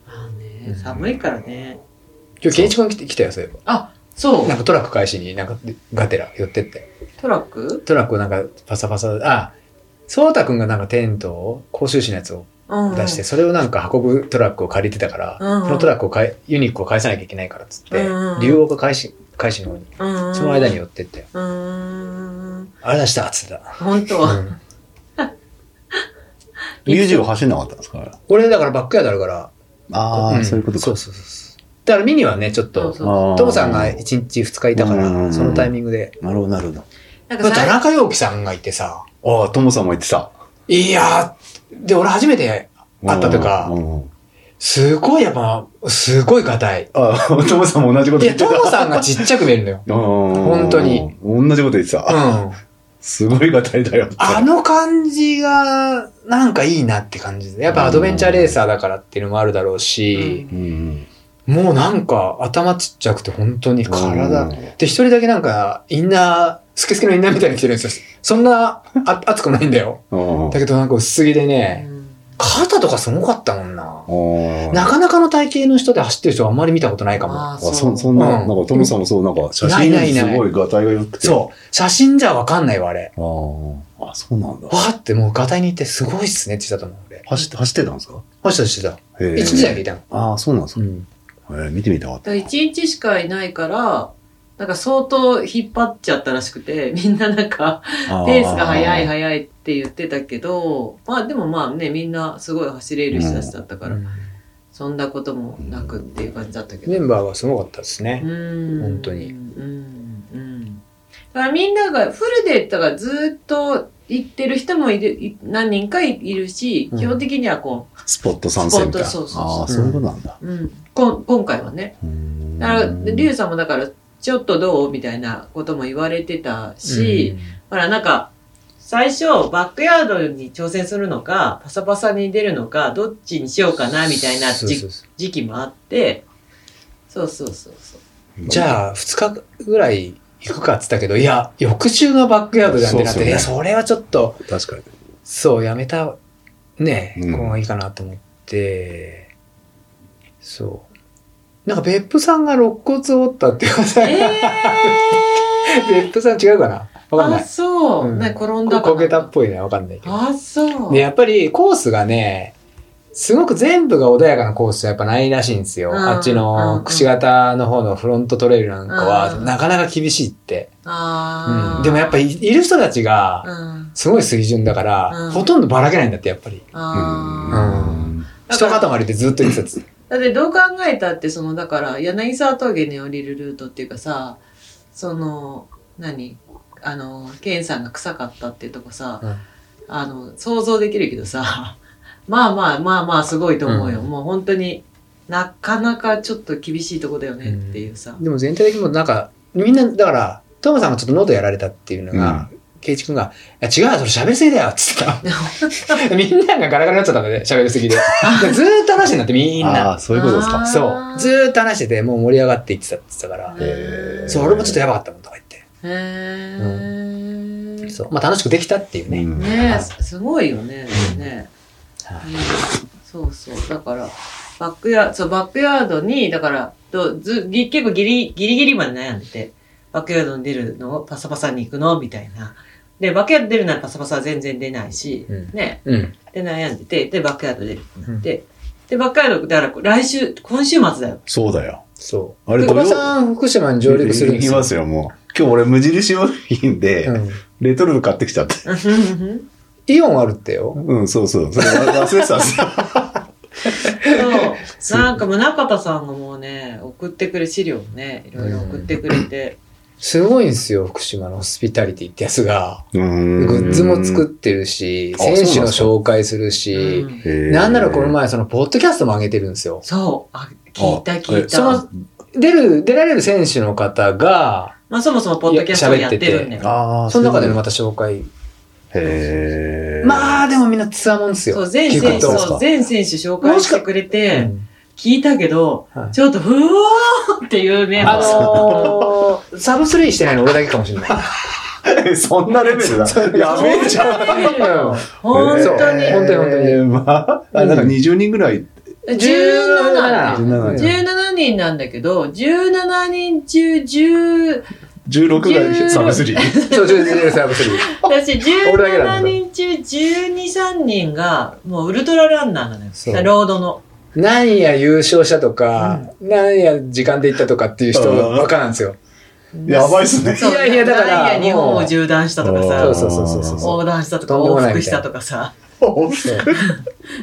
Speaker 3: あね、寒いからね。
Speaker 1: 今日、ケイイチ君来て来たよ、そういえ
Speaker 3: そ
Speaker 1: ば。
Speaker 3: う
Speaker 1: なん。かトラック返しになんかガテラ寄ってって。
Speaker 3: トラック
Speaker 1: トラックをなんかパサパサ、あ、そうたくんがなんかテントを、甲州市のやつを
Speaker 3: うん
Speaker 1: 出して、それをなんか運ぶトラックを借りてたから、
Speaker 3: うんうん
Speaker 1: そのトラックをかえ、ユニックを返さなきゃいけないからっつって、
Speaker 3: うんうん
Speaker 1: 竜王が返し、返しの方に、
Speaker 3: うん
Speaker 1: その間に。寄ってって、
Speaker 3: うーん。
Speaker 1: あれ出したっつってた。
Speaker 3: 本当
Speaker 1: う
Speaker 3: は。
Speaker 1: ん
Speaker 2: ミュージオ走んなかったんですか
Speaker 1: 俺だからバックヤードあるから、
Speaker 2: ああ、
Speaker 1: ん
Speaker 2: そういうことか。
Speaker 1: そうそうそうそう。だからミニはね、ちょっ
Speaker 3: そう
Speaker 1: と、
Speaker 3: そうそ
Speaker 1: トムさんが1日2日いたか
Speaker 2: うんうんう
Speaker 1: ら、
Speaker 2: ん
Speaker 1: そのタイミングで。
Speaker 2: なるほど、なるほど。
Speaker 3: う。なん
Speaker 1: 田
Speaker 3: かさ、
Speaker 1: 中陽樹さんがいてさ、
Speaker 2: ああ、トモさんも言ってた。
Speaker 1: いやー、で、俺初めて、あったとか
Speaker 2: うんうん
Speaker 1: すごいやっぱ、すごい硬い。
Speaker 2: ああ、トモさんも同じこと
Speaker 1: い
Speaker 2: 言
Speaker 1: や、
Speaker 2: って
Speaker 1: ト
Speaker 2: た。
Speaker 1: ムさんがちっちゃく見えるのよ。
Speaker 2: 本
Speaker 1: 本当に。
Speaker 2: 同じこと言ってた。
Speaker 1: うん。
Speaker 2: すごいがたいだよって。
Speaker 1: あの感じが、なんかいいなって感じで。やっぱアドベンチャーレーサーだからっていうのもあるだろうし、
Speaker 2: うんうん、
Speaker 1: もうなんか頭ちっちゃくて本当に体。
Speaker 2: うん
Speaker 1: で、一人だけなんか、インナー、スケスケのインナーみたいに着てるんですよ。そんな、あ、 *laughs* 熱くもないんだよ。
Speaker 2: うん
Speaker 1: だけどなんか薄着でね、
Speaker 3: うん
Speaker 1: 肩とかすごかったもんな。
Speaker 2: うん
Speaker 1: なかなかの体型の人で走ってる人はあんまり見たことないかも。
Speaker 3: あ
Speaker 2: あ、
Speaker 3: ーそう
Speaker 2: そ、そんな、
Speaker 1: うん
Speaker 2: なんか、トムさんもそう、なんか、写
Speaker 1: ない
Speaker 2: 真
Speaker 1: ないない
Speaker 2: すごいがたいが良くて。
Speaker 1: そう。写真じゃわかんないわ、あれ。
Speaker 2: う。ああ、そうなんだ。
Speaker 1: わーってもうガタイに行ってすごいっすねって言ってたと思う、俺。
Speaker 2: 走って、走ってたんですか
Speaker 1: 走ったしてた。
Speaker 2: へえ
Speaker 1: 一日だけいたの。
Speaker 2: ああ、そうなんですか。
Speaker 1: ん。
Speaker 2: へえ見てみたかっ
Speaker 3: だから一日しかいないから、なんか相当引っ張っちゃったらしくて、 *laughs* みんななんか、
Speaker 2: た。あ
Speaker 3: ペースが速い
Speaker 2: い。
Speaker 3: 速いって言ってたけど、まあでもまあね、みんなすごい走れる人たちだったから、そんなこともなくっていう感じだったけど。
Speaker 1: メンバーはすごかったですね。
Speaker 3: 本
Speaker 1: 本当に
Speaker 3: うんうんだからみんながフルでだからずっと行ってる人もいるい何人かいいるし
Speaker 1: うん
Speaker 3: 基本的にはこ
Speaker 2: スポット参戦みたいな。
Speaker 3: スポットそうそうそう
Speaker 2: ああ、そういうことなんだ。
Speaker 3: う、うんこん今回はね
Speaker 2: うん
Speaker 3: だからリュウさんもだからちょっとどうみたいなことも言われてたし、ほらなんか最初バックヤードに挑戦するのかパサパサに出るのかどっちにしようかなみたいな
Speaker 1: そう
Speaker 3: じ
Speaker 1: そうそう
Speaker 3: 時期もあってそうそうそう
Speaker 1: *laughs*
Speaker 3: そう
Speaker 1: じゃあ、二日ぐらい行くかっつったけど、いや、翌週がバックヤードなんてなって、
Speaker 2: そうそうね
Speaker 1: いや、それはちょっと、
Speaker 2: 確かに。
Speaker 1: そう、やめた、ね、
Speaker 2: うん
Speaker 1: 方がいいかなと思って、そう。なんか別府さんが肋骨折ったっていうこと
Speaker 3: ええ
Speaker 1: *laughs* 別府さん違うかなわかんな
Speaker 3: あ、
Speaker 1: い。
Speaker 3: そう。
Speaker 1: うん
Speaker 3: ね、転んだかな
Speaker 1: こけたっぽいね、わかんないけど。
Speaker 3: あ、そう。
Speaker 1: で、やっぱりコースがね、すごく全部が穏やかなコースじゃやっぱないらしいんですよ。
Speaker 3: うん
Speaker 1: あっち
Speaker 3: うんう
Speaker 1: の
Speaker 3: ん
Speaker 1: 櫛形の方のフロントトレイルなんかは、
Speaker 3: うん
Speaker 1: なかなか厳しいって。
Speaker 3: あ
Speaker 1: う
Speaker 3: ー
Speaker 1: ん、でもやっぱい、いる人たち
Speaker 3: う
Speaker 1: が、
Speaker 3: ん。
Speaker 1: すごい水準だから、
Speaker 3: うん
Speaker 1: ほとんどばらけないんだって、やっぱり。う
Speaker 3: あー
Speaker 1: ん
Speaker 3: だ
Speaker 1: 一
Speaker 3: から
Speaker 1: 塊でずっと言ってたやつ。
Speaker 3: だってどう考えたって、その、だから、柳沢峠に降りるルートっていうかさ、その、何あの、ケンさんが臭かったっていうとこさ、
Speaker 1: うん
Speaker 3: あの、想像できるけどさ、 *laughs* まあまあまあまあすごいと思うよ。
Speaker 1: うん
Speaker 3: もう本当になかなかちょっと厳しいとこだよねっていうさ。
Speaker 1: でも全体的にもうなんか、みんな、だから、トムさんがちょっと喉やられたっていうのが、ケイチ君が、いや違う、それ喋りすぎだよっつった。 *laughs* みんながガラガラになっちゃったんだね、喋りすぎで。でずーっと話になってみんな
Speaker 2: あ。あ、そういうことですか。
Speaker 1: そう。ずーっと話してて、もう盛り上がっていってたって言ってたから、
Speaker 2: へー
Speaker 1: そう、俺もちょっとやばかったもんとか言っ
Speaker 3: *laughs* へー
Speaker 1: て。そう。まあ楽しくできたっていうね。
Speaker 2: うん
Speaker 3: ねえ、すすごいよね。
Speaker 1: うん
Speaker 3: ね
Speaker 1: は
Speaker 3: うんそうそう。だから、バックヤード、そう、バックヤードに、だから、どうずぎ結構ギリ、ギリギリまで悩んでて、バックヤードに出るのをパサパサに行くのみたいな。で、バックヤード出るならパサパサは全然出ないし、
Speaker 1: うん
Speaker 3: ね。
Speaker 1: うん。
Speaker 3: で、悩んでて、で、バックヤード出るってなって、で、バックヤード、だから来週、今週末だよ。
Speaker 2: そうだよ。
Speaker 1: そ
Speaker 2: あ
Speaker 1: う。
Speaker 2: れ、
Speaker 1: で、
Speaker 2: 土
Speaker 1: おば
Speaker 2: 曜
Speaker 1: さん、福島に上陸するんです
Speaker 2: い
Speaker 1: よ。
Speaker 2: ますよ、もう。今日俺、無印良品で、
Speaker 1: うん。
Speaker 2: レトルト買ってきちゃって。
Speaker 3: そ
Speaker 1: イオンあるってよ。
Speaker 2: うん、そうそう。それ忘れてたんで
Speaker 1: *laughs*
Speaker 2: すよ。
Speaker 3: う。なんか、宗像さんがもうね、送ってくる資料をね、いろいろ送ってくれて、
Speaker 1: すごいんですよ、福島のホスピタリティってやつが。
Speaker 2: グ
Speaker 1: グッズも作っ
Speaker 2: って
Speaker 1: るし、
Speaker 2: あそうなん
Speaker 1: 選
Speaker 2: ですか
Speaker 1: 手の紹介する
Speaker 3: う
Speaker 1: し、
Speaker 3: ん
Speaker 2: て
Speaker 1: なんならこの、前、その、ポッドキャストも上げてるんですよ。
Speaker 3: そう。あ、聞いた
Speaker 2: あ
Speaker 3: 聞い
Speaker 1: そ
Speaker 3: た
Speaker 1: の。、出る、出られる選手の方が、
Speaker 3: まあそもそもポッドキャストをやってるんだよ。
Speaker 2: ああ、
Speaker 1: その中でも
Speaker 2: も
Speaker 1: また紹介。
Speaker 2: へえ。
Speaker 1: まあ、でもみんなツアーもんですよ。
Speaker 3: そう、全
Speaker 1: 聞
Speaker 3: 選
Speaker 1: く
Speaker 3: 手、
Speaker 1: と
Speaker 2: そうです
Speaker 3: そ
Speaker 2: か
Speaker 3: う全選手紹介してくれ
Speaker 1: う
Speaker 3: て、
Speaker 1: ん
Speaker 3: 聞いたけど、
Speaker 1: はい
Speaker 3: ちょっと、ふおーっていうメン
Speaker 1: あ
Speaker 3: バー。
Speaker 1: のー、サブスリーしてないの俺だけかもしれない。
Speaker 2: *laughs* *laughs* そんなレベルだ。やべえじゃん。
Speaker 1: うん本
Speaker 3: 本当に。
Speaker 1: 当に本当に
Speaker 2: えーまあ、あなんか20人ぐらい。
Speaker 3: 17
Speaker 2: 17
Speaker 1: うん
Speaker 3: 17人なんだけど、17人中10、
Speaker 2: 16ぐらい
Speaker 3: 16
Speaker 2: サブスリー。
Speaker 1: そう、全然サブスリ *laughs* ー。
Speaker 3: 私
Speaker 1: 俺だけな
Speaker 3: 17
Speaker 1: んだ
Speaker 3: 人中12、3人が、もうウルトラランナーなのよ。
Speaker 1: そう
Speaker 3: ロードの。
Speaker 1: なんや優勝したとか、なんや時間で行ったとかっていう人ばっかなんですよ。
Speaker 2: やばいっすね。
Speaker 3: そう
Speaker 1: いやいやだから
Speaker 3: なんや日本を縦断したとか
Speaker 1: そ
Speaker 3: さ
Speaker 1: う、そうそうそうそう。
Speaker 3: 横断したとか、
Speaker 1: とんでも
Speaker 3: 往
Speaker 1: ない
Speaker 3: 復
Speaker 1: み
Speaker 3: した
Speaker 1: いな
Speaker 3: たとかさ、
Speaker 1: そう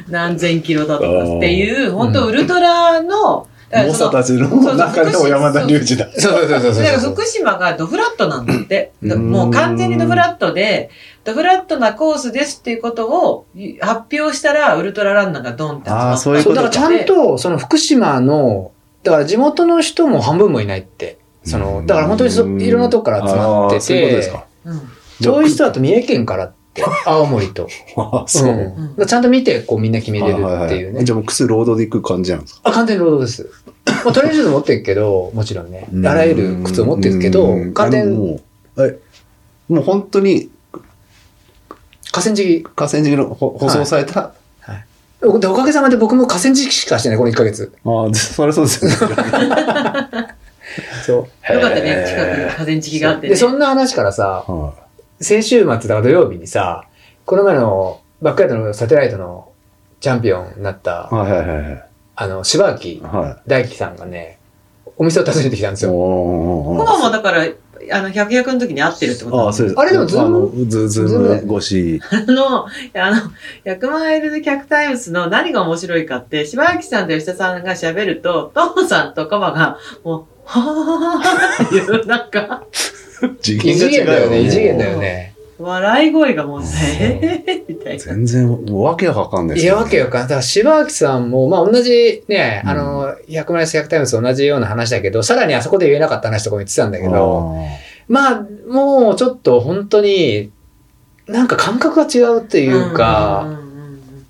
Speaker 3: 何千キロだとかっていう、
Speaker 1: ん
Speaker 3: 本当ウルトラの、だから
Speaker 2: 猛
Speaker 3: そ
Speaker 2: 者
Speaker 3: の
Speaker 2: たちの中でも山田隆二だ。
Speaker 1: そうそうそうそう
Speaker 3: だから
Speaker 1: そう。
Speaker 3: 福島がドフラットなんだって。
Speaker 2: うん
Speaker 3: だもう完全にドフラットで、ドフラットなコースですっていうことを発表したら、ウルトラランナーがドンって集
Speaker 2: あー
Speaker 3: まった
Speaker 2: そういう
Speaker 1: そ
Speaker 2: こ
Speaker 1: う、だからちゃんと、その福島の、だから地元の人も半分もいないって。その、だから本当にそいろんなとこから集まって
Speaker 2: あーそういうことで
Speaker 1: て、
Speaker 2: す
Speaker 1: そ
Speaker 2: か
Speaker 3: うん
Speaker 1: ういう人だと三重県からって、 *laughs* 青森と。
Speaker 2: あそう。
Speaker 1: ん
Speaker 2: あ
Speaker 1: だからちゃんと見て、こうみんな決めれる
Speaker 2: はい
Speaker 1: っていう
Speaker 2: は
Speaker 1: ね
Speaker 2: い。じゃあもう靴ロードで行く感じなんですか
Speaker 1: あ、完全に労働です。まあ、トレーニング持ってるけど、もちろんね。あらゆる靴を持ってるけ
Speaker 2: うん
Speaker 1: ど、完
Speaker 2: あの
Speaker 1: 全、
Speaker 2: もう、え、もう本当に
Speaker 1: 河川敷。
Speaker 2: 河川敷のほ舗装された、
Speaker 1: でおかげさまで僕も河川敷しかしてない、この1ヶ月。
Speaker 2: ああ、そりゃそうですよね。
Speaker 1: そう。
Speaker 3: よかったね、近くに河川敷があってね。
Speaker 1: で、そんな話からさ、
Speaker 2: は
Speaker 1: 先週末、だから土曜日にさ、この前のバックヤードのサテライトのチャンピオンになった、
Speaker 2: い。はいはいはい
Speaker 1: あの、柴脇
Speaker 2: はい。はい。
Speaker 1: 大樹さんがね、お店を訪ねてきたんですよ。
Speaker 2: おー
Speaker 3: コバもだから、あの、百役の時に会ってるってこと
Speaker 2: ああ、そうです。
Speaker 1: あれでもズーム
Speaker 2: のズズ
Speaker 1: ズームだ
Speaker 2: ー
Speaker 1: よ
Speaker 2: ム越し。
Speaker 3: あの、あの、100マイルで客タイムスの何が面白いかって、柴崎さんと吉田さんが喋ると、トモさんとカバが、もう、はぁーっていう、なんか、
Speaker 2: 次
Speaker 1: 異次元だよね、
Speaker 2: もう
Speaker 1: 異次元だよね。
Speaker 3: 笑い声がもうね、
Speaker 1: そ
Speaker 3: みたいな。
Speaker 2: 全然、もうわけわかんない
Speaker 1: い
Speaker 2: です
Speaker 1: や、わけよかんない。だから柴脇さんも、まあ同じね、
Speaker 2: うん
Speaker 1: あの、100マイルス100タイムス同じような話だけど、さらにあそこで言えなかった話とかも言ってたんだけど、まあ、もうちょっと本当に、なんか感覚が違うっていうか、
Speaker 3: んうん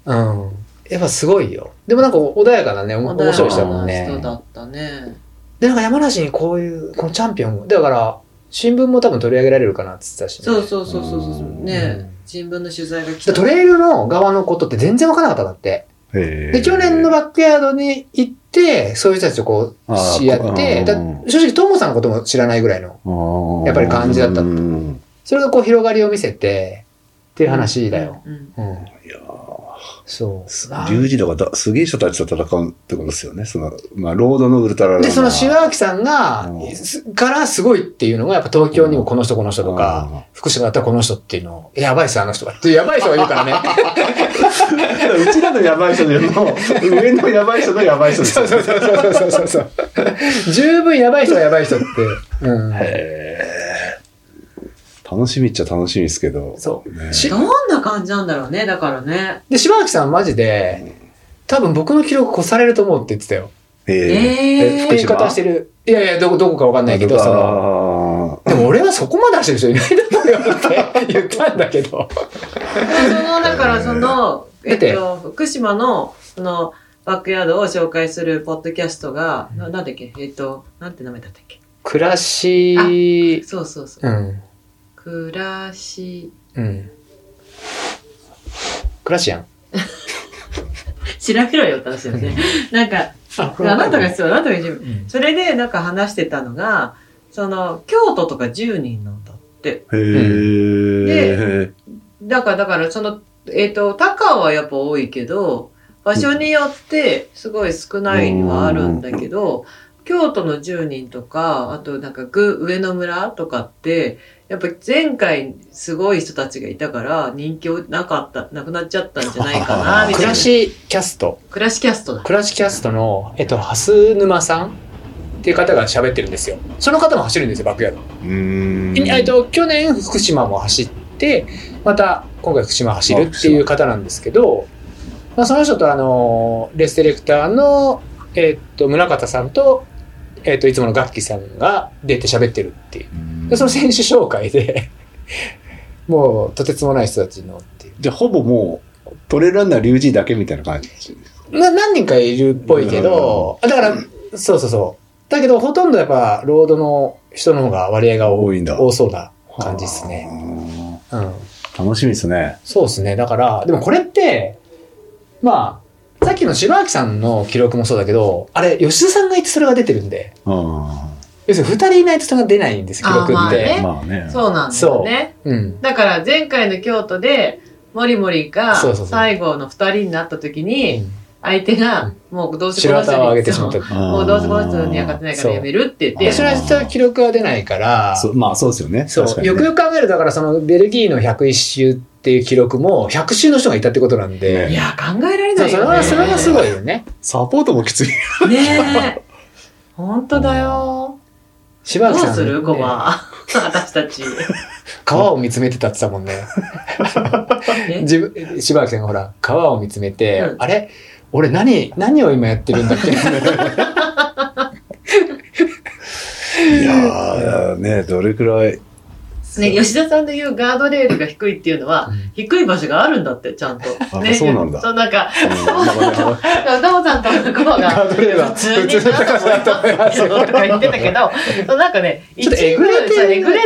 Speaker 3: うんうん
Speaker 1: うん。やっぱすごいよ。でもなんか穏やかなね、お面白い人だもん
Speaker 3: 穏やかな人だ
Speaker 1: ね。
Speaker 3: ったね。
Speaker 1: で、なんか山梨にこういう、このチャンピオンも、だから、新聞も多分取り上げられるかなって言ってたし、ね。
Speaker 3: そうそうそうそうそう。
Speaker 2: うん
Speaker 1: う
Speaker 3: ね
Speaker 1: ん
Speaker 3: 新聞の取材が来
Speaker 1: で
Speaker 3: た。
Speaker 1: トレイルの側のことって全然わからなかったんだって。で、
Speaker 2: で
Speaker 1: 去年のバックヤードに行って、そういう人たちとこう、
Speaker 2: あー
Speaker 1: 知り合っ
Speaker 2: う
Speaker 1: て、
Speaker 2: ん
Speaker 1: だ正直、トモさんのことも知らないぐらいの、やっぱり感じだった
Speaker 2: うん
Speaker 1: それがこう広がりを見せて、っていう話だよ。
Speaker 3: うん。うん
Speaker 1: うん。
Speaker 2: いや
Speaker 1: そう。
Speaker 2: 龍二とかだ、すげえ人たちと戦うってことですよね。その、まあ、ロードのウルトラランナー
Speaker 1: で、その柴脇さんが
Speaker 2: うん、
Speaker 1: すからすごいっていうのが、やっぱ東京にもこの人この人とか、福島だったらこの人っていうのを、やばいっす、あの人が。っていうやばい人がいるから
Speaker 2: *laughs*
Speaker 1: ね。
Speaker 2: だからうちらのやばい人よりも、上のやばい人のやばい人です
Speaker 1: そう
Speaker 2: よ。
Speaker 1: そうそうそうそうそうそう。十分やばい人がやばい人って。うん。
Speaker 2: へー楽しみっちゃ楽しみですけど。
Speaker 1: そう
Speaker 2: ね
Speaker 1: し
Speaker 3: どんな感じなんだろうね、だからね。
Speaker 1: で、柴脇さんマジで、多分僕の記録越されると思うって言ってたよ。
Speaker 2: えー
Speaker 3: え
Speaker 2: え
Speaker 3: え
Speaker 1: っていう言い方してる。いやいや、どこ、どこかわかんないけど、その、
Speaker 2: の、
Speaker 1: でも俺はそこまで走る人いないだろうよって言ったんだけど。
Speaker 3: その、だからそ *laughs* の、え
Speaker 1: 出
Speaker 3: ってと、福島の、その、バックヤードを紹介するポッドキャストが、ななんだっけえっと、なんて名前だったっけ
Speaker 1: *laughs* 暮らし、
Speaker 3: そうそうそうう。
Speaker 1: ん。
Speaker 3: 暮らし、
Speaker 1: うん。暮らしやん。
Speaker 3: 調べろよって話だよね。 *laughs* なんか、
Speaker 1: あ
Speaker 3: あなたがそう、あなたが一番
Speaker 1: うん
Speaker 3: それで、なんか話してたのが、その、京都とか10人なんだって。
Speaker 2: へえ。
Speaker 3: だから、だから、その、えっ、と、高はやっぱ多いけど、場所によってすごい少ないにはあるんだけど、京都の10人とか、あとなんかぐ上野村とかって、やっぱ前回すごい人たちがいたから、人気なかった、なくなっちゃったんじゃないかな、みた
Speaker 1: 暮
Speaker 3: い
Speaker 1: ら
Speaker 3: な。
Speaker 1: しキャスト。
Speaker 3: 暮らしキャストだ。
Speaker 1: 暮らしキャストの、えっと、蓮沼さんっていう方が喋ってるんですよその方も走るんですよバックヤード
Speaker 2: うーん
Speaker 1: えっと去年福島も走ってまた今回福島走るっていう方なんですけど、まあ、その人とあのレースディレクターの、えっと宗像さんと,、えっといつもの楽器さんが出て喋ってるっていうでその選手紹介でもうとてつもない人たちのっていう
Speaker 2: じゃあほぼもうトレランナー龍神だけみたいな感じ
Speaker 1: な何人かいるっぽいけど、あだから、そうそうそうだけどほとんどやっぱロードの人の方が割合が多
Speaker 2: 多いんだ
Speaker 1: 多そうな感じですね、うん
Speaker 2: 楽しみですね
Speaker 1: そうですね。だから、でもこれって、まあ、さっきの柴脇さんの記録もそうだけど、あれ、吉田さんがいてそれが出てるんで、
Speaker 2: あ
Speaker 1: 要するに2人いないとそれが出ないんです、記録って。
Speaker 3: あーまあ
Speaker 2: あま
Speaker 3: ね
Speaker 2: あね
Speaker 3: そうなんだよね。
Speaker 1: うん。
Speaker 3: だから前回の京都で、モリモリが
Speaker 1: そうそうそう
Speaker 3: 最後の二人になった時に、相手が、もうどうせ
Speaker 1: 白
Speaker 3: この人
Speaker 1: 旗
Speaker 3: に
Speaker 1: を上げてしまった。
Speaker 3: そうもうどうせこの人には勝てないからやめるって言っ
Speaker 1: で、
Speaker 3: て、
Speaker 1: それは実は記録は出ないから、
Speaker 2: そうまあそうですよね
Speaker 1: そう
Speaker 2: 確かにね
Speaker 1: よくよく考えると、だからそのベルギーの101周っていう記録も、100周の人がいたってことなんで、
Speaker 3: いや、考えられ
Speaker 1: そ
Speaker 3: な
Speaker 1: う
Speaker 3: い
Speaker 1: そ
Speaker 3: よ
Speaker 1: れ
Speaker 3: ね。
Speaker 1: は、それはすごいよね。
Speaker 2: サポートもきつい
Speaker 3: い。ねえ。本当だよ。
Speaker 1: 柴
Speaker 3: どう
Speaker 1: 脇さん、
Speaker 3: するコバ。 *laughs* 私た
Speaker 1: *laughs*
Speaker 3: ち。
Speaker 1: 川を見つめてたって言ってたもんね。
Speaker 3: え
Speaker 1: 自分、柴木さんがほら、川を見つめて、
Speaker 3: うん
Speaker 1: あれ俺何、何を今やってるんだっけ *laughs*
Speaker 2: いやーねどれくらい
Speaker 3: ね、吉田さんの言うガードレールが低いっていうのは、低い場所があるんだって、ちゃんと。
Speaker 2: あそうなんだ
Speaker 3: そう、なんか、
Speaker 2: うんだからね
Speaker 3: ダモさんとコバが、
Speaker 1: ガードレールは
Speaker 3: 普通になと思いますけどとか言ってたけど、そうなんかね、
Speaker 1: *laughs* ちょっとえぐれてる
Speaker 3: そうえぐれ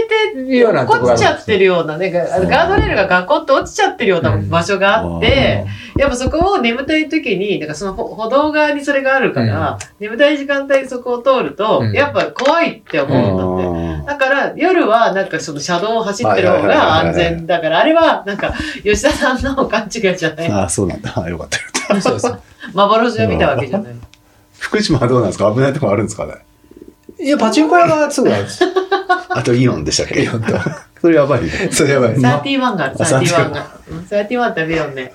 Speaker 3: て、
Speaker 1: ようなとこが
Speaker 3: 落
Speaker 1: あ
Speaker 3: ちちゃってるようなね、ガガードレールがガコッと落ちちゃってるような場所があって、やっぱそこを眠たい時に、なんかその歩歩道側にそれがあるから、眠たい時間帯にそこを通ると、
Speaker 1: うん
Speaker 3: やっぱ怖いって思うんだって。
Speaker 2: あ
Speaker 3: だから夜はなんかその車道を走ってる方が安全だから、あれはなんか吉田さんの勘違いじゃ
Speaker 1: *laughs*
Speaker 3: ない。
Speaker 2: ーあーそうなんだあよかったよかった
Speaker 1: る。そうそ
Speaker 3: 幻を見たわけじゃ
Speaker 1: *laughs*
Speaker 3: ない。
Speaker 2: 福島はどうなんですか危ないとこあるんですかね
Speaker 1: う。いや、パチンコ屋がすぐある *laughs* んですよ。
Speaker 2: あとイオンでしたっけイオンと。 *laughs* それやばいね。
Speaker 1: それやばいです
Speaker 2: ま
Speaker 3: サーティワンがある、
Speaker 2: あ
Speaker 3: サーティワンが。うんサーティワン食べよ
Speaker 1: *laughs*
Speaker 3: うね。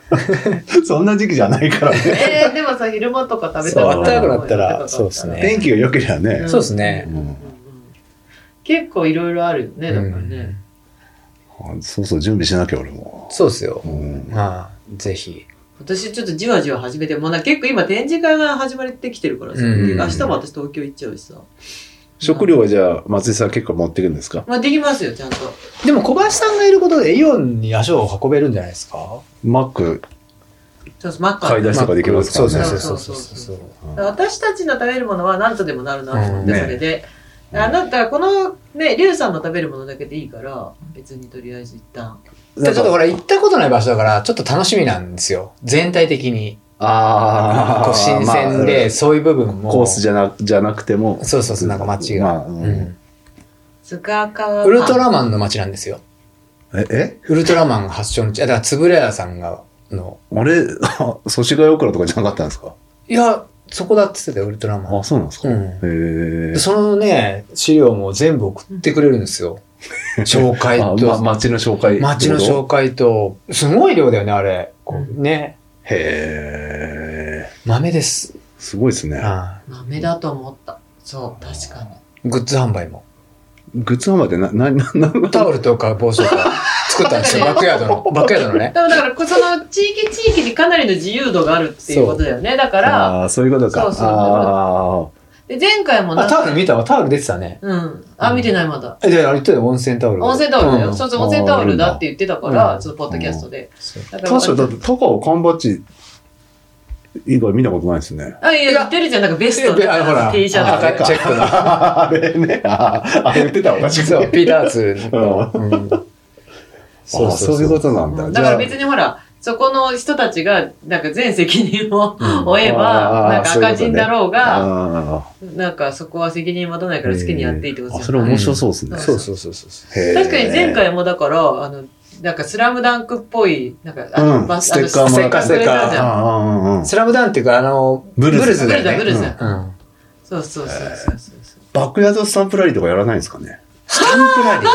Speaker 2: そんな時期じゃないからね。
Speaker 3: えー、でもさ、昼間とか食べた
Speaker 2: そう
Speaker 3: ら。
Speaker 2: 暖かく
Speaker 1: なったらそうですね
Speaker 2: 天気が良ければ
Speaker 3: う
Speaker 2: ね
Speaker 3: ん。
Speaker 1: そうですね
Speaker 2: う。ん
Speaker 3: 結構いろいろあるよね、だ
Speaker 1: う
Speaker 3: から
Speaker 1: ん
Speaker 3: ね。
Speaker 2: あそうそう、準備しなきゃ俺も。
Speaker 1: そうですよ
Speaker 2: う。ん
Speaker 1: まあ、ぜひ。
Speaker 3: 私ちょっとじわじわ始めて、まだ結構今展示会が始まってきてるからさ、
Speaker 1: うん
Speaker 3: 明日も私東京行っちゃうしさ。
Speaker 2: 食料はじゃあ、松井さん結構持っていくんですか
Speaker 3: まあできますよ、ちゃんと。
Speaker 1: でも小林さんがいることでイオンに足を運べるんじゃないですか
Speaker 2: マック。
Speaker 3: そうそう、マッカー
Speaker 2: 買い出しとかできますからね
Speaker 1: そうそうそうそうそう。
Speaker 3: 私たちの食べるものは何とでもなるなと思
Speaker 2: う
Speaker 3: って、
Speaker 2: んね
Speaker 3: それで。あなた、このね、リュウさんの食べるものだけでいいから、別にとりあえず一旦。
Speaker 1: でちょっとほ
Speaker 2: ら。
Speaker 1: ら、行ったことない場所だから、ちょっと楽しみなんですよ。全体的に。
Speaker 2: あ
Speaker 1: こう
Speaker 2: あ。
Speaker 1: 新鮮
Speaker 2: まあ
Speaker 1: で、。そういう部分も。
Speaker 2: コースじゃな、じゃなくても。
Speaker 1: そうそうそう、なんか街が。
Speaker 2: まあうん
Speaker 1: うん
Speaker 3: 塚川
Speaker 1: ウルトラマンの街なんですよ。
Speaker 2: え、え
Speaker 1: ウルトラマン発祥の地。あだから、つぶれ屋さんが、の。
Speaker 2: あれ、 *laughs* あ祖師ヶ谷オクラとかじゃなかったんですか
Speaker 1: いや、そこだって言ってたよ、ウルトラマン
Speaker 2: あ、。そうなんですか
Speaker 1: う
Speaker 2: へ
Speaker 1: ん
Speaker 2: え
Speaker 1: で。そのね、資料も全部送ってくれるんです *laughs* よ。紹介
Speaker 2: あ
Speaker 1: と、
Speaker 2: ま街の紹介。
Speaker 1: 街の紹
Speaker 2: 介。
Speaker 1: 介と、すごい量だよね、あれ。こうね。
Speaker 2: へえ。
Speaker 1: 豆です。
Speaker 2: すごいですね。
Speaker 1: あ
Speaker 3: 豆だと思った。そう、確かに。
Speaker 1: あグッズ販売も。
Speaker 2: グッズ販売ってな、な、な、な、
Speaker 1: タオルとか帽子とか作ったん *laughs* ですよ、バックヤードの。バックヤードのね。
Speaker 3: でもだからこ、その地域地域にかなりの自由度があるっていうことだよね。だから、
Speaker 2: ああー、そういうことか。
Speaker 3: そうそう
Speaker 2: ああ。
Speaker 3: で前回もな
Speaker 1: あ、
Speaker 3: ん
Speaker 1: タオ
Speaker 3: か、
Speaker 1: ル見たわ。タオル出てたね。
Speaker 3: うん。あ、見てないまだ。
Speaker 1: え、で、あれ言ってたよ、温泉タオル。
Speaker 3: 温泉タオルだよ。
Speaker 1: うん
Speaker 3: そうそう、温泉タオルだって言ってたから、
Speaker 1: うん
Speaker 3: そのポッドキャストで。
Speaker 1: そう
Speaker 3: だから
Speaker 2: 確かだって、高尾缶バッジ以外見たことないですね。
Speaker 3: あ、い
Speaker 1: いや
Speaker 3: や、言ってるじゃん。なんかベスト
Speaker 2: *laughs*
Speaker 1: いやいやほら
Speaker 3: の T シャツ
Speaker 1: 赤いチェックの。
Speaker 2: あれね、あーあ、言ってたおかしい
Speaker 1: そう、ピーターズの。うん
Speaker 2: そうあーそういうことなん
Speaker 3: う
Speaker 2: だ。
Speaker 3: んだから
Speaker 2: じゃ
Speaker 3: 別にほら、そこの人たちが、なんか全責任を
Speaker 1: うん
Speaker 3: 負えば、
Speaker 2: あー
Speaker 3: なんか赤人だろう
Speaker 2: あ
Speaker 3: が、
Speaker 2: あ
Speaker 3: なんかそこは責任持たないから好きにやっていいってこ
Speaker 2: ー
Speaker 3: と
Speaker 2: あ、
Speaker 3: です
Speaker 2: そ
Speaker 3: よ
Speaker 2: れ
Speaker 3: ね。
Speaker 2: 面白そうですね。
Speaker 1: そうそうそうそうそう。
Speaker 2: へー
Speaker 3: 確かに前回もだから、あの、なんかスラムダンクっぽい、なんか、あ
Speaker 2: うん
Speaker 3: の、バ
Speaker 2: ステッカーも
Speaker 3: あの
Speaker 1: ステッカー
Speaker 3: くれたじ
Speaker 2: あ
Speaker 3: ゃん
Speaker 2: あ、うんうんうん。
Speaker 1: スラムダンっていうか、あの、
Speaker 2: ブルース
Speaker 1: だよ
Speaker 3: ブル
Speaker 1: ね。
Speaker 3: ースブルース
Speaker 1: うん。
Speaker 3: そうそうそうそうそうそう。
Speaker 2: バックヤードスタンプラリーとかやらないんですかね。
Speaker 1: スタンプラリー。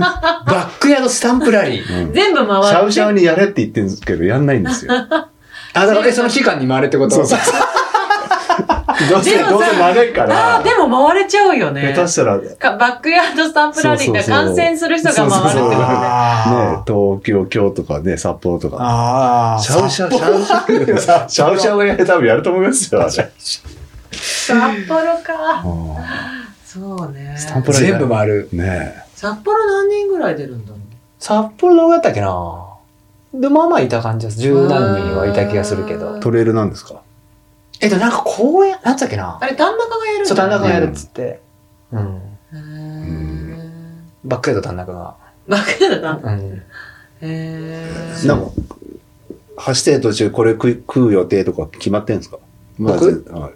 Speaker 1: バックヤードスタンプラリー。
Speaker 2: うん
Speaker 3: 全部回って。
Speaker 2: シャウシャウにやれって言って
Speaker 3: *laughs*
Speaker 2: るんですけど、やんないんですよ。
Speaker 1: あ、だから、えその期間に回れってこと
Speaker 2: そうそうそう。どうせ、
Speaker 3: でもさ
Speaker 2: どうせ長いから。
Speaker 3: ああ、でも回れちゃうよね。
Speaker 2: 下手したら、ね、
Speaker 3: かバックヤードスタンプラリー
Speaker 2: そう
Speaker 3: が
Speaker 2: そうそう
Speaker 3: 感染する人が回るって
Speaker 2: そう
Speaker 3: こ
Speaker 2: そう
Speaker 3: と
Speaker 2: そう
Speaker 3: ね。
Speaker 1: あ
Speaker 2: 東京、京都かね、札幌と
Speaker 1: ー
Speaker 2: か。
Speaker 1: あー。
Speaker 2: シャウシャウ、シャウシャウ、シ *laughs*
Speaker 1: ャウ
Speaker 2: ャウシャウで多分やると思いますよ、あれ。
Speaker 3: 札幌か。
Speaker 2: あ
Speaker 3: そうね。
Speaker 2: スタンプラリー
Speaker 1: 全部回る。
Speaker 2: ーね
Speaker 3: 札幌何人ぐらい出るんだろう
Speaker 1: 札幌どうやったっけなで、まあまあいた感じです。十何人はいた気がするけ
Speaker 3: う
Speaker 1: ど
Speaker 2: え。
Speaker 3: ん。
Speaker 2: トレイルなんですか
Speaker 1: えっと、なんか公園、なんだっけな
Speaker 3: あれ、旦那がやるんだ
Speaker 1: そう、田中がや
Speaker 3: る。
Speaker 1: るっつって。うん。
Speaker 3: へ
Speaker 2: ん
Speaker 3: ー
Speaker 1: バックヤード田中が。
Speaker 3: バックヤードだ。
Speaker 1: うん。
Speaker 3: へー
Speaker 2: なんか、走ってる途中これ食い食う予定とか決まってんですか
Speaker 1: 僕
Speaker 2: まあはい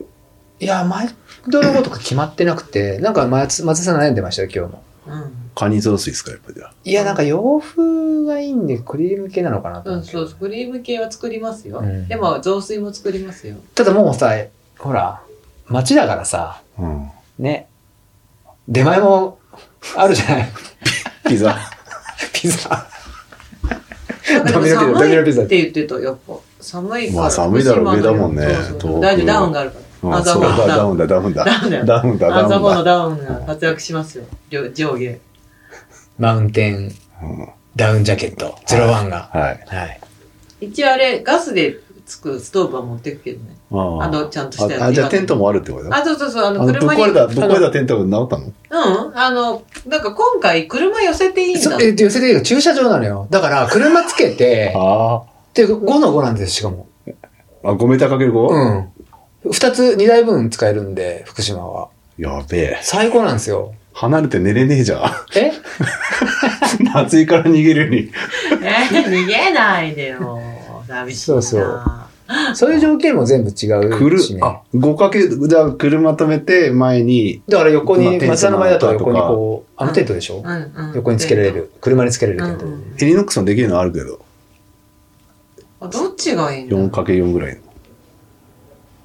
Speaker 1: いや、前ドラゴとか決まってなくて、なんか松松井さん悩んでましたよ、今日も。
Speaker 3: うん
Speaker 2: カニ雑炊ですか、やっぱりじゃあ。
Speaker 1: いや、なんか洋風がいいんで、クリーム系なのかなと
Speaker 3: う
Speaker 1: 思っ
Speaker 3: ん、
Speaker 1: て。
Speaker 3: そう、クリーム系は作りますよ。
Speaker 1: うん
Speaker 3: でも、雑炊も作ります
Speaker 2: *laughs*
Speaker 3: よ。
Speaker 1: ただもうさ、ほら、街だからさ、
Speaker 2: うん。
Speaker 1: ね、出前もあるじゃない
Speaker 2: ピザ。 *laughs*
Speaker 1: ピザ。
Speaker 3: だけど
Speaker 1: ダメだけどダメだけど
Speaker 3: 寒いって言ってた、やっぱ。寒いから。
Speaker 2: まあ寒いだろう
Speaker 3: 虫歯が
Speaker 2: 上だもんね
Speaker 3: そうそう
Speaker 2: 東京
Speaker 3: 大丈夫、ダウンがあるか
Speaker 2: うん
Speaker 3: ら。あ、ダ
Speaker 2: そ
Speaker 3: ウ
Speaker 2: う
Speaker 3: ン
Speaker 2: だ、
Speaker 3: ダ
Speaker 2: ダ
Speaker 3: ウ
Speaker 2: ウ
Speaker 3: ン。
Speaker 2: ンだ、ダウンだ。
Speaker 3: ダウンだよ。
Speaker 2: ダウ *laughs* ンだ、
Speaker 3: あ
Speaker 2: ダ
Speaker 3: ざ
Speaker 2: ウン
Speaker 3: こ
Speaker 2: だ。
Speaker 3: のダウンが活躍しますよ。上上下。
Speaker 1: マウンテン
Speaker 2: うん
Speaker 1: ダウンジャケット、ゼロワンが。
Speaker 2: はい。
Speaker 1: はい。
Speaker 3: 一応あれ、ガスでつくストーブは持ってくけどね。
Speaker 2: あー
Speaker 3: あの、ちゃんとしたやつ。
Speaker 2: ああ、じゃあテントもあるってこと
Speaker 3: あ、そうそうそう、あ
Speaker 2: あ
Speaker 3: の、
Speaker 2: のぶっ
Speaker 3: 車に。
Speaker 2: 壊れた、ぶっ壊れ
Speaker 3: う
Speaker 2: たテントが直ったの
Speaker 3: んうん、あの、なんか今回、車寄せていいんだ
Speaker 1: そ。え、で寄せていいの駐車場なのよ。だから、車つけ
Speaker 2: *laughs*
Speaker 1: て、
Speaker 2: あ
Speaker 1: で、5の5なんです、しかも。
Speaker 2: あ。あ、5メーターかける 5?
Speaker 1: うん。二つ、二台分使えるんで、福島は。
Speaker 2: やべえ。
Speaker 1: 最高なんですよ。
Speaker 2: 離れて寝れねえじゃん。 *laughs*
Speaker 1: え
Speaker 2: 暑いから逃げるように。
Speaker 3: え、逃げないでよ。寂しいな。
Speaker 1: そうそうそういう条件も全部違
Speaker 2: く
Speaker 1: う
Speaker 2: る
Speaker 1: しね。、
Speaker 2: あ、5かけ、じゃあ車止めて前に、
Speaker 1: だから横
Speaker 2: ま
Speaker 1: に、
Speaker 2: あテント
Speaker 1: 松田の場合だと横に
Speaker 2: の中とか
Speaker 1: こう、あのテントでしょ
Speaker 3: うんうん。
Speaker 1: 横につけられる。車につけられ
Speaker 3: う
Speaker 1: る
Speaker 3: ん
Speaker 1: テ
Speaker 3: う
Speaker 1: ン
Speaker 3: ん。
Speaker 2: エリノックスもできるのあるけど、
Speaker 3: あどっちがいいんだ
Speaker 2: 4×4 ぐらいの。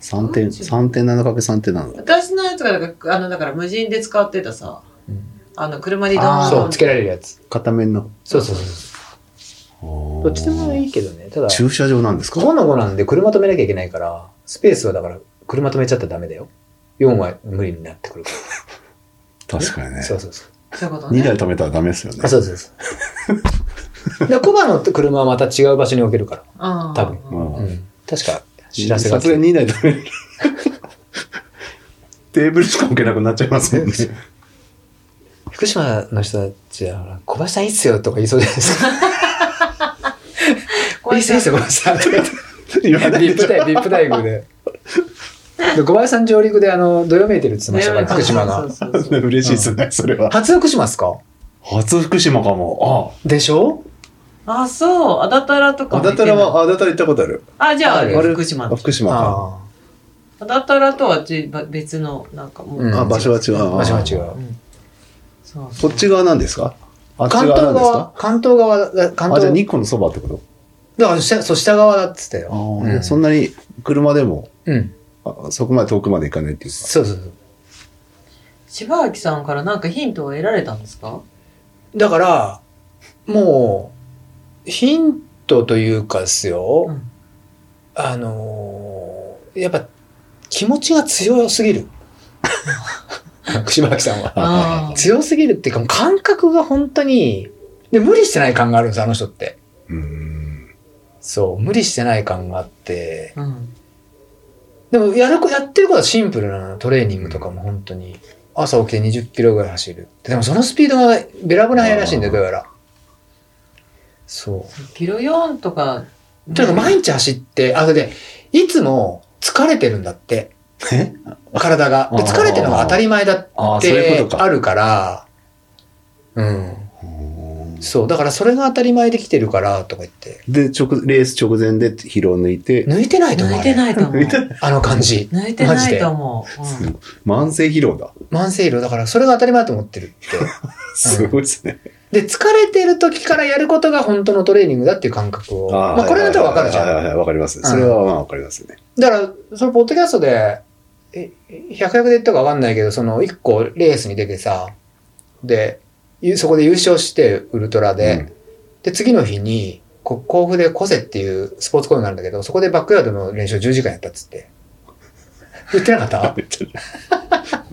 Speaker 2: 3点、3.7×3.7。
Speaker 3: 私のやつが、だからあの、だから無人で使ってたさ、
Speaker 1: ト。うん
Speaker 3: あの、車にド
Speaker 2: あ
Speaker 3: ー
Speaker 2: ー
Speaker 3: ン
Speaker 1: そう、つけられるやつ。
Speaker 2: 片面の。
Speaker 1: そうそうそうそ
Speaker 2: ど
Speaker 1: う。どっちでもいいけどね。ただ、
Speaker 2: 駐車場なんですか
Speaker 1: 5の5なんで車止めなきゃいけないから、スペースはだから、車止めちゃったらダメだよ。4は無理になってくるか
Speaker 2: 確かに
Speaker 1: ら。
Speaker 2: ね。
Speaker 1: そうそうそう。
Speaker 3: そういうこと
Speaker 2: 2
Speaker 3: ね。
Speaker 2: 台止めたらダメですよね
Speaker 1: あ。そうそう
Speaker 2: *laughs*
Speaker 1: そう。で、小判の車はまた違う場所に置けるから。
Speaker 3: 多
Speaker 1: 多分
Speaker 2: うん
Speaker 1: うん。確か、知らせが
Speaker 2: さすがに2台止める。 *laughs* テーブルしか置けなくなっちゃいますもんね。
Speaker 1: 福島の人たちは、ほら小林さんいいっすよとか言いそうじゃないですか。いいっすよ、いいっす *laughs* よ、小林さん。
Speaker 2: 言わない
Speaker 1: ビッ
Speaker 2: でし
Speaker 1: プ
Speaker 2: ょ。
Speaker 1: 大、ビップ大学で。で小林さん上陸で、あの、どよめいてるって言ってましたから、福島が。
Speaker 2: 嬉しいですね、それは。
Speaker 1: 初福島っすか
Speaker 2: 初福島かも。
Speaker 1: でしょ
Speaker 3: あ、そう。あだたらと
Speaker 2: あ
Speaker 3: か
Speaker 2: あ。あ
Speaker 3: も行
Speaker 2: だ
Speaker 3: け
Speaker 2: た
Speaker 3: ない
Speaker 2: らは、あだたら行ったことある。
Speaker 3: あ、じゃあ、
Speaker 1: ある
Speaker 3: 福島
Speaker 2: あ
Speaker 3: の。
Speaker 2: 福島か。
Speaker 1: あ
Speaker 3: あだたらとはちば別の、なんかもう。
Speaker 1: うん
Speaker 2: あ、場所は違う。
Speaker 1: あ。
Speaker 2: あ
Speaker 1: 場所は違
Speaker 3: う
Speaker 1: う。
Speaker 3: んそうそ
Speaker 2: こ
Speaker 3: う
Speaker 2: っち側なんですかあっち
Speaker 1: 関
Speaker 2: 側な
Speaker 1: 東
Speaker 2: んです
Speaker 1: 側
Speaker 2: か、
Speaker 1: 関東側だ、関
Speaker 2: あ、じゃ
Speaker 1: 東。
Speaker 2: あ日光のそばってこと
Speaker 1: だから下、そう、下側だって言ってた
Speaker 2: あ
Speaker 1: よ。
Speaker 2: ー
Speaker 1: うん
Speaker 2: そんなに車でも、
Speaker 1: うん。
Speaker 2: あそこまで遠くまで行かないっていうか。
Speaker 1: そうそうそう。
Speaker 3: 柴脇さんからなんかヒントを得られたんですか
Speaker 1: だから、もう、ヒントというかですよ、
Speaker 3: うん
Speaker 1: あのーやっぱ気持ちが強すぎる。串巻さんは。
Speaker 3: あー
Speaker 1: 強すぎるっていうか、もう感覚が本当に、で、無理してない感があるんです、あの人って。
Speaker 2: うーん。
Speaker 1: そう、無理してない感があって。
Speaker 3: うん。
Speaker 1: でも、やるこ、やってることはシンプルなのトレーニングとかも本当に。朝起きて20キロぐらい走る。でも、そのスピードがべらぼら速いらしいんだよ、どうやら。そう。
Speaker 3: キロ4とか。
Speaker 1: とにかく毎日走って、あ、それで、いつも疲れてるんだって、
Speaker 2: え
Speaker 1: 体が。で
Speaker 2: あー
Speaker 1: 疲れてるのが当たり前だっ
Speaker 2: ああ、そういう
Speaker 1: て
Speaker 2: こと
Speaker 1: あ
Speaker 2: か。
Speaker 1: るから、うん。
Speaker 2: うーん
Speaker 1: そう。だからそれが当たり前できてるから、とか言って。
Speaker 2: で、直、レース直前で疲労抜いて、
Speaker 1: 抜いてないと思う。
Speaker 3: 抜いて
Speaker 1: い。
Speaker 3: ないと思う。
Speaker 2: 抜いて
Speaker 1: あの感じ。
Speaker 3: 抜いてないと思う。うん
Speaker 2: 慢性疲労だ。
Speaker 1: 慢性疲労。だからそれが当たり前だと思ってるって。
Speaker 2: すごいですね。
Speaker 1: で、疲れてる時からやることが本当のトレーニングだっていう感覚を。
Speaker 2: ー
Speaker 1: まあこれだったらわかるじ
Speaker 2: はいはい
Speaker 1: ゃん。
Speaker 2: はい、わかります。それはまあわかりますね。 *laughs*
Speaker 1: だから、そのポッドキャストで、え100役で言ったかわかんないけど、その1個レースに出てさ、で、ゆそこで優勝して、ウルトラで、で、次の日に、こ甲府でコセっていうスポーツ公園があるんだけど、そこでバックヤードの練習を10時間やったっつって。言ってなか
Speaker 2: *laughs*
Speaker 1: った
Speaker 2: 言ってる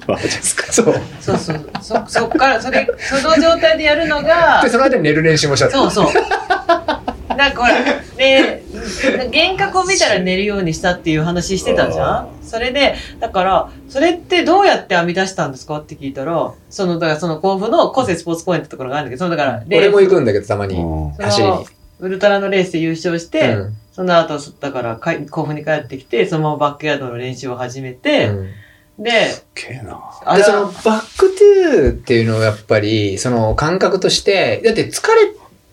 Speaker 2: マジですか。
Speaker 1: そう。
Speaker 5: そうそう。そ、そっから、それ、その状態でやるのが
Speaker 1: *laughs* で、、その間に寝る練習もしちゃった。
Speaker 5: そうそう。なんかほら、ね、幻覚を見たら寝るようにしたっていう話してたじゃ
Speaker 2: あ
Speaker 5: んそれで、だから、それってどうやって編み出したんですかって聞いたら、その、だからその甲府の個性スポーツ公園ってところがあるんだけど、そのだから、レ
Speaker 1: 俺も
Speaker 5: ース
Speaker 1: 行くんだけど、たまに。
Speaker 2: うん
Speaker 5: その
Speaker 1: 走りに。
Speaker 5: ウルトラのレースで優勝して、
Speaker 1: うん
Speaker 5: その後、だからかい、甲府に帰ってきて、そのままバックヤードの練習を始めて、
Speaker 1: うん
Speaker 5: で、
Speaker 2: すっげえな。
Speaker 5: あ
Speaker 1: で
Speaker 5: れ
Speaker 1: そのバックトゥーっていうのはやっぱりその感覚としてだって疲れ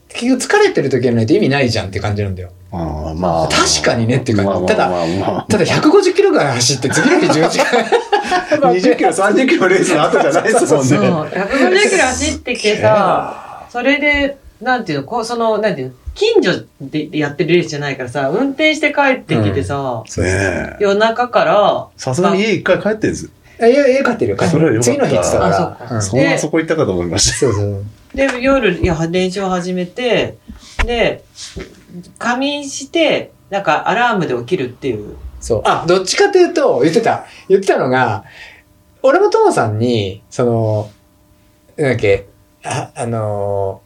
Speaker 1: 結局疲れてる時やらないと意味ないじゃんって感じなんだよ
Speaker 2: あーまあ。
Speaker 1: 確かにねっていうか
Speaker 2: まあまあ
Speaker 1: ただ
Speaker 2: まあまあ
Speaker 1: ただ150キロぐらい走って次の日10時
Speaker 2: *laughs*
Speaker 1: 間
Speaker 2: 20キロ、30キロレースの後じゃないですもん
Speaker 5: そ
Speaker 2: ね
Speaker 5: う、。150キロ走って
Speaker 2: すっ
Speaker 5: て
Speaker 2: げえ
Speaker 5: さ、
Speaker 2: な
Speaker 5: それで、なんていうの、こう、その、なんていうの、近所でやってるレースじゃないからさ、運転して帰ってきてさ、
Speaker 2: ねえ。
Speaker 5: 夜中から、
Speaker 2: さすがに家一回帰ってんです。
Speaker 1: あいやいや勝ってるよ勝って
Speaker 2: それは
Speaker 1: る
Speaker 2: よかった
Speaker 1: 次の日って言ってたか
Speaker 5: あ
Speaker 1: らうん
Speaker 2: そ
Speaker 1: そ
Speaker 2: ん
Speaker 5: で
Speaker 2: なそこ行ったかと思いました。
Speaker 1: うそう
Speaker 5: で、夜、いや、練習を始めて、で、仮眠して、なんかアラームで起きるっていう。
Speaker 1: そうあどっちかというと言ってた言ってたのが俺もともさんにそのなんだっけああの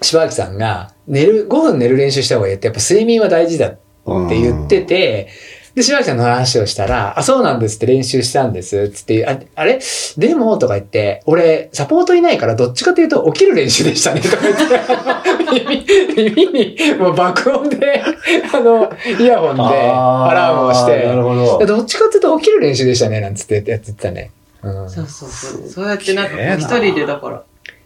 Speaker 1: ー柴崎さんが寝る5分寝る練習した方がいいってやっぱ睡眠は大事だって
Speaker 2: っ
Speaker 1: って言ってて、で、柴木さんの話をしたら、あ、そうなんですって練習したんです、つって、ああれでも、とか言って、俺、サポートいないから、どっちかというと起きる練習でしたね、とか言って、耳耳に、もう爆音で、あの、イヤホンで、アラームをし
Speaker 2: なる
Speaker 1: て、
Speaker 2: ほど。
Speaker 1: どっちかというと起きる練習でしたね、なんつってやってたね。うん。
Speaker 3: そうそうそう。そうやってなんかこ
Speaker 2: すげえ
Speaker 3: う
Speaker 2: な
Speaker 3: 一人でだから、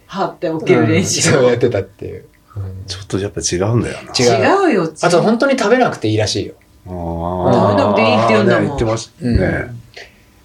Speaker 3: はって起きる練習。
Speaker 1: うんそうやってたっていう。うん
Speaker 2: ちょっとやっぱ違うんだよな。
Speaker 1: 違う
Speaker 3: 違うよ、違う。
Speaker 1: あと、本当に食べなくていいらしいよ。
Speaker 2: あ
Speaker 1: 食べな
Speaker 3: くていいって言うんだもん
Speaker 2: ね言ってました
Speaker 1: うん
Speaker 2: ね。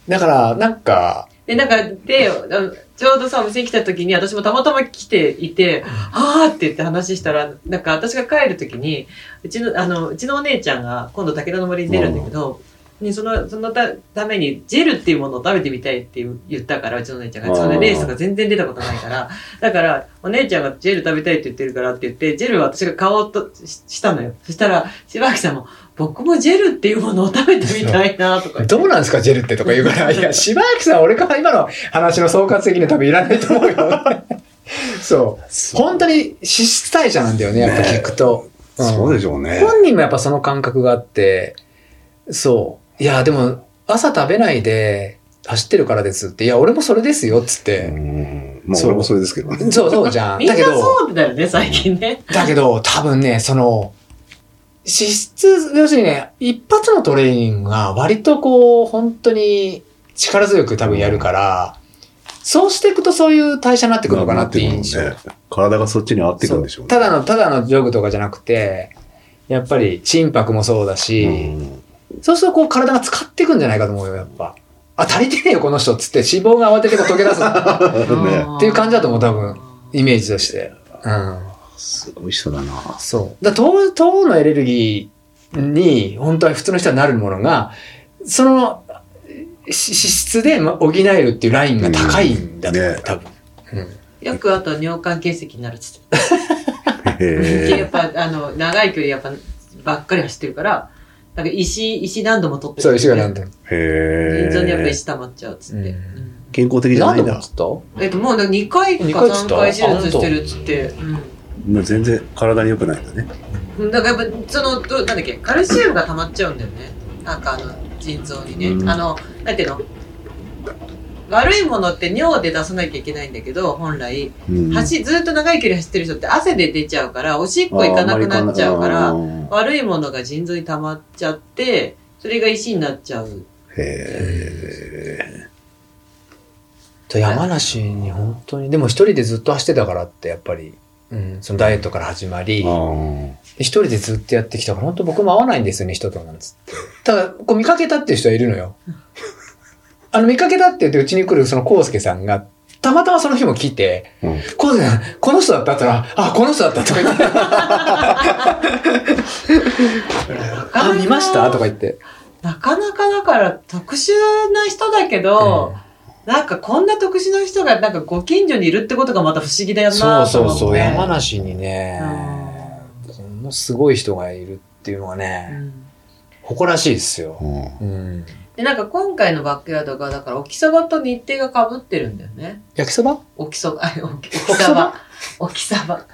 Speaker 1: だから、なんか、
Speaker 3: で、なんか、で、あのちょうどさ、お店に来た時に、私もたまたま来ていて、あーって言って話したら、なんか私が帰る時に、うちの、あの、うちのお姉ちゃんが今度武田の森に出るんだけど、ね、その、そのたために、ジェルっていうものを食べてみたいって言う言ったから、うちのお姉ちゃんが。それでレースが全然出たことないから。だから、お姉ちゃんがジェル食べたいって言ってるからって言って、ジェルを私が買おうとししたのよ。そしたら、柴木さんも、僕もジェルっていうものを食べてみたいなとか言って
Speaker 1: *laughs* どうなんですか、ジェルってとか言うから、 *laughs* いや、柴崎さん、俺から今の話の総括的には多分いらないと思 *laughs* うよ。そう。本当に脂質代謝なんだよね、やっぱ聞くと。うん
Speaker 2: そうでしょうね。
Speaker 1: 本人もやっぱその感覚があって、そう。いや、でも、朝食べないで走ってるからですって、いや、俺もそれですよ、っつっ
Speaker 2: う
Speaker 1: て。
Speaker 2: んまあ
Speaker 1: そう
Speaker 2: 俺もそれですけどね。
Speaker 1: そうそうじゃん。
Speaker 3: みん
Speaker 1: だ
Speaker 3: な
Speaker 1: けど、
Speaker 3: そうだよね、最近ね。
Speaker 1: だけど、多分ね、その、脂質、要するにね、一発のトレーニングが割とこう、本当に力強く多分やるから、そうしていくとそういう代謝になってくるのかなっていう印象。
Speaker 2: ね体がそっちに合っていくんでしょうね。
Speaker 1: ただの、ただのジョグとかじゃなくて、やっぱり心拍もそうだ
Speaker 2: う
Speaker 1: し、
Speaker 2: ん
Speaker 1: そうするとこう体が使っていくんじゃないかと思うよ、やっぱ。あ、足りてねえよ、この人っつって脂肪が慌ててこう溶け出す
Speaker 2: *laughs* ね
Speaker 1: っていう感じだと思う多分イメージとして。うん。
Speaker 2: すごい人だな。
Speaker 1: そう。だ糖糖のエネルギーに本当は普通の人はなるものが、そのし脂質でま補えるっていうラインが高いんだと思う、
Speaker 2: うんね
Speaker 1: 多分。うん
Speaker 3: よくあと尿管結石になるっつって。やっ
Speaker 2: へ
Speaker 3: ぱ、あの、長い距離やっぱ、ばっかり走ってるから、なんか石、石何度も取ってる。
Speaker 1: そう、石が何度も。
Speaker 2: え。へ
Speaker 3: 腎臓にやっぱ
Speaker 2: え。
Speaker 3: 石溜まっちゃうっつ
Speaker 1: う
Speaker 3: って。
Speaker 1: ん
Speaker 3: うん
Speaker 2: 健康的じゃないんだ。
Speaker 1: っ
Speaker 3: えっと、もう2回か
Speaker 1: 二回っつっ
Speaker 3: 3
Speaker 1: た
Speaker 3: 回手術してるっつって。
Speaker 2: もう全然体に良くないんだね。
Speaker 3: うん。だからやっぱ、その、どなんだっけ、カルシウムが溜まっちゃうんだよね。なんかあの、腎臓にね。
Speaker 2: うん
Speaker 3: あの、なんていうの悪いものって尿で出さなきゃいけないんだけど、本来。
Speaker 2: うん
Speaker 3: 走ずっと長い距離走ってる人って汗で出ちゃうからおしっこ行かなくなっちゃうから
Speaker 2: あー
Speaker 3: 悪いものが腎臓に溜まっちゃってそれが石になっちゃう
Speaker 2: へ
Speaker 1: と山梨に本当に、でも一人でずっと走ってたからって、やっぱり、うん、そのダイエットから始まり、
Speaker 2: え。あ
Speaker 1: 一人でずっとやってきたから、本当僕も合わないんですよね、人となんつって。ただ、こう見かけたっていう人はいるの
Speaker 2: *laughs*
Speaker 1: よ。あの、見かけたって言ってうちに来るその康介さんが、たまたまその日も来て、
Speaker 2: うん
Speaker 1: 康介さん、この人だったって言ったら、あ、この人だったとか言
Speaker 3: *laughs*
Speaker 1: って、あ、見ましたとか言って。
Speaker 3: なかなかだから特殊な人だけど、なんかこんな特殊な人がなんかご近所にいるってことがまた不思議だよ
Speaker 1: そ
Speaker 3: な
Speaker 1: う
Speaker 3: と
Speaker 1: そ
Speaker 3: 思
Speaker 1: う
Speaker 3: って
Speaker 1: そう、山梨にね、このすごい人がいるっていうのは
Speaker 3: う
Speaker 1: ね、
Speaker 3: ん
Speaker 1: 誇らしいですよ。
Speaker 2: あ。
Speaker 1: うん。
Speaker 3: で、なんか今回のバックヤードが、だから、沖そばと日程が被ってるんだよね。
Speaker 1: 焼きそば
Speaker 3: 沖そば、あ沖沖そば、沖そば、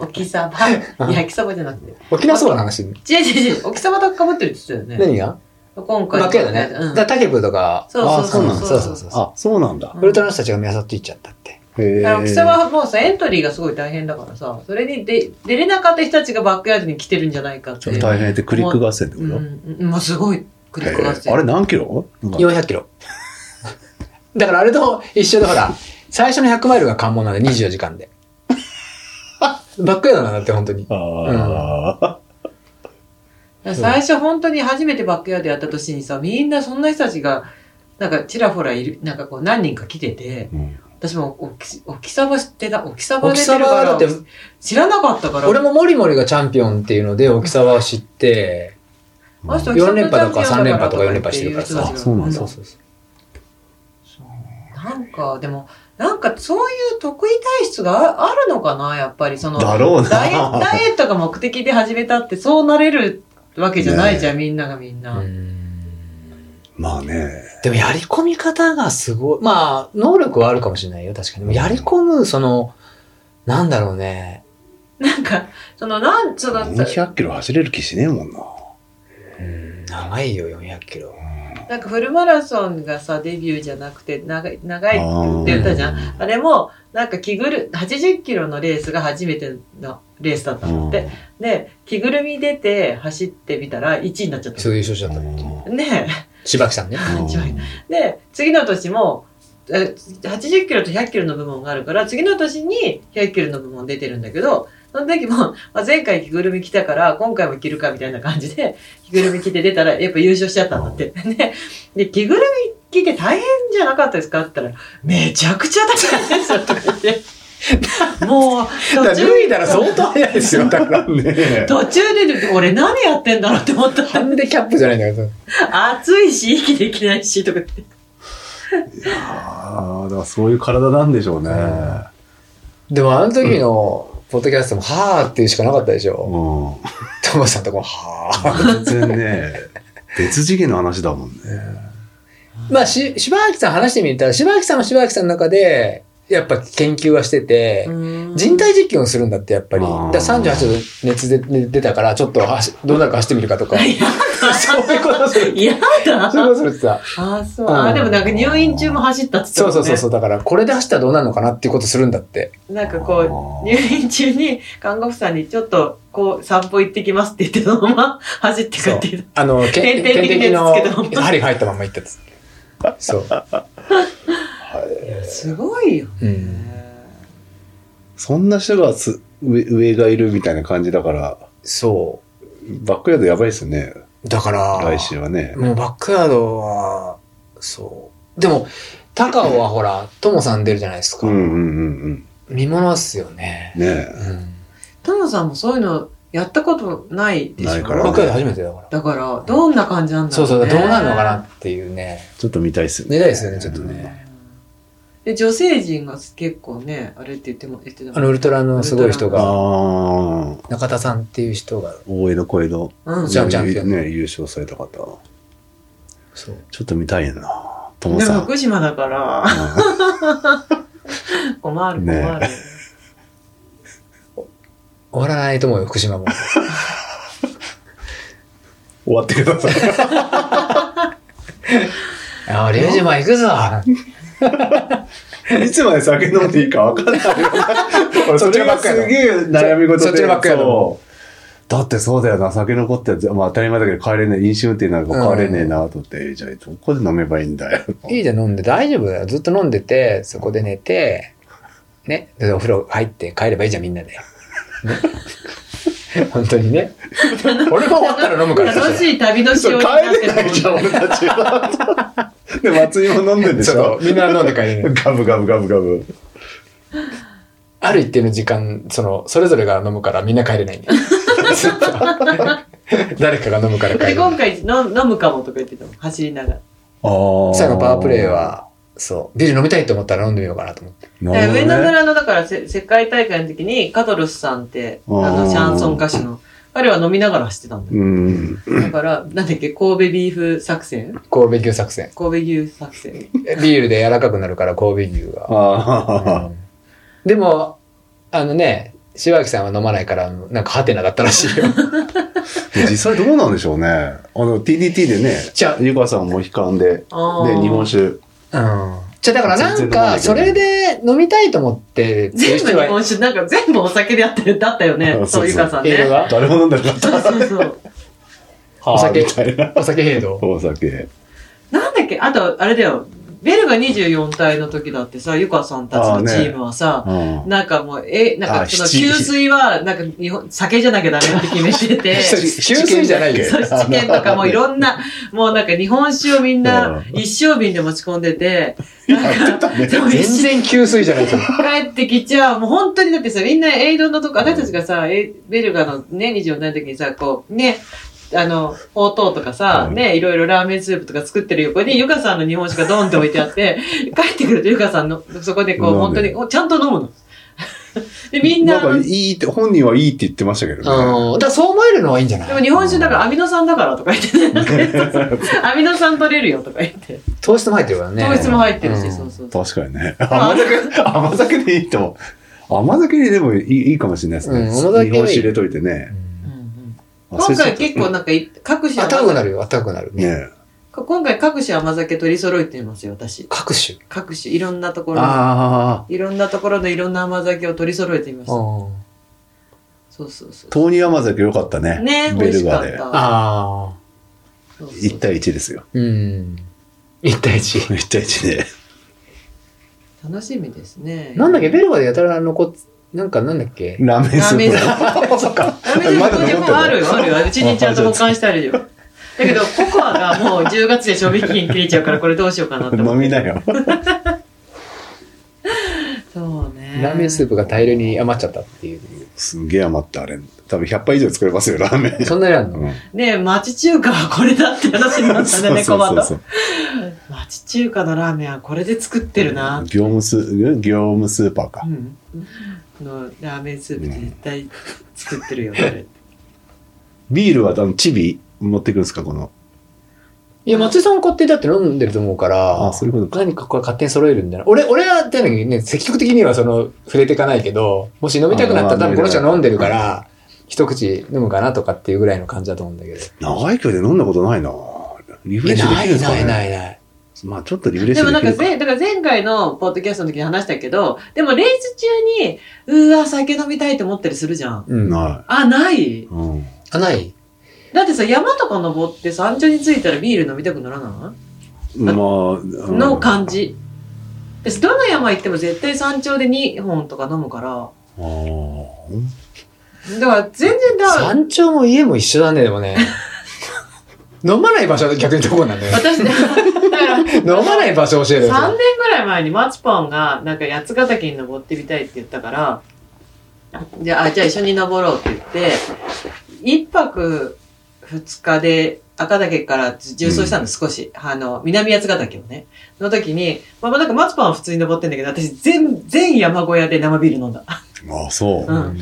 Speaker 3: 沖沖そば、焼きそばじゃなくて。
Speaker 1: 沖縄そばの話。
Speaker 3: 違う違う違う、沖そばと被ってるって言ってたよね。
Speaker 1: 何が
Speaker 3: 今回
Speaker 1: バ
Speaker 3: の
Speaker 1: ックヤードね。だ
Speaker 3: うん
Speaker 1: からタケプとか、
Speaker 3: そう
Speaker 2: あ
Speaker 3: そ
Speaker 2: そう
Speaker 3: う
Speaker 2: なん
Speaker 3: そ
Speaker 2: だ
Speaker 3: う
Speaker 1: そ
Speaker 3: そうう
Speaker 1: そそう
Speaker 3: そうう
Speaker 1: そう。
Speaker 2: あ、そうなんだ。
Speaker 1: ウルトラの人たちが宮里行っちゃったって。
Speaker 2: へえ。
Speaker 3: だから沖沢はもうさ、エントリーがすごい大変だからさ、それにで出れなかった人たちがバックヤードに来てるんじゃないかって
Speaker 2: ちょっ。と大変でクリック合戦ってこ
Speaker 3: う
Speaker 2: と、
Speaker 3: ん、うんもうすごいクリック合
Speaker 2: へえ
Speaker 3: 戦。
Speaker 2: あれ何キロなんか
Speaker 1: 400キロ。だからあれと一緒でほら、最初の100マイルが関門なんで24時間で。
Speaker 3: *laughs*
Speaker 1: バックヤードなんだって本当に。
Speaker 2: あ
Speaker 3: 最初本当に初めてバックヤードやった年にさ、みんなそんな人たちが、なんかちらほらいる、なんかこう何人か来てて、
Speaker 2: ー、うん
Speaker 3: 私もおき、おきさば知ってた、おきさば
Speaker 1: 沖
Speaker 3: 出て
Speaker 1: 沢
Speaker 3: るか
Speaker 1: はだ
Speaker 3: ら
Speaker 1: って、、
Speaker 3: 知らなかったから、
Speaker 1: 俺もモリモリがチャンピオンっていうので沖沢を知って、
Speaker 3: あの人
Speaker 1: 4連覇とか3連覇とか4連覇してるから
Speaker 2: あ
Speaker 1: さ。
Speaker 2: そうなんだ
Speaker 1: そうそうそう。
Speaker 3: なんか、でも、なんかそういう得意体質がああるのかな、やっぱり。その、
Speaker 2: だろうな
Speaker 3: ダイエダイエットが目的で始めたって、そうなれるわけじゃないじゃん、みんながみんな。
Speaker 1: うん
Speaker 2: まあね。
Speaker 1: でもやり込み方がすごい。まあ、能力はあるかもしれないよ、確かに。でもやり込む、その、なんだろうね。
Speaker 3: なんか、その、なん、その、
Speaker 2: 400キロ走れる気しねえもんな。
Speaker 1: うん長いよ、400キロ。
Speaker 3: なんかフルマラソンがさ、デビューじゃなくて、長い、長いって言ってたじゃん。
Speaker 2: ん。
Speaker 3: あれも、なんか着ぐる、80キロのレースが初めてのレースだったんだって。で、着ぐるみ出て走ってみたら1位になっちゃっ
Speaker 1: す
Speaker 3: た。
Speaker 1: ぐ優勝しちゃった。
Speaker 3: ね
Speaker 1: 柴木さんね。
Speaker 3: うんえ。で、次の年も、え80キロと100キロの部門があるから、次の年に100キロの部門出てるんだけど、その時も、あ前回着ぐるみ着たから、今回も着るかみたいな感じで、着ぐるみ着て出たら、やっぱ優勝しちゃったんだって。ね、で、着ぐるみ着て大変じゃなかったですかって言ったら、めちゃくちゃ大変ですよとか言って。
Speaker 1: *laughs*
Speaker 3: もう、
Speaker 1: だから
Speaker 3: 途中
Speaker 1: 脱いだら相当早いです *laughs* よ。だから。
Speaker 2: ね
Speaker 3: *laughs*
Speaker 2: え。
Speaker 3: 途中で、俺何やってんだろうって思った。
Speaker 1: ハンデキャップじゃないんだから。
Speaker 3: 暑いし、息できないし、とか言って。
Speaker 2: ああ、だからそういう体なんでしょうね。
Speaker 1: でもあの時の、ポッドキャストも、はーっていうしかなかったでしょ。
Speaker 2: う
Speaker 1: トモさんとこも、は
Speaker 2: ん。全然
Speaker 3: *laughs*
Speaker 2: ね、別次元の話だもんね。
Speaker 1: ー。まあ、し、柴明さん話してみたら、柴明さんも柴明さんの中で、やっぱ研究はしてて、人体実験をするんだって、やっぱり。だ
Speaker 2: あー
Speaker 1: から38度熱でで出たから、ちょっと走どうなるか走ってみるか *laughs* とか。そういうことする。
Speaker 3: *laughs* や
Speaker 1: *laughs*
Speaker 3: だ
Speaker 1: そういうことするってさ。
Speaker 3: あ、そう。
Speaker 1: うん
Speaker 3: あ、でもなんか入院中も走ったっつってた
Speaker 1: そ
Speaker 3: も
Speaker 1: うん
Speaker 3: ね
Speaker 1: そうそうそう。だから、これで走ったらどうなるのかなっていうことするんだって。
Speaker 3: なんかこう、入院中に看護婦さんにちょっと、こう、散歩行ってきますって言って、そのまま *laughs* 走ってくっていう。
Speaker 1: あの、 *laughs* け
Speaker 3: 点々的なやつつけたまま
Speaker 1: 針が入ったまま行ったっつって。そう。
Speaker 3: すごいよね。
Speaker 1: *laughs* うん。
Speaker 2: そんな人がす上上がいるみたいな感じだから、
Speaker 1: そ
Speaker 2: バックヤードやばいですよね。
Speaker 1: う。だから、
Speaker 2: 来週はね。
Speaker 1: もうバックヤードは、そう。でも、高尾はほら、トモさん出るじゃないですか。
Speaker 2: うんうんうんうん。
Speaker 1: 見物っすよね。
Speaker 2: ねえ。
Speaker 1: うん。
Speaker 3: トモさんもそういうのやったことないでしょ
Speaker 2: ないから
Speaker 1: バックヤード初めてだから。
Speaker 3: だから、どんな感じなんだ
Speaker 1: そ
Speaker 3: ろ
Speaker 1: う
Speaker 3: う、ね。
Speaker 1: そう、どうなるのかなっていうね。
Speaker 2: ちょっと見たいっすよ
Speaker 1: 見たいですよねちょっとね
Speaker 3: で、女性陣が結構ね、あれって言っても、言ってたもんね
Speaker 1: あの、ウルトラのすごい人
Speaker 2: あ
Speaker 1: が、
Speaker 2: あ、
Speaker 1: 中田さんっていう人が、
Speaker 2: 大江戸小江戸。
Speaker 3: うん
Speaker 1: じゃあチャンピオン
Speaker 2: ね、優勝された方。
Speaker 1: そう。
Speaker 2: ちょっと見たいな。とも
Speaker 3: で
Speaker 2: さ
Speaker 3: も
Speaker 2: ん。
Speaker 3: 福島だから、困る困る。
Speaker 2: ね
Speaker 1: 終わらないと思うよ、福島も。
Speaker 2: 終わってください。
Speaker 1: ああ、龍島行くぞ
Speaker 2: いつまで酒飲んでいいか分かんないよな
Speaker 1: *laughs* そっ
Speaker 2: そ
Speaker 1: ち
Speaker 2: れ
Speaker 1: のば
Speaker 2: が
Speaker 1: っかや
Speaker 2: す
Speaker 1: ろ
Speaker 2: げえ悩み事
Speaker 1: そっ
Speaker 2: で。
Speaker 1: ちのばっかやろ
Speaker 2: そうだってそうだよな、酒残って、まあ当たり前だけど帰れねえ、飲酒運転なんか帰れねえなと思って、じゃあどこで飲めばいいんだよ。
Speaker 1: *laughs* いいじゃん飲んで大丈夫だよ。ずっと飲んでて、そこで寝て、ね。でお風呂入って帰ればいいじゃん、みん *laughs* なで。ね、本当に *laughs* ね。俺も終わったら飲むから。
Speaker 3: 楽しい旅のし
Speaker 2: そ
Speaker 3: よ
Speaker 2: う
Speaker 3: う
Speaker 2: 帰
Speaker 3: になって
Speaker 2: れないじゃん、俺たちは。
Speaker 1: *laughs*
Speaker 2: で、松井も飲んでんでし
Speaker 1: そう
Speaker 2: ょ。
Speaker 1: みんな飲んで帰れる。
Speaker 2: ガブガブガブガブ。
Speaker 1: ある一定の時間、その、それぞれが飲むからみんな帰れないん
Speaker 2: *laughs*
Speaker 1: だよずっと誰かが飲むから帰
Speaker 3: で
Speaker 1: れない
Speaker 3: 今。回飲飲むかもとか言ってたもん走りなが
Speaker 2: あ
Speaker 3: ら
Speaker 2: あ。
Speaker 1: 最後のパワープレイ。は、そう、ビール飲みたいと思ったら飲んでみようかなと思って。
Speaker 2: な
Speaker 3: で
Speaker 2: るほどね
Speaker 3: 上野村のだからせ世界大会の時にカトロスさんってあ
Speaker 2: あー
Speaker 3: のシャンソン歌手の彼は飲みながら走ってたんだよ。
Speaker 2: うん。
Speaker 3: だから、なんだっけ、神戸ビーフ作戦
Speaker 1: 神戸牛作戦。
Speaker 3: 神戸牛作戦。
Speaker 1: えビールで柔らかくなるから神戸牛が。
Speaker 2: ああ。
Speaker 1: でも、あのね、柴木さんは飲まないから、なんかハテナだったらしい
Speaker 2: *laughs*
Speaker 1: よ。
Speaker 2: *laughs* 実際どうなんでしょうね。あの、TDT でね、
Speaker 1: じゃあ
Speaker 2: ゆかさんも悲観で、で、
Speaker 3: あー
Speaker 2: 日本酒。
Speaker 1: うん。じゃあだからなんか、そ
Speaker 2: 全
Speaker 1: れ
Speaker 2: 然飲まない
Speaker 1: で飲みたいと思って、
Speaker 3: 全部
Speaker 1: そういう人
Speaker 3: 日
Speaker 1: が
Speaker 3: 本酒、なんか全部お酒でやってる、だったよね
Speaker 2: あ、
Speaker 3: そ
Speaker 2: そうそう
Speaker 3: う、ゆかさん
Speaker 1: 映画
Speaker 3: ね。
Speaker 1: が
Speaker 2: 誰も飲んだら、
Speaker 3: そうそうそう。
Speaker 1: お酒
Speaker 2: みたいな。
Speaker 1: お酒平等。
Speaker 2: お酒。
Speaker 3: なんだっけ、あと、あれだよ、ベルが24体の時だってさ、ゆかさんたちのチームはさ、
Speaker 2: うん。
Speaker 3: なんかもう、え、なん
Speaker 2: あ
Speaker 3: かその、
Speaker 2: 七
Speaker 3: 給水は、なんか日本、酒じゃなきゃダメって決めて
Speaker 2: *laughs*
Speaker 1: *laughs*
Speaker 3: て、
Speaker 1: 給水じゃないよ。
Speaker 3: そう、試験とかもういろんな、もうなんか日本酒をみん
Speaker 2: う
Speaker 3: なん一升瓶で持ち込んでて、
Speaker 2: やってたね。
Speaker 3: そう
Speaker 1: 全然給水じゃないと思う。
Speaker 3: 帰ってきちゃう。もう本当にだってさ、みんなエイドのとこ、私たちがさ、エイベルガのね、24の時にさ、こう、ね、あの、ほうとうとかさ、
Speaker 2: うん
Speaker 3: ね、いろいろラーメンスープとか作ってる横に、ゆかさんの日本酒がドンって置いてあって、帰ってくるとゆかさんの、そこでこう、
Speaker 2: 飲んで
Speaker 3: 本当に、おちゃんと飲むの。 *laughs* で、みんな、
Speaker 2: なんかいいって、本人はいいって言ってましたけどね。
Speaker 1: うん。だからそう思えるのはいいんじゃ
Speaker 3: で
Speaker 1: な
Speaker 3: も
Speaker 1: い
Speaker 3: 日本酒だからアミノ酸だからとか言ってね、なんか *laughs* アミノ酸取れるよとか言って、
Speaker 1: 糖質も入ってるからね。
Speaker 3: 糖質も入ってるし、
Speaker 1: うん
Speaker 3: そうそうそう。
Speaker 2: 確かにね。 *laughs*
Speaker 3: あ
Speaker 2: 甘酒、甘酒でいいと。甘酒ででもいいいいかもしれないですね。
Speaker 1: うん甘酒はいい
Speaker 2: 日本酒入れといてね。
Speaker 3: うんうん
Speaker 2: 忘れ
Speaker 3: 今
Speaker 2: ちゃった
Speaker 3: 回結構なんかい、各
Speaker 1: うん。
Speaker 3: 種
Speaker 1: あったかくなるよ、あったかくなる。
Speaker 2: ね
Speaker 3: 今回各種甘酒取り揃えてますよ、私。
Speaker 1: 各種。
Speaker 3: 各種、いろんなところの、
Speaker 2: ああ、
Speaker 3: いろんなところのいろんな甘酒を取り揃えてみました。そうそうそう。
Speaker 2: 豆乳甘酒良かったね。
Speaker 3: ね美
Speaker 2: ベ
Speaker 3: 味
Speaker 2: ル
Speaker 3: しか
Speaker 2: ガ
Speaker 3: っ
Speaker 2: で。
Speaker 3: た。
Speaker 1: ああ。
Speaker 3: そうそう
Speaker 2: 1対1ですよ。
Speaker 1: うん。一対一。
Speaker 2: 1対1で。
Speaker 3: 楽しみですね。
Speaker 1: なんだっけ、ベルガでやたら残っ、なんかなんだっけ。
Speaker 2: ラーメンスープ。
Speaker 3: ラ
Speaker 2: そっか。
Speaker 3: ラーメンスープどこにもあるよ、あるよ。うちにちゃんと保管してあ *laughs* るよ。だけど、ココアがもう10月で賞味期限切れちゃうから、これどうしようかなって思
Speaker 2: 飲
Speaker 3: って。
Speaker 2: みなよ。
Speaker 3: そうね。
Speaker 1: ラーメンスープが大量に余っちゃったっていう。
Speaker 2: すんげえ余った、あれ。多分100杯以上作れますよ、ラーメン。
Speaker 1: そんなにあるの
Speaker 2: うん
Speaker 3: ね町中華はこれだって話に
Speaker 1: *laughs*
Speaker 3: なったんだよね、コバと。
Speaker 2: う。
Speaker 3: 町中華のラーメンはこれで作ってるな。
Speaker 2: 業務スー、業務スーパーか
Speaker 3: う。ん、のラーメンスープ絶対作ってるよ、
Speaker 1: *laughs*
Speaker 3: ね、
Speaker 2: ビールは、あの、チビ持ってくるんですか、この。
Speaker 1: いや、松井さん買ってだって飲んでると思うから、
Speaker 2: あそういうことか
Speaker 1: 何かこれ勝手に揃えるんだな。俺、俺は、だけどね、積極的にはその、触れていかないけど、もし飲みたくなったら
Speaker 2: あ
Speaker 1: 多分この人は飲んでるか
Speaker 2: ま
Speaker 1: ら、一口飲むかなとかっていうぐらいの感じだと思うんだけど。
Speaker 2: 長い距離で飲んだことないなリフ
Speaker 1: い
Speaker 2: レ
Speaker 1: や
Speaker 2: ッシュで
Speaker 1: な
Speaker 2: きるんで
Speaker 1: い
Speaker 2: すか
Speaker 1: な
Speaker 2: ね
Speaker 1: いないない。
Speaker 2: まあちょっとリフレッシ
Speaker 3: で
Speaker 2: ュ
Speaker 3: も
Speaker 2: で
Speaker 3: なん
Speaker 2: き
Speaker 3: か
Speaker 2: るか。
Speaker 3: ぜ、だから前回のポッドキャストの時に話したけど、でもレース中に、うーわ、酒飲みたいと思ったりするじゃん。
Speaker 1: うん。
Speaker 2: な
Speaker 3: あ、ない
Speaker 2: い。うん。
Speaker 1: あ、ない
Speaker 3: だってさ、山とか登って山頂に着いたらビール飲みたくならな
Speaker 2: まあ、
Speaker 3: いの感じ。私、どの山行っても絶対山頂で2本とか飲むから。
Speaker 2: ああ。
Speaker 3: だから全然だ、
Speaker 1: 山頂も家も一緒だね、でもね。 *laughs* 飲まない場所は逆にどこなんだよ。
Speaker 3: 私、だから、
Speaker 1: *laughs* 飲まない場所教えるよ。
Speaker 3: 3年ぐらい前にマチポンがなんか八ヶ岳に登ってみたいって言ったから、じゃあ、あじゃあ一緒に登ろうって言って、一泊二日で赤岳から縦走したの少し、あの、南八ヶ岳をね。の時に、まあまあなんかマチポンは普通に登ってんだけど、私全、全山小屋で生ビール飲んだ。
Speaker 2: ああ、そう。
Speaker 3: うん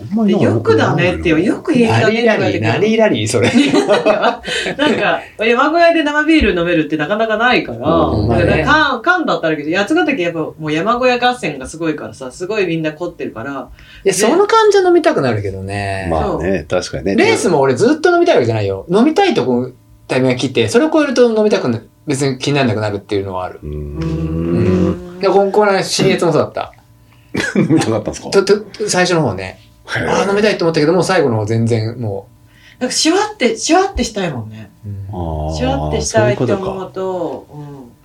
Speaker 2: あんま
Speaker 3: で
Speaker 2: り
Speaker 3: よくだねってよ、よく言えた
Speaker 1: 何
Speaker 3: ねと
Speaker 1: ラ
Speaker 3: か言っ
Speaker 1: リ
Speaker 3: て
Speaker 1: ー、何ラリー、それ。
Speaker 3: *laughs* なんか、なんか山小屋で生ビール飲めるってなかなかないから、
Speaker 2: うん
Speaker 3: だから
Speaker 1: まあね
Speaker 3: 缶、缶だったらいいけど、八ヶ岳やっぱもう山小屋合戦がすごいからさ、すごいみんな凝ってるから、
Speaker 1: いや、その感じは飲みたくなるけどね。
Speaker 2: まあね、確かにね。
Speaker 1: レースも俺ずっと飲みたいわけじゃないよ。飲みたいとこ、タイミングが来て、それを超えると飲みたくな、別に気にならなくなるっていうのはある。
Speaker 2: う
Speaker 3: う
Speaker 2: ーん。
Speaker 3: ん
Speaker 1: で、このコーナー、新越もそうだった。
Speaker 2: 飲みたかったんですか
Speaker 1: と、と、最初の方ね。
Speaker 2: はい
Speaker 1: *laughs* ああ、飲みたいと思ったけども、最後の方全然も
Speaker 3: なんかシュワって、シュワってしたいもんね。
Speaker 1: う、うん
Speaker 2: ああ
Speaker 3: シュワってしたいっ
Speaker 2: そ
Speaker 3: て
Speaker 2: ういう
Speaker 3: 思
Speaker 2: こ
Speaker 3: うと、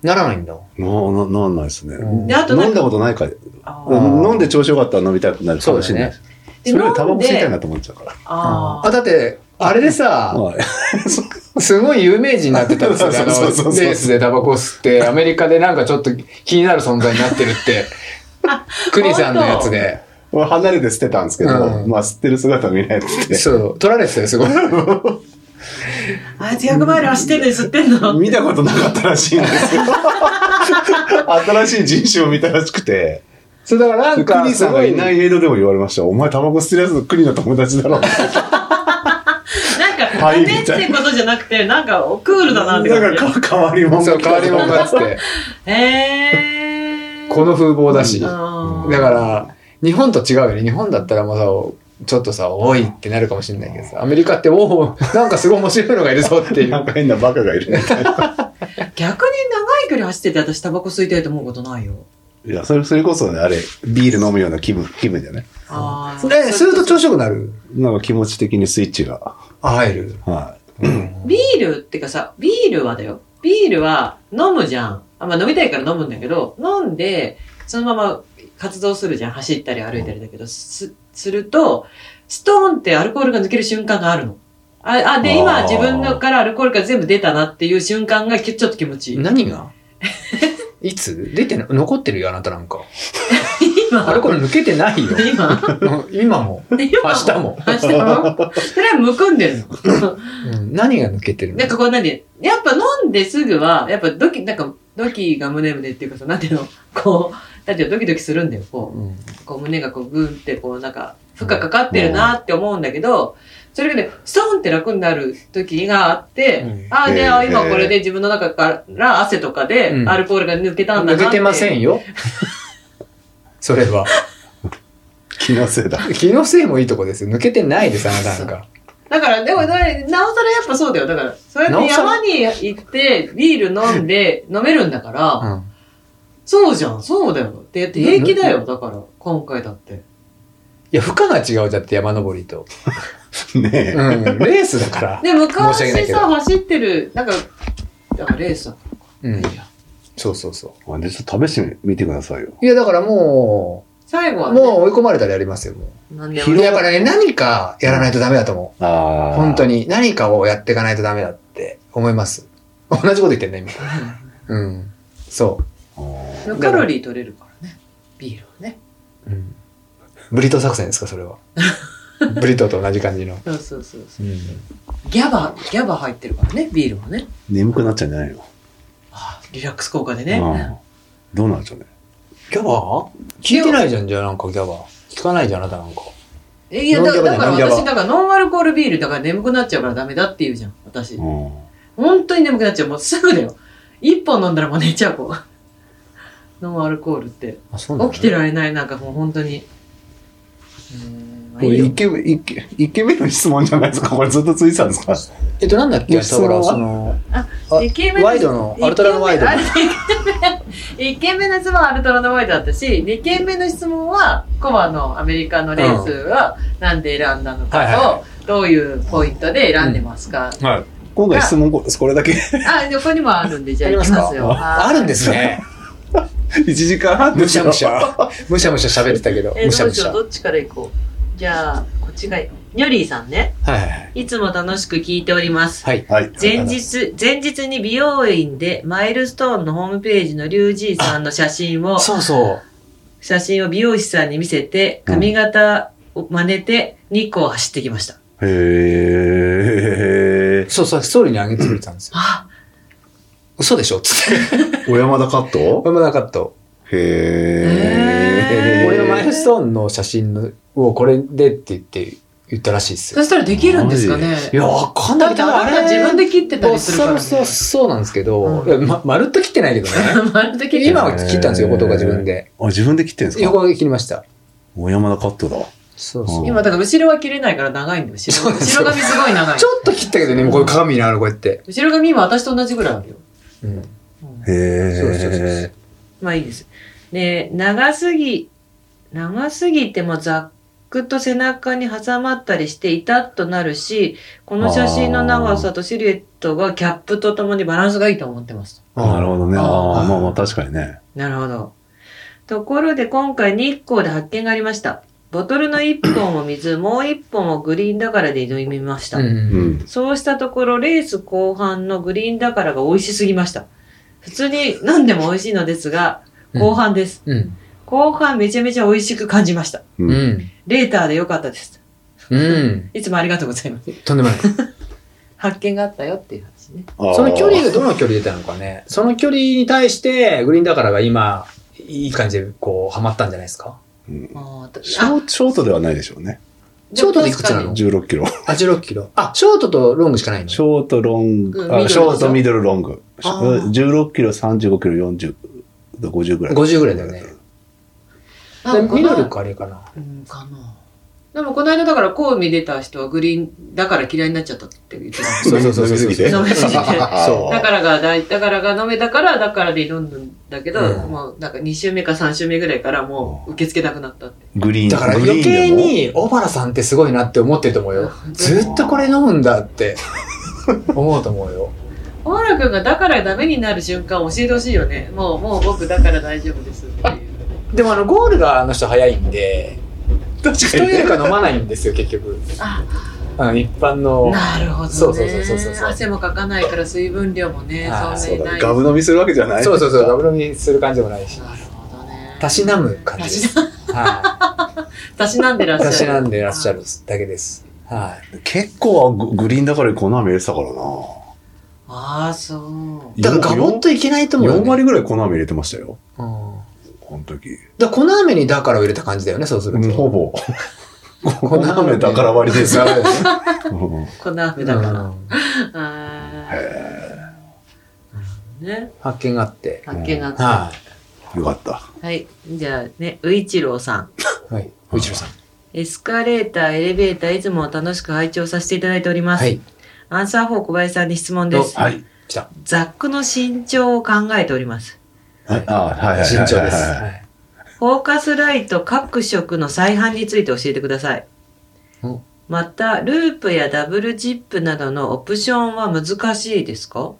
Speaker 3: うん。
Speaker 1: ならないんだ。
Speaker 2: とか。な、な、なんないですね。
Speaker 1: うん
Speaker 3: で、あとな
Speaker 2: 飲
Speaker 3: ん
Speaker 2: んだ
Speaker 3: か、
Speaker 2: ことないから。
Speaker 3: あ
Speaker 1: う
Speaker 3: ー
Speaker 1: ん
Speaker 2: 飲んで調子よかったら飲みたくなるかもしれない。
Speaker 1: そ
Speaker 3: で
Speaker 2: それよりタバ
Speaker 3: 飲ん
Speaker 2: コ吸いたい
Speaker 3: で、
Speaker 2: なと思っちゃうから。
Speaker 3: あ
Speaker 1: あ、
Speaker 3: ー
Speaker 1: だって、あれでさ、
Speaker 2: まあ *laughs*
Speaker 1: すごい有名人になってたんです *laughs* よ。あの、
Speaker 2: そうそうそうそう
Speaker 1: レースでタバコ吸って、アメリカでなんかちょっと気になる存在になってるって。 *laughs* クリさんのやつで。
Speaker 2: 俺離れて捨てたんですけど、
Speaker 1: うん
Speaker 2: まあ吸ってる姿見ないって。
Speaker 1: *laughs* そう、取られてたよ、すごい。
Speaker 3: あいつ100マイル走ってんのに吸ってんの
Speaker 2: 見たことなかったらしいんですよ。新しい人種を見たらしくて。
Speaker 1: そう、だからなん
Speaker 2: ク
Speaker 1: か、
Speaker 2: ニ
Speaker 1: す
Speaker 2: さん
Speaker 1: ご
Speaker 2: が
Speaker 1: い
Speaker 2: いないエイドでも言われました。お前タバコ吸ってるやつのクニの友達だろ。はい、み
Speaker 3: ダメった
Speaker 2: い
Speaker 3: てことじゃなくて、なんかクールだな
Speaker 2: な。
Speaker 3: って
Speaker 2: だか
Speaker 3: 感
Speaker 2: ら
Speaker 3: じ。
Speaker 2: か変わり者
Speaker 1: そう、変わり
Speaker 2: *laughs*
Speaker 1: 者がっつって、
Speaker 3: へー。
Speaker 1: この風貌だし。だ
Speaker 3: の
Speaker 1: から、日本と違うよね。日本だったらもうさ、ちょっとさ、おいってなるかもしれないけどさ、アメリカって、おお、なんかすごい面白いのがいるぞ *laughs* ってい
Speaker 2: なん
Speaker 1: う。
Speaker 2: か変なバカがいるみたいな。
Speaker 3: 逆に長い距離走ってて私タバコ吸いたいと思うことないよ。
Speaker 2: いや、それ、それこそね、あれ、ビール飲むような気分、気分じゃない
Speaker 3: あー
Speaker 1: え、すると調子よくなる
Speaker 2: なんか気持ち的にスイッチが。
Speaker 1: あ、入 *laughs* る。
Speaker 2: は
Speaker 3: ビールってかさ、ビールはだよ。ビールは飲むじゃん。あまあ、飲みたいから飲むんだけど、飲んで、そのまま活動するじゃん。走ったり歩いたりだけど、す、すると、ストーンってアルコールが抜ける瞬間があるの。あ、あ、で、今
Speaker 2: あー
Speaker 3: 自分のからアルコールが全部出たなっていう瞬間がきちょっと気持ちいい。
Speaker 1: 何が *laughs* いつ出てな、残ってるよ、あなたなんか。
Speaker 3: 今
Speaker 1: あれこれ抜けてないよ。
Speaker 3: 今
Speaker 1: うん今も。
Speaker 3: *laughs* 今
Speaker 1: *laughs* 明日も。
Speaker 3: 明日もそれはむくんでる
Speaker 1: *laughs*
Speaker 3: の。
Speaker 1: うん何が抜けてるの
Speaker 3: なんかこう何やっぱ飲んですぐは、やっぱドキ、なんか、ドキが胸胸っていうかさ、なんていうのこう、だってドキドキするんだよ、こう。
Speaker 1: うん
Speaker 3: こう胸がこうグンってこうなんか負荷かかってるなって思うんだけど、それがね、ストンって楽になる時があって、
Speaker 1: うん
Speaker 3: ああ、
Speaker 2: へ
Speaker 3: で、
Speaker 2: ー
Speaker 3: あ今これで自分の中から汗とかで
Speaker 1: うん
Speaker 3: アルコールが抜けたんだなっ
Speaker 1: 抜
Speaker 3: て。
Speaker 1: けてません
Speaker 3: *laughs*
Speaker 1: よ。それは。
Speaker 2: い。気のせいだ。
Speaker 1: 気のせいもいいとこですよ。抜けてないです、あなたなんか。
Speaker 3: だから、でも、だからなおさらやっぱそうだよ。だから、そうやっ
Speaker 1: なお
Speaker 3: て
Speaker 1: さら
Speaker 3: 山に行ってビール飲んで飲めるんだから、
Speaker 1: うん
Speaker 3: そうじゃん、そうだよ。で、平気だよ、だから、今回だって。
Speaker 1: いや、負荷が違うじゃんって山登りと。
Speaker 3: *laughs*
Speaker 2: ね
Speaker 1: *laughs*
Speaker 2: え。
Speaker 1: うん、レースだから。
Speaker 3: で、
Speaker 1: 申し訳ない
Speaker 3: 昔
Speaker 1: けど
Speaker 3: さ、走ってる、なんか、だからレースだ。
Speaker 1: うん
Speaker 3: い。や
Speaker 1: そうそうそ
Speaker 2: あでちょっと試してみてくださいよ。
Speaker 1: う。いや、だからも
Speaker 3: 最
Speaker 1: う、
Speaker 3: 後は、ね、
Speaker 1: もう追い込まれたらやりますよ、も
Speaker 3: う、なんで
Speaker 1: う。
Speaker 3: も
Speaker 1: いやだからね、何かやらないとダメだと思う。
Speaker 2: ああ。
Speaker 1: 本当。に。何かをやっていかないとダメだって思います。同じこと言ってんね、今。うん。そ
Speaker 3: 無カロリー取れるからね。ビールはね。
Speaker 1: う。うん。ブリトー作戦ですか、それ *laughs* は。ブリトーと同じ感じの。
Speaker 3: そうそうそうそうう。
Speaker 1: ん。
Speaker 3: ギャバ、ギャバ入ってるからね、ビールはね。
Speaker 2: 眠くなっちゃうんじゃないの
Speaker 3: あリラックス効果でね。
Speaker 2: うんどうなんでしょうね。
Speaker 1: ギャバ聞いてないじゃん、じゃあなんかギャバ。聞かないじゃん、あなたなんか。
Speaker 3: えいや、
Speaker 1: ノン
Speaker 3: だ
Speaker 1: ギャバ
Speaker 3: だ
Speaker 1: だ
Speaker 3: から
Speaker 1: ノンギャバ
Speaker 3: 私、だからノンアルコールビールだから眠くなっちゃうからダメだって言うじゃん、私。
Speaker 2: うん。
Speaker 3: 本当に眠くなっちゃう。もうすぐだよ。一本飲んだらもう寝ちゃう、こう。 *laughs* ノンアルコールって。
Speaker 1: あ、そう
Speaker 3: 起きて
Speaker 1: る。
Speaker 3: られない、なんかもう本当に。うーん、まあ
Speaker 2: こ
Speaker 3: い
Speaker 2: れ
Speaker 3: いよ
Speaker 2: イ。ケメン、イケ、イケメンの質問じゃないですかこれずっとついてたんですか
Speaker 1: えっと、なんだっけ、だ
Speaker 2: 質問
Speaker 1: から、
Speaker 2: は
Speaker 1: その、あ
Speaker 3: イケメン
Speaker 1: ワイドの、アルトラのワイド
Speaker 3: *laughs*
Speaker 1: の。
Speaker 3: 1軒目の質問はアルトラのワイドだったし2軒目の質問はコバのアメリカのレースはなんで選んだの
Speaker 1: はいはい
Speaker 3: か
Speaker 1: は
Speaker 3: とどういうポイントで選んでますか、
Speaker 1: はい。
Speaker 2: 今回質問ここれだけ
Speaker 3: あ横にもあるんでじゃあ
Speaker 1: あり
Speaker 3: 行
Speaker 1: ま
Speaker 3: き
Speaker 1: すか
Speaker 3: ますよ
Speaker 1: あるんです
Speaker 3: *laughs*
Speaker 1: ね。
Speaker 2: 1時間半
Speaker 1: む
Speaker 2: でし
Speaker 1: し
Speaker 2: ょ
Speaker 1: ゃむしゃ。むしゃむしゃ喋ってたけど、
Speaker 3: え
Speaker 1: むしゃ
Speaker 3: どう
Speaker 1: む
Speaker 3: し
Speaker 1: し
Speaker 3: よ
Speaker 1: ゃ。
Speaker 3: う
Speaker 1: はい
Speaker 3: どっちから行こうじゃあこっちがいいニョリーさんね
Speaker 1: はいはい。
Speaker 3: いつも楽しく聞いております
Speaker 1: はい。
Speaker 2: はい。
Speaker 3: 前日、前日に美容院でマイルストーンのホームページのリュウジーさんの写真を
Speaker 1: そうそう。
Speaker 3: 写真を美容師さんに見せて、髪型を真似て日光を走ってきました。
Speaker 2: へ
Speaker 1: *laughs*
Speaker 2: え。
Speaker 1: そうそう、ストーリーにあげてくれたんですよ。
Speaker 3: あ
Speaker 1: 嘘でしょつ *laughs* って。
Speaker 2: 小山田カッ
Speaker 1: こ
Speaker 2: ト
Speaker 1: れもなかった。
Speaker 2: へ
Speaker 3: へー
Speaker 2: え。
Speaker 1: 俺のマイルストーンの写真のをこれでって言って、言ったらしいですよ。
Speaker 3: そしたらできるんですかね
Speaker 2: マ
Speaker 1: いや、わかん
Speaker 3: だ
Speaker 1: な
Speaker 3: っ
Speaker 1: い。
Speaker 3: てあなた自分で切ってたりするから、ね。
Speaker 1: そうそうそうなんですけど、
Speaker 3: うん
Speaker 1: いやま、まるっと切ってないけどね。
Speaker 3: まるで切る
Speaker 1: 今は切ったんですよ、ことが自分で。
Speaker 2: あ、自分で切ってんですか
Speaker 1: 横で切りました。
Speaker 2: 小山田カットだ。
Speaker 1: そうそう。
Speaker 3: 今だから後ろは切れないから長いんだよ。後ろ
Speaker 1: そうです
Speaker 3: 後ろ髪すごい長い
Speaker 1: ち。ょっと切ったけどね、もうこれ鏡になる、こうやって。
Speaker 3: 後ろ髪今私と同じぐらいあるよ。
Speaker 1: うん。
Speaker 3: うん
Speaker 2: へえ。
Speaker 1: そうそうそうそう
Speaker 3: まあいいです。で、長すぎ、長すぎてもざっくと背中に挟まったりして、痛っとなるし、この写真の長さとシルエットがキャップとともにバランスがいいと思ってます。
Speaker 2: なるほどね。
Speaker 1: あ
Speaker 2: あ
Speaker 1: ー
Speaker 2: あー、まあまあ確かにね。
Speaker 3: なるほど。ところで今回日光で発見がありました。ボトルの1本を水、もう1本をグリーンだからで挑みました。
Speaker 1: うん
Speaker 2: う
Speaker 1: うん。
Speaker 2: ん。
Speaker 3: そうしたところ、レース後半のグリーンだからが美味しすぎました。普通に何でも美味しいのですが、後半です。
Speaker 1: うん。
Speaker 3: 後半めちゃめちゃ美味しく感じました。
Speaker 1: う
Speaker 2: うん。
Speaker 1: ん。
Speaker 3: レーターでよかったです。
Speaker 1: うん。
Speaker 3: いつもありがとうございます。
Speaker 1: とんでもない。
Speaker 3: 発見があったよっていう話ね。
Speaker 2: あー
Speaker 1: その距離がどの距離出たのかね。その距離に対して、グリーンだからが今、いい感じでこう、はまったんじゃないですか。
Speaker 2: うん
Speaker 3: あー
Speaker 2: ショーショートではないでしょうね。
Speaker 1: ショートでいくつなの
Speaker 2: 16キロ。
Speaker 1: あ、16キロ。あ、ショートとロングしかないの
Speaker 2: ショート、ロン
Speaker 3: う
Speaker 2: グ、
Speaker 3: んミド
Speaker 2: あ
Speaker 3: ル
Speaker 2: ショート、ミドル、ロング。
Speaker 1: あー
Speaker 2: 16キロ、35キロ、40、50ぐらい。
Speaker 1: 50ぐらいだよね。
Speaker 3: な
Speaker 1: で
Speaker 3: んか
Speaker 1: ミドル
Speaker 3: な
Speaker 1: かあれかな。
Speaker 3: うんかなでもこの間だからコウミ出た人はグリーンだから嫌いになっちゃったって言ってた
Speaker 1: そうそうそうそう
Speaker 2: 飲みすぎて
Speaker 1: そう
Speaker 3: 飲みすぎて
Speaker 2: *laughs* そ
Speaker 3: だからがだい、だからが飲めたから、だからで挑んだんだけど、
Speaker 1: うん
Speaker 3: もうなんか2週目か3週目ぐらいからもう受け付けなくなったって。
Speaker 2: グリーン。
Speaker 1: だから
Speaker 2: グ
Speaker 1: 余
Speaker 2: リーンでも
Speaker 1: 計。に小原さんってすごいなって思ってると思うよ。ずっとこれ飲むんだって思うと思うよ。
Speaker 3: 小原くんがだからダメになる瞬間教えてほしいよね。もう、もう僕だから大丈夫ですっていう。
Speaker 1: でもあのゴールがあの人早いんで、
Speaker 2: 確
Speaker 1: 人よりか飲まないんですよ、結局。
Speaker 3: あ、
Speaker 1: あの一般の。
Speaker 3: なるほどね。
Speaker 1: そうそうそうそうそうそう
Speaker 3: 汗もかかないから水分量もね、
Speaker 1: あー
Speaker 3: そんなにない。
Speaker 2: ガブ飲みするわけじゃない
Speaker 1: そうそうそう、ダブル飲みする感じもないし。
Speaker 3: なるほどね。
Speaker 1: たしなむ感じです。は
Speaker 3: たしなんでらっ
Speaker 1: い。
Speaker 3: しゃ
Speaker 1: た
Speaker 3: る。
Speaker 1: しなんでいらっしゃるだけです。は
Speaker 2: 結構はググリーンだからこの雨入れてたからな。
Speaker 3: ああ、そう。
Speaker 1: い。だからガボッといけないと思うよ、ね。
Speaker 2: 4割ぐらい粉飴入れてましたよ。
Speaker 1: うん
Speaker 2: この時。
Speaker 1: だから粉飴にだからを入れた感じだよね、そうすると。
Speaker 2: ほぼ。
Speaker 1: 粉
Speaker 2: 粉飴だから割りです。
Speaker 1: よ。だ
Speaker 2: *laughs* うん
Speaker 3: こんな雨だ
Speaker 1: か
Speaker 3: からら。あーね。
Speaker 1: 発見があって。
Speaker 3: 発見があった。
Speaker 1: は
Speaker 2: よかった。
Speaker 3: はい。じゃあね、ういちろうさん。
Speaker 1: い。はい。うちろさん。
Speaker 3: エスカレーター、エレベーター、いつも楽しく拝聴させていただいております。
Speaker 1: はい。
Speaker 3: アンサー4小林さんに質問です。
Speaker 2: はい。
Speaker 1: 来た。
Speaker 3: ザックの身長を考えております。
Speaker 1: はい
Speaker 2: あはいはいはいはいはい。
Speaker 1: 慎重です。
Speaker 2: は
Speaker 1: はい
Speaker 3: フォーカスライト各色の再販について教えてください
Speaker 1: お。
Speaker 3: また、ループやダブルジップなどのオプションは難しいですか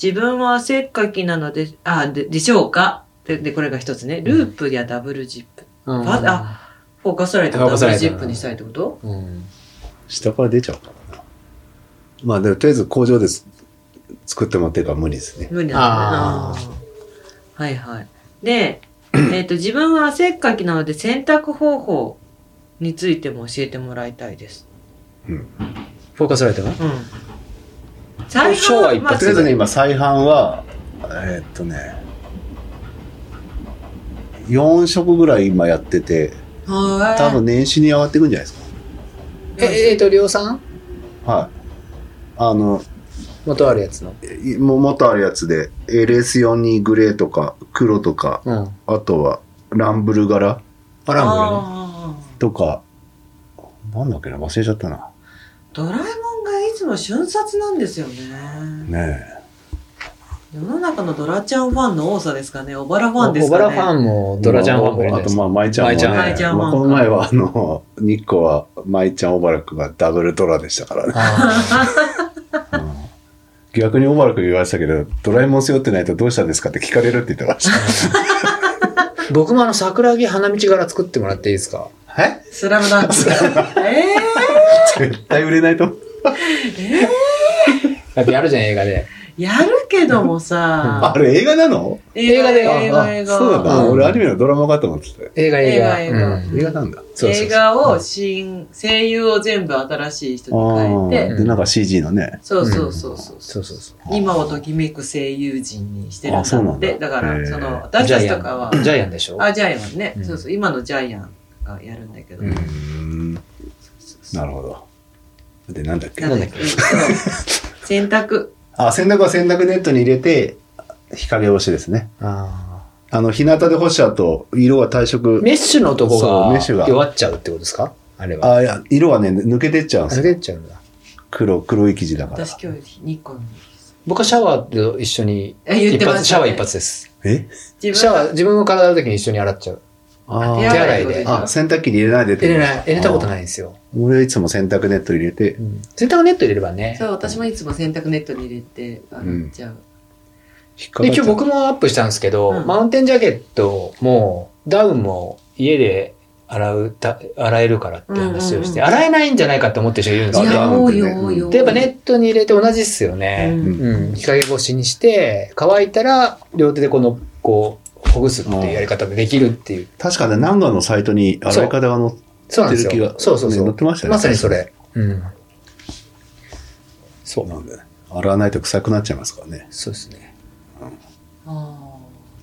Speaker 3: 自分はせっかきなので、あ、ででしょうかでで、これが一つね。ループやダブルジップ。
Speaker 1: うん
Speaker 3: まだフォーカスライトとダブルジップにしたいってこと
Speaker 1: うん。
Speaker 2: い下から出ちゃうからな。まあ、でもとりあえず工場です作ってもらってるから無理ですね。
Speaker 3: 無理なん
Speaker 1: あ
Speaker 3: だね。あーはいはい。
Speaker 1: *clears throat*
Speaker 3: で、えっと、自分は汗っかきなので洗濯方法についても教えてもらいたいです。
Speaker 1: フォーカスライトが
Speaker 3: うん。最初
Speaker 1: 昭和一
Speaker 3: まあ
Speaker 1: 発
Speaker 2: とりあえずね、今、再販は、えーっとね、4色ぐらい今やってて、
Speaker 3: はい
Speaker 2: 多分年始に上がっていくんじゃないです
Speaker 1: え、えっと、量産
Speaker 2: か。はい。あの、
Speaker 1: 元あるやつの。
Speaker 2: いも元あるやつで、LS42 グレーとか、黒とか、
Speaker 1: うん。
Speaker 2: あとは、ランブル柄
Speaker 1: アラン
Speaker 3: あ
Speaker 2: とか、なんだっけな、忘れちゃったな。
Speaker 3: ードラえもんがいつも瞬殺なんですよね。
Speaker 2: ね
Speaker 3: 世の中のドラちゃんファンの多さですかね。オバラフ
Speaker 1: ブ
Speaker 3: ァ
Speaker 1: ル
Speaker 3: ンで
Speaker 1: ね。小
Speaker 3: すかね。
Speaker 1: 原ファンもドラジャンファンもいるん
Speaker 2: あ
Speaker 1: で
Speaker 2: と、
Speaker 1: す。
Speaker 2: まあ、舞ちゃんもね。
Speaker 1: 舞
Speaker 3: ちゃん
Speaker 2: まあ、この前は、あの、日光は、舞ちゃん、小原くんがダブルドラでしたからね。
Speaker 1: *laughs* あ
Speaker 2: うん逆に小原くん言われてたけど、ドラえもん背負ってないとどうしたんですかって聞かれるって言ってまし
Speaker 1: ー僕もあの、桜木花道柄作ってもらっていいですか
Speaker 2: た。え
Speaker 3: *laughs* スラムダンク。え
Speaker 2: 絶対売れないと思う。
Speaker 1: だってやるじゃん、映画で。
Speaker 3: ー、やるけども
Speaker 2: あ
Speaker 3: さ。
Speaker 2: れ映画なの
Speaker 3: 映
Speaker 1: 画だよ
Speaker 3: 映画映画。
Speaker 2: そうなん
Speaker 1: う
Speaker 2: だ。
Speaker 1: ん
Speaker 2: 俺アニメのドラマかと思ってたよ。
Speaker 1: 映画、映画。
Speaker 3: 映画映
Speaker 1: うん
Speaker 2: 映画なんだ。
Speaker 1: そうそうそう
Speaker 3: 映画を新、声優を全部新しい人に変え
Speaker 1: ー
Speaker 3: て、
Speaker 2: で、なんか CG のね。
Speaker 3: そうそうそうそう。
Speaker 1: そうそうそ
Speaker 3: 今をときめく声優陣にしてるんだ
Speaker 2: あそうな
Speaker 3: っ
Speaker 2: ん
Speaker 3: て。
Speaker 2: だ
Speaker 3: だか
Speaker 2: へ
Speaker 3: ら、
Speaker 2: ー
Speaker 3: その、私たちとかは
Speaker 1: う。、ジャイアンでしょ
Speaker 3: あ、ジャイアンね
Speaker 1: う。ん
Speaker 3: そうそう、今のジャイアンがやるんだけど。
Speaker 1: うん
Speaker 2: ん。なるほど。で、なんだっけ
Speaker 3: なんだっけうん洗濯。
Speaker 2: あ、洗濯は洗濯ネットに入れて、日陰干しですね。
Speaker 1: あ
Speaker 2: あの、日向で干しちゃうと、色が退
Speaker 1: ー
Speaker 2: 色。
Speaker 1: メッシュのとこ
Speaker 2: そうメッシュ
Speaker 1: が
Speaker 2: が
Speaker 1: 弱っちゃうってことですかあれは。
Speaker 2: あ、いや、色はね、抜けてっちゃうんで
Speaker 1: あ
Speaker 2: す
Speaker 1: れ
Speaker 2: よ。
Speaker 1: 出ちゃうんだ。
Speaker 2: 黒、黒い生地だから。
Speaker 3: 私今日日光に。
Speaker 1: 僕はシャワーと一緒に、
Speaker 3: え言っ
Speaker 1: 一
Speaker 3: てましたね
Speaker 1: 発、シャワー一発です。
Speaker 2: え
Speaker 3: 自
Speaker 1: シャワー、
Speaker 3: 分
Speaker 1: 自分の体の時に一緒に洗っちゃう。
Speaker 2: あ
Speaker 3: 手
Speaker 1: 手
Speaker 2: ー
Speaker 1: 洗
Speaker 3: 洗
Speaker 1: い
Speaker 3: い
Speaker 1: で
Speaker 3: で。
Speaker 2: あ、洗濯機に入れないでっ
Speaker 1: 入
Speaker 2: て
Speaker 1: れ
Speaker 2: こと
Speaker 1: ない、入れたことないんですよ。
Speaker 2: 俺はいつも洗濯ネット入れて
Speaker 1: う、ん洗濯ネット入れればね。
Speaker 3: そう、私もいつも洗濯ネットに入れて、あ
Speaker 2: う
Speaker 3: の、
Speaker 2: ん
Speaker 3: じゃあ、
Speaker 2: 引っか
Speaker 1: で、
Speaker 2: かっち
Speaker 1: 今
Speaker 2: ゃう
Speaker 1: 日僕もアップしたんですけど、
Speaker 3: うん
Speaker 1: マウンテンジャケットも、ダウンも家で洗う、た洗えるからって話をして、
Speaker 3: うんうん
Speaker 1: 洗えないんじゃないかって思ってる人いるんです
Speaker 2: あ
Speaker 3: い
Speaker 1: よ
Speaker 3: や、
Speaker 2: ダウン
Speaker 1: ね。
Speaker 3: 多い
Speaker 2: でね
Speaker 3: よ、多いよ。
Speaker 1: で、やっぱネットに入れて同じっすよ
Speaker 3: う
Speaker 1: ね。
Speaker 3: ん、
Speaker 1: うん。日陰越しにして、乾いたら、両手でこの、こう、ほぐすっていうやり方でできるっていう。
Speaker 2: 確かね、南河のサイトに洗い方が載
Speaker 1: そうなん
Speaker 2: っ
Speaker 1: で
Speaker 2: て
Speaker 1: す
Speaker 2: る気
Speaker 1: よ
Speaker 2: が。。
Speaker 1: そうそう
Speaker 2: ね
Speaker 1: そ
Speaker 2: 載っ
Speaker 1: う。
Speaker 2: てましたよね。
Speaker 1: まさにそ。れ。うん。そ
Speaker 2: そう
Speaker 1: う。
Speaker 2: なんだよね。洗わないと臭くなっちゃいますからね。
Speaker 1: そうですね。
Speaker 3: あ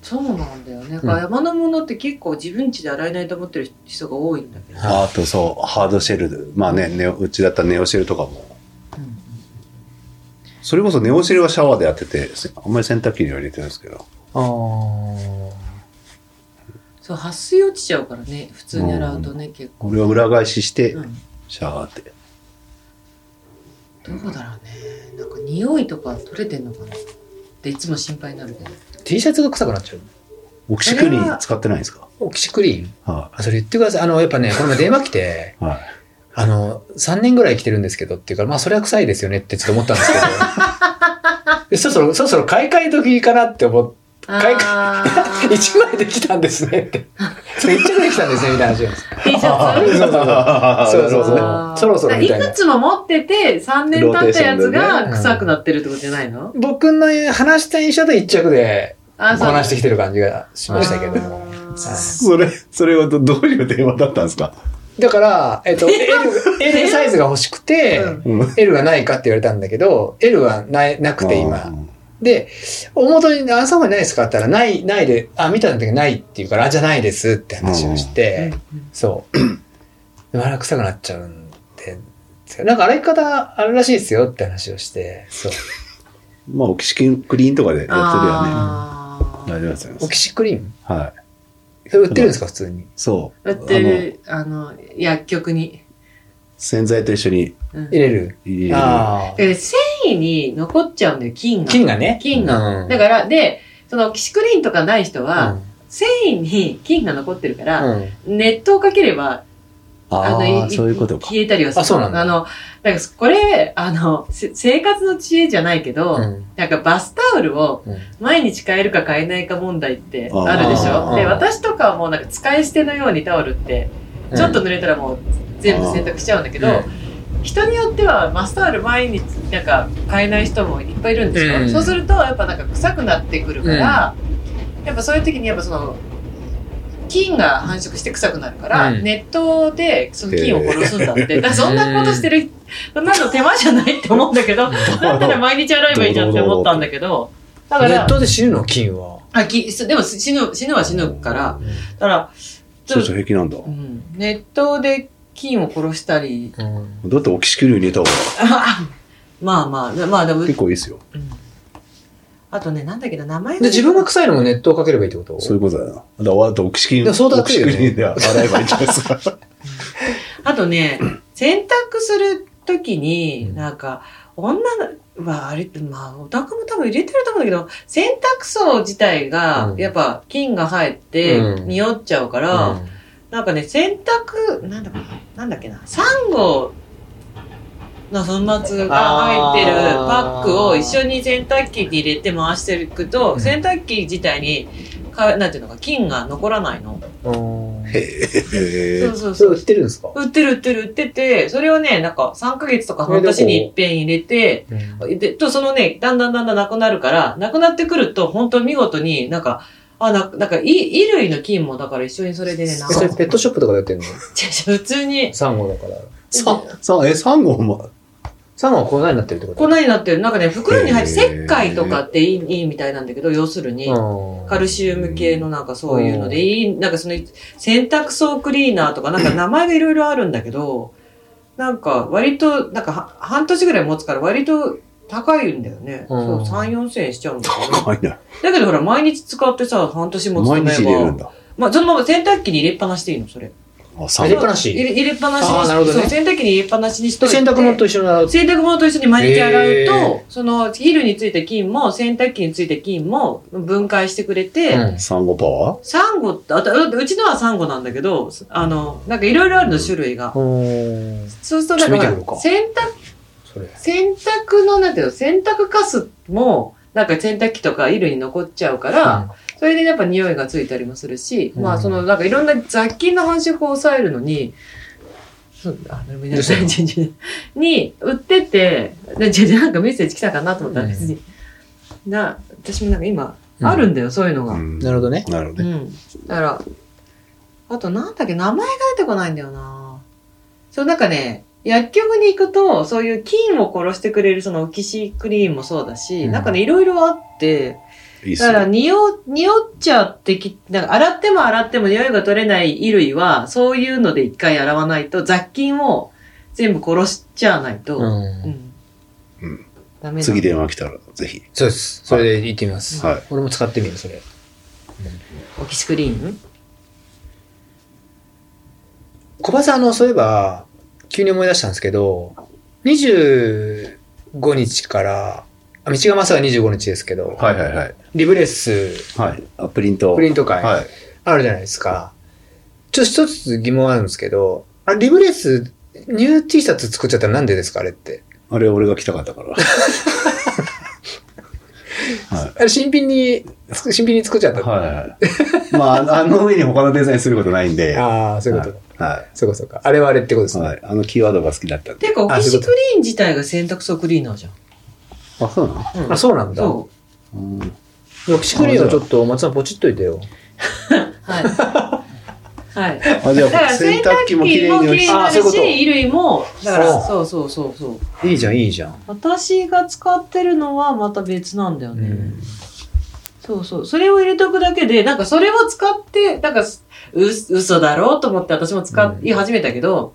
Speaker 3: そうなんだよね。だ
Speaker 1: ん
Speaker 3: から山のものって結構自分家で洗えないと思ってる人が多いんだけど。
Speaker 1: はい
Speaker 2: あとそう、ハードシェル、まあね、ネオうちだったらネオシェルとかも。それこそネオシェルはシャワーでやってて、せあんまり洗濯機には入れてないですけど。
Speaker 1: あ
Speaker 3: そう、撥水落ちちゃうからね。普通に洗うとね、結構。
Speaker 2: これを裏返しして
Speaker 3: う、ん。
Speaker 2: シャワーで。
Speaker 3: どうだろうね。なんか匂いとか取れてんのかなっていつも心配にな
Speaker 1: *laughs*
Speaker 3: るけど。
Speaker 1: ー T シャツが臭くなっちゃう
Speaker 2: オキシクリーン使ってないんですか
Speaker 1: オキシクリーン
Speaker 2: は
Speaker 1: あそれ言ってくださいあのやっ
Speaker 2: *laughs*
Speaker 1: ぱねこの前電話来て
Speaker 2: い。はい。
Speaker 1: あの3年ぐらい来てるんですけどっていうからまあそれは臭いですよねってちょっと思ったん
Speaker 2: *laughs*
Speaker 1: ですけどでそろそろそろそろ買い替え時かなって思って買い替え
Speaker 3: あー
Speaker 1: 1枚できたんですね
Speaker 2: *laughs*
Speaker 1: ってそれ1着できたんですねみたいな話なんです
Speaker 3: T シ
Speaker 1: あ
Speaker 3: ャツ
Speaker 1: ーそうそうそう
Speaker 2: そ
Speaker 1: そう
Speaker 2: う
Speaker 1: そう
Speaker 2: なるほどね
Speaker 3: あー
Speaker 1: そろそろみたいない
Speaker 3: くつも持ってて、3年経った
Speaker 2: ロ
Speaker 3: やつ
Speaker 1: ーテーションで
Speaker 3: が
Speaker 1: ね
Speaker 3: 臭くなってるってことじゃないの
Speaker 1: 僕の話した印象で1着で
Speaker 3: あ
Speaker 1: こなしてきてる感じがしましたけどもはい
Speaker 3: あー
Speaker 2: それ、それはどどういう電話だったんですか
Speaker 1: だから、えっと、L, L サイズが欲しくて、
Speaker 3: うん
Speaker 2: うん
Speaker 1: L がないかって言われたんだけど、L がないなくて
Speaker 2: う
Speaker 1: 今。
Speaker 2: ん
Speaker 1: で、大元に、あ、そうないですかって言ったら、ない、ないで、あ、見たんだけどないって言うから、あ、じゃないですって話をして、そう。でもあれは臭くなっちゃうんで、なんか洗い方あるらしいですよって話をして、そう。
Speaker 2: まあ、オキシクリーンとかでやってるよね。
Speaker 3: あー
Speaker 2: 大丈夫ですよ。
Speaker 1: オキシクリーン
Speaker 2: はい。
Speaker 1: それ売ってるんですか、普通に。
Speaker 2: そう。
Speaker 3: 売ってる、あの、薬局
Speaker 2: あ
Speaker 3: に。
Speaker 2: の洗剤と一緒に
Speaker 3: うん
Speaker 1: 入れる。
Speaker 2: 入れる。
Speaker 1: ああ。
Speaker 3: え繊維に残っちゃうんだよ、菌が。
Speaker 1: 菌がね。
Speaker 3: 菌が。
Speaker 1: うん
Speaker 3: だから、で、その、キシクリーンとかない人
Speaker 1: う
Speaker 3: は、
Speaker 1: ん
Speaker 3: 繊維に菌が残ってるから、
Speaker 1: うん
Speaker 3: 熱湯をかければ、
Speaker 2: あ
Speaker 3: の
Speaker 2: あ、そういうことか。
Speaker 3: 消えたりはする。
Speaker 1: あそうなんだ
Speaker 3: あの、なんか、これ、あの、せ生活の知恵じゃないけど、
Speaker 1: うん
Speaker 3: なんかバスタオルを
Speaker 1: うん
Speaker 3: 毎日買えるか買えないか問題ってあるでし
Speaker 1: あ
Speaker 3: ょ
Speaker 1: ー
Speaker 3: で、私とかはもうなんか使い捨てのようにタオルって、ちょっと濡れたらもう全部洗濯しちゃうんだけど、
Speaker 1: うん
Speaker 3: 人によってはバスタオル毎日なんか買えない人もいっぱいいるんですよ、
Speaker 1: うん
Speaker 3: そうするとやっぱなんか臭くなってくるから、やっぱそういう時にやっぱその菌が繁殖して臭くなるから、
Speaker 1: うん
Speaker 3: 熱湯でその菌を殺すんだって、だからそんなことしてる、そんなの手間じゃないって思うんだけどだったら毎日洗えばいいじゃんって思ったんだけどだか
Speaker 1: ネッ
Speaker 3: ら
Speaker 1: トで死ぬの菌は。
Speaker 3: あきでも死ぬ死ぬは死ぬからだからち
Speaker 2: *laughs* そ
Speaker 3: ょ
Speaker 2: う
Speaker 3: っ
Speaker 2: そ
Speaker 3: と
Speaker 2: う、平気なんだ。
Speaker 3: うん、熱湯で菌を殺したり
Speaker 1: うん。
Speaker 2: だってオキシクリーン入れた方が
Speaker 3: *laughs* まあまあまあでも
Speaker 2: 結構いいですよ。
Speaker 3: うんあとね、なんだっけど、名前
Speaker 1: で、自分が臭いのも熱湯かければいいってこと
Speaker 2: そういうことだよな。だから、わざとオキシクリー
Speaker 1: で
Speaker 2: ン、
Speaker 1: もそうだ
Speaker 2: オ
Speaker 1: ってい
Speaker 2: キシ
Speaker 1: うね
Speaker 2: クリーンで洗えばいいんじゃないですか。
Speaker 3: あとね、洗濯するときに、
Speaker 1: うん
Speaker 3: なんか、女の、はあれって、まあ、オタクも多分入れてると思うんだけど、洗濯槽自体が
Speaker 1: う、ん
Speaker 3: やっぱ、菌が入って
Speaker 1: う、ん
Speaker 3: 匂っちゃうか
Speaker 1: う
Speaker 3: ら、
Speaker 1: ん
Speaker 3: なんかね、洗濯、なんだかな、なんだっけな、サンゴの粉末が入ってるパックを一緒に洗濯機に入れて回していく
Speaker 1: う
Speaker 3: と、
Speaker 1: ん
Speaker 3: 洗濯機自体に、かなんていうのか、菌が残らないの。
Speaker 1: うん。
Speaker 2: へ
Speaker 3: そ
Speaker 2: え
Speaker 3: う。そ
Speaker 1: そ
Speaker 3: うそ
Speaker 1: れ
Speaker 3: う
Speaker 1: 売。ってるんですか
Speaker 3: 売ってる売ってる売ってて、それをね、なんか3ヶ月とか半年に一遍入れて、で、と、そのね、だんだんだんだんなくなるから、なくなってくると、本当見事になんか、あ、な、なんか、い、衣類の菌も、だから一緒にそれでね、な
Speaker 1: えそれペットショップとかで売ってんの
Speaker 3: *laughs* 普通に、
Speaker 1: サンゴだから。
Speaker 2: さ、さ、え、サンゴも、
Speaker 1: サンゴは粉になってるってこと
Speaker 3: 粉になってる。なんかね、袋に入って、
Speaker 2: へー
Speaker 3: 石灰とかっていい、いいみたいなんだけど、要するに、
Speaker 1: うん
Speaker 3: カルシウム系のなんかそういうので、いい、なんかその、洗濯槽クリーナーとか、なんか名前がいろいろあるんだけど、なんか割と、なんかは半年ぐらい持つから割と高いんだよね。
Speaker 1: うん
Speaker 3: そう、3、4千円しちゃうんだよね。
Speaker 2: 高いな。
Speaker 3: だけどほら、毎日使ってさ、半年持つ
Speaker 2: 毎日入れるんだ。
Speaker 3: まあ、そのまま洗濯機に入れっぱなしでいいの、それ。
Speaker 2: あ、サン
Speaker 1: 入れっ
Speaker 2: ゴ。
Speaker 1: ぱなし
Speaker 3: 入れ入れっぱなしに
Speaker 1: あーなるほどね
Speaker 3: そう洗濯機に入れっぱなしにしと
Speaker 1: で
Speaker 3: い
Speaker 1: 洗
Speaker 3: て。
Speaker 1: 濯物と一緒に洗う。
Speaker 3: 洗濯物と一緒に毎日洗うと、
Speaker 1: へ
Speaker 3: その、昼についた菌も、洗濯機についた菌も分解してくれて、
Speaker 1: うん
Speaker 2: サンゴパワー
Speaker 3: サンゴって、あたうちのはサンゴなんだけど、あの、なんかいろいろあるの、種類が。
Speaker 1: うん。
Speaker 3: そうすると、だか
Speaker 1: ちょっと見てみよう
Speaker 3: ら、
Speaker 1: か
Speaker 3: 洗濯、
Speaker 1: それ。
Speaker 3: 洗濯の、なんていうの、洗濯カスも、なんか洗濯機とか衣類に残っちゃうから、それでやっぱ匂いがついたりもするし、
Speaker 1: うん
Speaker 3: まあその、なんかいろんな雑菌の繁殖を抑えるのに、そうあ、でもいいな
Speaker 1: どうしたの
Speaker 3: 全然 *laughs* に、売ってて、でじゃじゃなんかメッセージ来たかなと思ったら別に、な、私もなんか今、
Speaker 1: うん
Speaker 3: あるんだよ、そういうのが。
Speaker 2: うん
Speaker 1: なるほどね。
Speaker 2: なるほ
Speaker 3: う
Speaker 2: どね。
Speaker 3: ん。だから、あとなんだっけ、名前が出てこないんだよなそう、なんかね、薬局に行くと、そういう菌を殺してくれるそのオキシクリーンもそうだし、
Speaker 1: うん
Speaker 3: なんかね、いろいろあって、
Speaker 2: いいっす
Speaker 3: だ
Speaker 2: よ
Speaker 3: から、匂、匂っちゃってき、なんか洗っても洗っても匂いが取れない衣類は、そういうので一回洗わないと、雑菌を全部殺しちゃわないと、
Speaker 1: うん
Speaker 3: うん
Speaker 2: うん
Speaker 3: ダメだ
Speaker 2: 次電話来たら、ぜひ。
Speaker 1: そうです。それで行ってみます。
Speaker 2: はい
Speaker 1: 俺も使ってみる、それ。
Speaker 3: オキシクリーン
Speaker 1: 小林さん、あの、そういえば、急に思い出したんですけど、25日から、あ道がまさか25日ですけど、
Speaker 2: はいはいはい。
Speaker 1: リブレス、
Speaker 2: はい。あプリント。
Speaker 1: プリント会、
Speaker 2: はい。
Speaker 1: あるじゃないですか。ちょっと一つ疑問あるんですけど、あれリブレス、ニュー T シャツ作っちゃったらなんでですかあれって。
Speaker 2: あれ、俺が来たかった
Speaker 3: *laughs*
Speaker 2: から。は
Speaker 1: あれ新品に、新品に作っちゃっ
Speaker 2: い。
Speaker 1: た。
Speaker 2: はい。まあ、あの上に他のデザインすることないんで。は
Speaker 1: ああ、そういうこと、
Speaker 2: い。は
Speaker 1: そうかそうか。あれはあれってことです
Speaker 2: い。
Speaker 1: ね。
Speaker 2: はいあのキーワードが好きだったんで。
Speaker 3: ていうか、オ
Speaker 1: あ
Speaker 3: キ
Speaker 1: そういう
Speaker 3: シ
Speaker 1: こ
Speaker 3: ク
Speaker 1: と
Speaker 3: リーン自体が洗濯槽クリーナーじゃん。
Speaker 2: あ、そうなの
Speaker 3: うん
Speaker 1: あ、そうなんだ。
Speaker 3: そ
Speaker 2: うん
Speaker 1: よくしくりをちょっと松さんポチっといてよ。
Speaker 3: う。はい。
Speaker 1: *laughs*
Speaker 3: はい。
Speaker 2: あ、じゃ
Speaker 3: だから
Speaker 2: あ、洗
Speaker 3: 洗
Speaker 2: 濯
Speaker 3: 濯
Speaker 2: 機
Speaker 3: 機
Speaker 2: も綺
Speaker 3: も綺
Speaker 2: 麗
Speaker 3: 麗
Speaker 2: に落ち
Speaker 3: に
Speaker 2: て
Speaker 1: あ
Speaker 3: な
Speaker 1: そうい
Speaker 3: る
Speaker 1: うこ
Speaker 3: し、
Speaker 1: と
Speaker 3: 衣類も、だから、
Speaker 1: そ
Speaker 3: そうそうそうそう。
Speaker 1: いいじゃん、いいじゃん。
Speaker 3: 私が使ってるのはまた別なんだよ
Speaker 1: う
Speaker 3: ね。
Speaker 1: ん。
Speaker 3: そうそう。それを入れとくだけで、なんかそれを使って、なんかす、う、嘘だろうと思って私も使
Speaker 1: うん
Speaker 3: い始めたけど、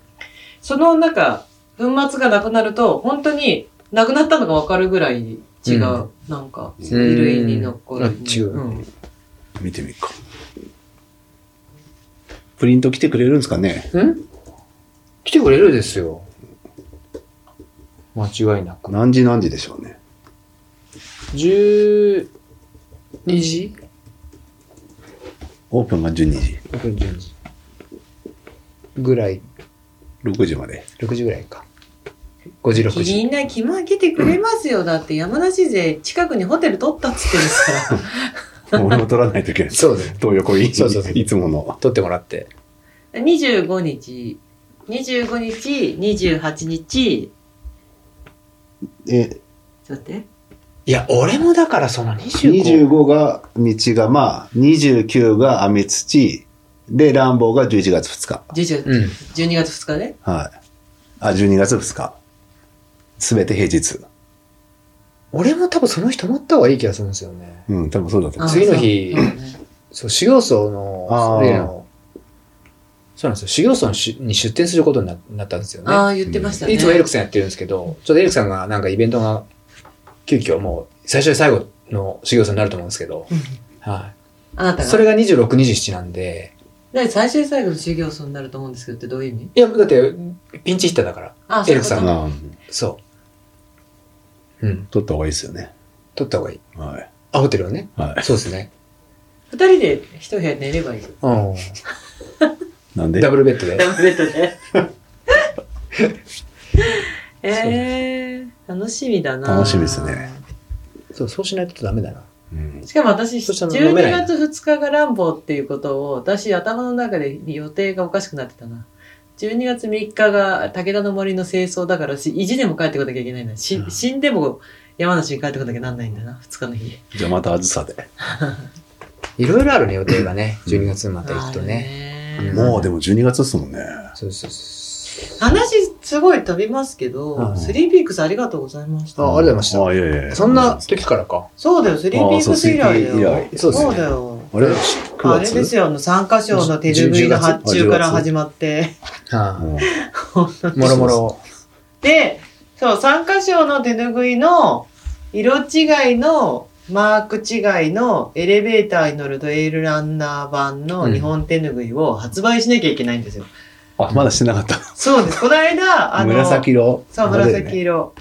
Speaker 3: そのなんか、粉末がなくなると、本当になくなったのがわかるぐらい違
Speaker 1: う
Speaker 3: う。
Speaker 1: ん
Speaker 3: なんか、
Speaker 1: うん
Speaker 3: 衣類に残る。
Speaker 1: あ違う
Speaker 3: うん
Speaker 2: 見てみっか。プリント来てくれるんですかね
Speaker 1: ん来てくれるですよ。間違いなく。
Speaker 2: 何時何時でしょうね。
Speaker 1: 12時
Speaker 2: オープンが12時。
Speaker 1: ?12 時。ぐらい、
Speaker 2: 6時まで。
Speaker 1: 6時ぐらいか。5時、6時。
Speaker 3: みんな気も開けてくれますよ。だって山梨勢近くにホテル取ったっつってるから。
Speaker 2: 俺も取らないといけない。
Speaker 1: そうだね。
Speaker 2: 東横イン
Speaker 1: そうそうそう
Speaker 2: いつもの。
Speaker 1: 撮ってもらって。 *laughs*
Speaker 3: 25日、25日、28日、
Speaker 2: え、
Speaker 3: ちょっと待って。
Speaker 1: いや、俺もだからその25。
Speaker 2: 25が道がまあ、29が雨土、で、乱暴が11月2日。
Speaker 3: 11月、
Speaker 1: うん。
Speaker 3: 12月2日ね。
Speaker 2: はい。あ、12月2日。すべて平日。
Speaker 1: 俺も多分その日泊まった方がいい気がするんですよね。
Speaker 2: うん、多分そうだと
Speaker 3: あ
Speaker 2: 思
Speaker 1: 次の日
Speaker 3: そうそうね
Speaker 1: そう、修行僧の、
Speaker 2: あー
Speaker 1: 例のそうなんですよ。修行僧に出に出店することにななったんですよね。
Speaker 3: ああ、言ってましたね。
Speaker 1: いつもエルクさんやってるんですけど、ちょっとエルクさんがなんかイベントが急遽もう最初で最後の修行僧になると思うんですけど、
Speaker 3: うん
Speaker 1: は
Speaker 3: あなた
Speaker 1: い。
Speaker 3: が。
Speaker 1: それが26、27なんで、
Speaker 3: なんで最終最後の修行僧になると思うんですけどってどういう意味
Speaker 1: いや、だってピンチヒッターだから、
Speaker 3: ああ、
Speaker 1: エルクさ
Speaker 3: そういうこ
Speaker 2: う。うん。
Speaker 1: そう。うん、
Speaker 2: 取った方がいいですよね。
Speaker 1: 取った方がいい。
Speaker 2: はい。
Speaker 1: あ、ホテルをね。
Speaker 2: は
Speaker 1: そうですね。
Speaker 3: と二人で一部屋寝ればいいよ。
Speaker 1: うん。
Speaker 2: い。なんで
Speaker 1: ダブルベッドで。
Speaker 3: ベッドで。えー、楽しみだな
Speaker 2: 楽しみですね。
Speaker 1: そう、そうしないとダメだな。
Speaker 2: うん
Speaker 3: しかも私、
Speaker 1: そしたら飲めない
Speaker 3: 12月2日が乱暴っていうことを、私頭の中で予定がおかしくなってたな。12月3日が武田の森の清掃だからし、意地でも帰ってこなきゃいけないんだ。し
Speaker 2: うん
Speaker 3: 死んでも山梨に帰ってこなきゃなんないんだな、2日の日。
Speaker 2: じゃあまたあずさで。
Speaker 1: いろいろあるね、予定がね。12月また行くとね。
Speaker 3: ね
Speaker 1: うん
Speaker 2: もうでも12月ですもんね。
Speaker 1: そうそうそう。
Speaker 3: 話すごい飛びますけど、
Speaker 1: うん
Speaker 3: スリーピークスありがとうございまし
Speaker 1: あ、
Speaker 3: た。
Speaker 1: ありがとうございました。
Speaker 2: あ、いやいやいや
Speaker 1: そんな時からか。
Speaker 3: そうだよ、スリーピークス以来だ
Speaker 2: あそうスリーピークス以
Speaker 3: よ。
Speaker 2: 来
Speaker 1: そうですね
Speaker 3: だよ。
Speaker 2: あれ ?9 月
Speaker 3: あれですよ、あの、参加賞の手拭いの発注から始まって。
Speaker 1: は
Speaker 2: うん
Speaker 1: い。もろもろ。
Speaker 3: で、そう、参加賞の手拭いの、色違いの、マーク違いの、エレベーターに乗るドエールランナー版の日本手拭いを発売しなきゃいけないんですよ。
Speaker 2: あ、まだしてなかった。
Speaker 3: そうです。この間、あの、
Speaker 2: 紫色。
Speaker 3: そう、
Speaker 2: あれだよね
Speaker 3: 紫色。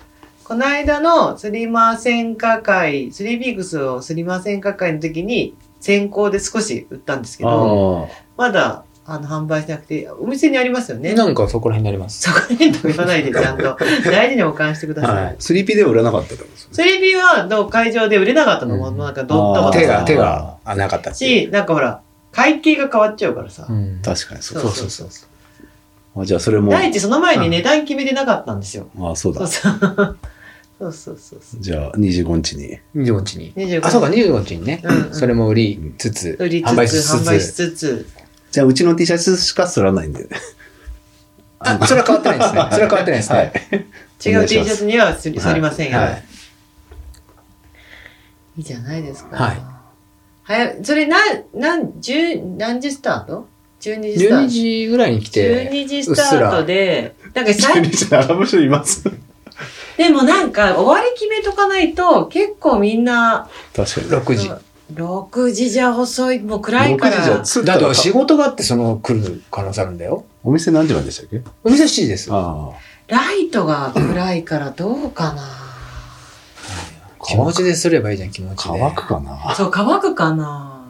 Speaker 3: この間のスリマ専科会、スリーピークスをスリマ専科会の時に先行で少し売ったんですけど、
Speaker 2: あ
Speaker 3: まだあの販売してなくて、お店にありますよね。
Speaker 1: なんかそこら辺になります。
Speaker 3: そこに言わ
Speaker 1: *laughs*
Speaker 3: ないでちゃんと大事に保管してください。
Speaker 1: はい
Speaker 2: あ。スリーピーでは売らなかったってことですね
Speaker 3: スリーピーはどう会場で売れなかったのも、
Speaker 1: うん
Speaker 3: なんかどっと
Speaker 2: あー
Speaker 1: 手
Speaker 2: あ
Speaker 1: が、
Speaker 2: ー
Speaker 1: 手が、あ、なかったっていう。
Speaker 3: し、なんかほら、会計が変わっちゃうからさ。
Speaker 1: うん
Speaker 2: 確かにそう
Speaker 1: そうそうそう。
Speaker 2: あじゃあそれも。
Speaker 3: 第一、その前に値段決めてなかったんですよ。
Speaker 2: あ、そう
Speaker 3: そう
Speaker 2: だ。
Speaker 3: そうそうそうそうそう。
Speaker 2: じゃあ25日に。
Speaker 1: 25日に。
Speaker 3: 25
Speaker 1: あ、そうか、25日にね
Speaker 3: うんう。ん
Speaker 1: それも売りつつ、
Speaker 3: 売りつつ、
Speaker 1: 販売し
Speaker 3: 販売し
Speaker 1: つつ。
Speaker 3: つつ、
Speaker 2: じゃあうちの T シャツしかすらないんで。
Speaker 1: あ、それは変わってない *laughs* ですね。それは変わってないです
Speaker 2: は
Speaker 1: ね
Speaker 2: い。。
Speaker 3: 違
Speaker 2: お願
Speaker 3: う
Speaker 2: い
Speaker 3: T
Speaker 2: し
Speaker 3: シ
Speaker 2: ます
Speaker 3: ャツにはすり,、
Speaker 2: はい
Speaker 3: ませんよ、
Speaker 2: はい
Speaker 3: い、いじゃないですか。
Speaker 1: は
Speaker 3: 早それな、なん、十、何時スタート ?12 時スタ
Speaker 1: 12
Speaker 3: ート。
Speaker 1: 時ぐらいに来て、
Speaker 3: 12時スタートで、なんかさ
Speaker 2: 12時並ぶ人います。
Speaker 3: でもなんか終わり決めとかないと結構みんな、
Speaker 2: 確かに。
Speaker 1: 6時。
Speaker 3: 6時じゃ遅い、もう暗い
Speaker 2: 6
Speaker 3: か
Speaker 2: 時じゃ
Speaker 3: ら。
Speaker 2: 着い
Speaker 1: だ
Speaker 2: た
Speaker 1: と
Speaker 2: ら
Speaker 1: 仕事があってその来る可能性あるんだよ。
Speaker 2: お店何時まででしたっけ
Speaker 1: お店7時です。
Speaker 2: あ
Speaker 3: ライトが暗いからどうかな。
Speaker 2: あ。
Speaker 1: 気持ちですればいいじゃん、気持ちで。
Speaker 2: 乾くかな
Speaker 3: そう、乾くかな。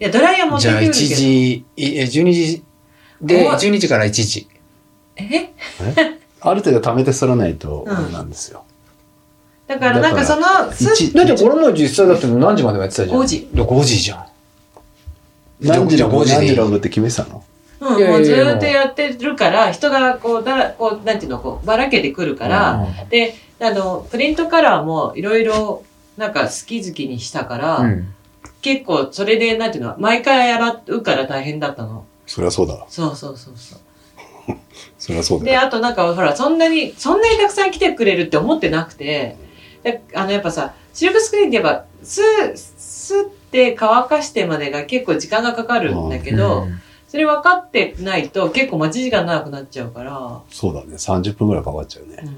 Speaker 3: いや、ドライヤー持って
Speaker 1: じゃあ
Speaker 3: くるけ
Speaker 1: 1
Speaker 3: ど。
Speaker 1: 時、いえ12時で、
Speaker 3: おい
Speaker 1: 12時から1時。
Speaker 3: え
Speaker 2: ある程度貯めてすらないと、
Speaker 3: うん
Speaker 2: あれなんですよ。
Speaker 3: だからなんかその、す
Speaker 2: 一
Speaker 1: だってこれも実際だって何時までもやってたじゃん。
Speaker 3: 5時。
Speaker 1: 5時じゃん。
Speaker 2: 何時ロ
Speaker 1: じゃあ
Speaker 2: グ
Speaker 1: 5時
Speaker 2: 何
Speaker 1: でいい
Speaker 2: 時ログって決めてたの
Speaker 3: うん、
Speaker 1: いやいや
Speaker 3: もうず
Speaker 1: いや
Speaker 3: ーっとやってるから、人がこう、だらこう、なんていうの、こう、ばらけてくるから、で、あの、プリントカラーもいろいろ、なんか好き好きにしたから、
Speaker 1: うん。
Speaker 3: 結構それで、なんていうの、毎回洗うから大変だったの。
Speaker 2: そりゃそうだ。
Speaker 3: そうそうそうそう。
Speaker 2: そりゃそうだ
Speaker 3: で、
Speaker 2: よ。
Speaker 3: あとなんか、ほら、そんなに、そんなにたくさん来てくれるって思ってなくて、であの、やっぱさ、シルクスクリーンってやっぱ、す、すって乾かしてまでが結構時間がかかるんだけど、
Speaker 1: うん
Speaker 3: それ分かってないと結構待ち時間長くなっちゃうから、
Speaker 2: そうだね。30分ぐらいかかっちゃうね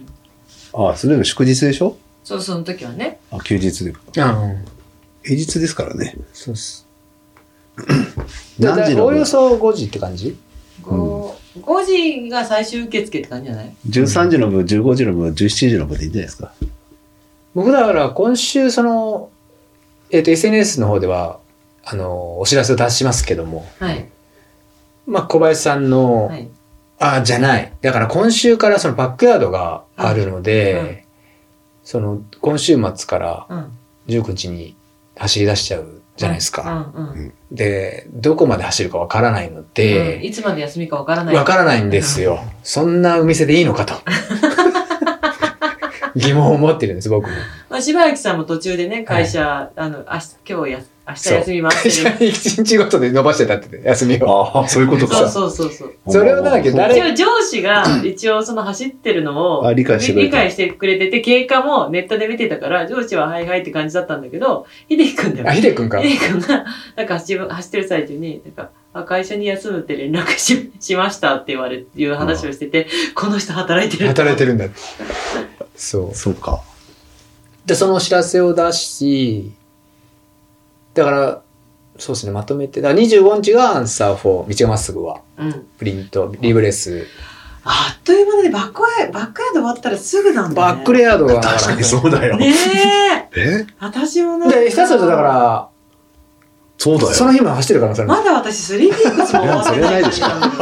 Speaker 3: う。ん。
Speaker 2: ああ、それでも祝日でしょ
Speaker 3: そう、その時はね。
Speaker 2: あ、休日で。
Speaker 1: うん。
Speaker 2: 平日ですからね。
Speaker 1: そうっす。だ
Speaker 2: 何
Speaker 1: か
Speaker 2: 時
Speaker 1: ら
Speaker 2: ロ
Speaker 1: お
Speaker 2: グ
Speaker 1: よそ5時って感じ
Speaker 3: 5, 5時が最終受付って感じじゃない
Speaker 2: 13時の分、15時の分、17時の分でいいんじゃないですか。
Speaker 1: 僕だから今週その、えっ、と SNS の方では、あの、お知らせを出しますけども、
Speaker 3: はい。
Speaker 1: まあ小林さんの、
Speaker 3: はい。
Speaker 1: あ、じゃない。だから今週からそのバックヤードがあるので、
Speaker 3: うん
Speaker 1: その今週末から
Speaker 3: うん。
Speaker 1: 19日に走り出しちゃうじゃないですか。
Speaker 3: うんうん。
Speaker 1: で、どこまで走るかわからないの
Speaker 3: う
Speaker 1: で
Speaker 3: ん、いつまで休みかわからない。
Speaker 1: わからないんですよ。そんなお店でいいのか
Speaker 2: *laughs*
Speaker 1: と。疑問を持ってるんです、僕も。
Speaker 3: まあ、柴きさんも途中でね、会社、あの、明日、今日や、明日休みます
Speaker 1: 会社
Speaker 3: って
Speaker 1: に一日ごとで伸ばしてたって、休みを。
Speaker 2: ああ、そういうこと
Speaker 3: そうそうそうそう。
Speaker 1: それをなんだっけ誰
Speaker 3: 一応上司が、一応その走ってるのを、
Speaker 2: あ理解してくれ
Speaker 3: 理
Speaker 2: た
Speaker 3: 解してくれてて、経過もネットで見てたから、上司ははいはいって感じだったんだけど、秀樹くんだよ
Speaker 1: あ、。ひでくんか。
Speaker 3: 秀樹くんが、なんか走走ってる最中に、なんか、あ会社に休むって連絡ししましたって言われ、いう話をしてて、この人働いてる。
Speaker 1: 働いてるんだって。そう。
Speaker 2: そうか。
Speaker 1: で、そのお知らせを出し、だから、そうですね、まとめて。だから25日がアンサー4、道がまっすぐは、
Speaker 3: うん。
Speaker 1: プリント、リブレス。
Speaker 3: あっという間だね、バックヤード、バックヤード終わったらすぐなんだ、ね。
Speaker 1: バックレヤードが、
Speaker 2: 確かにそうだよ。
Speaker 3: ねえ、
Speaker 2: え
Speaker 3: 私もなんか。
Speaker 1: で、下手するとだか
Speaker 2: そう
Speaker 1: ら、
Speaker 2: だ
Speaker 1: その
Speaker 2: よ。
Speaker 1: 日も走ってる可能性ある。
Speaker 3: まだ私 3DX も終わってないし
Speaker 2: いやそれ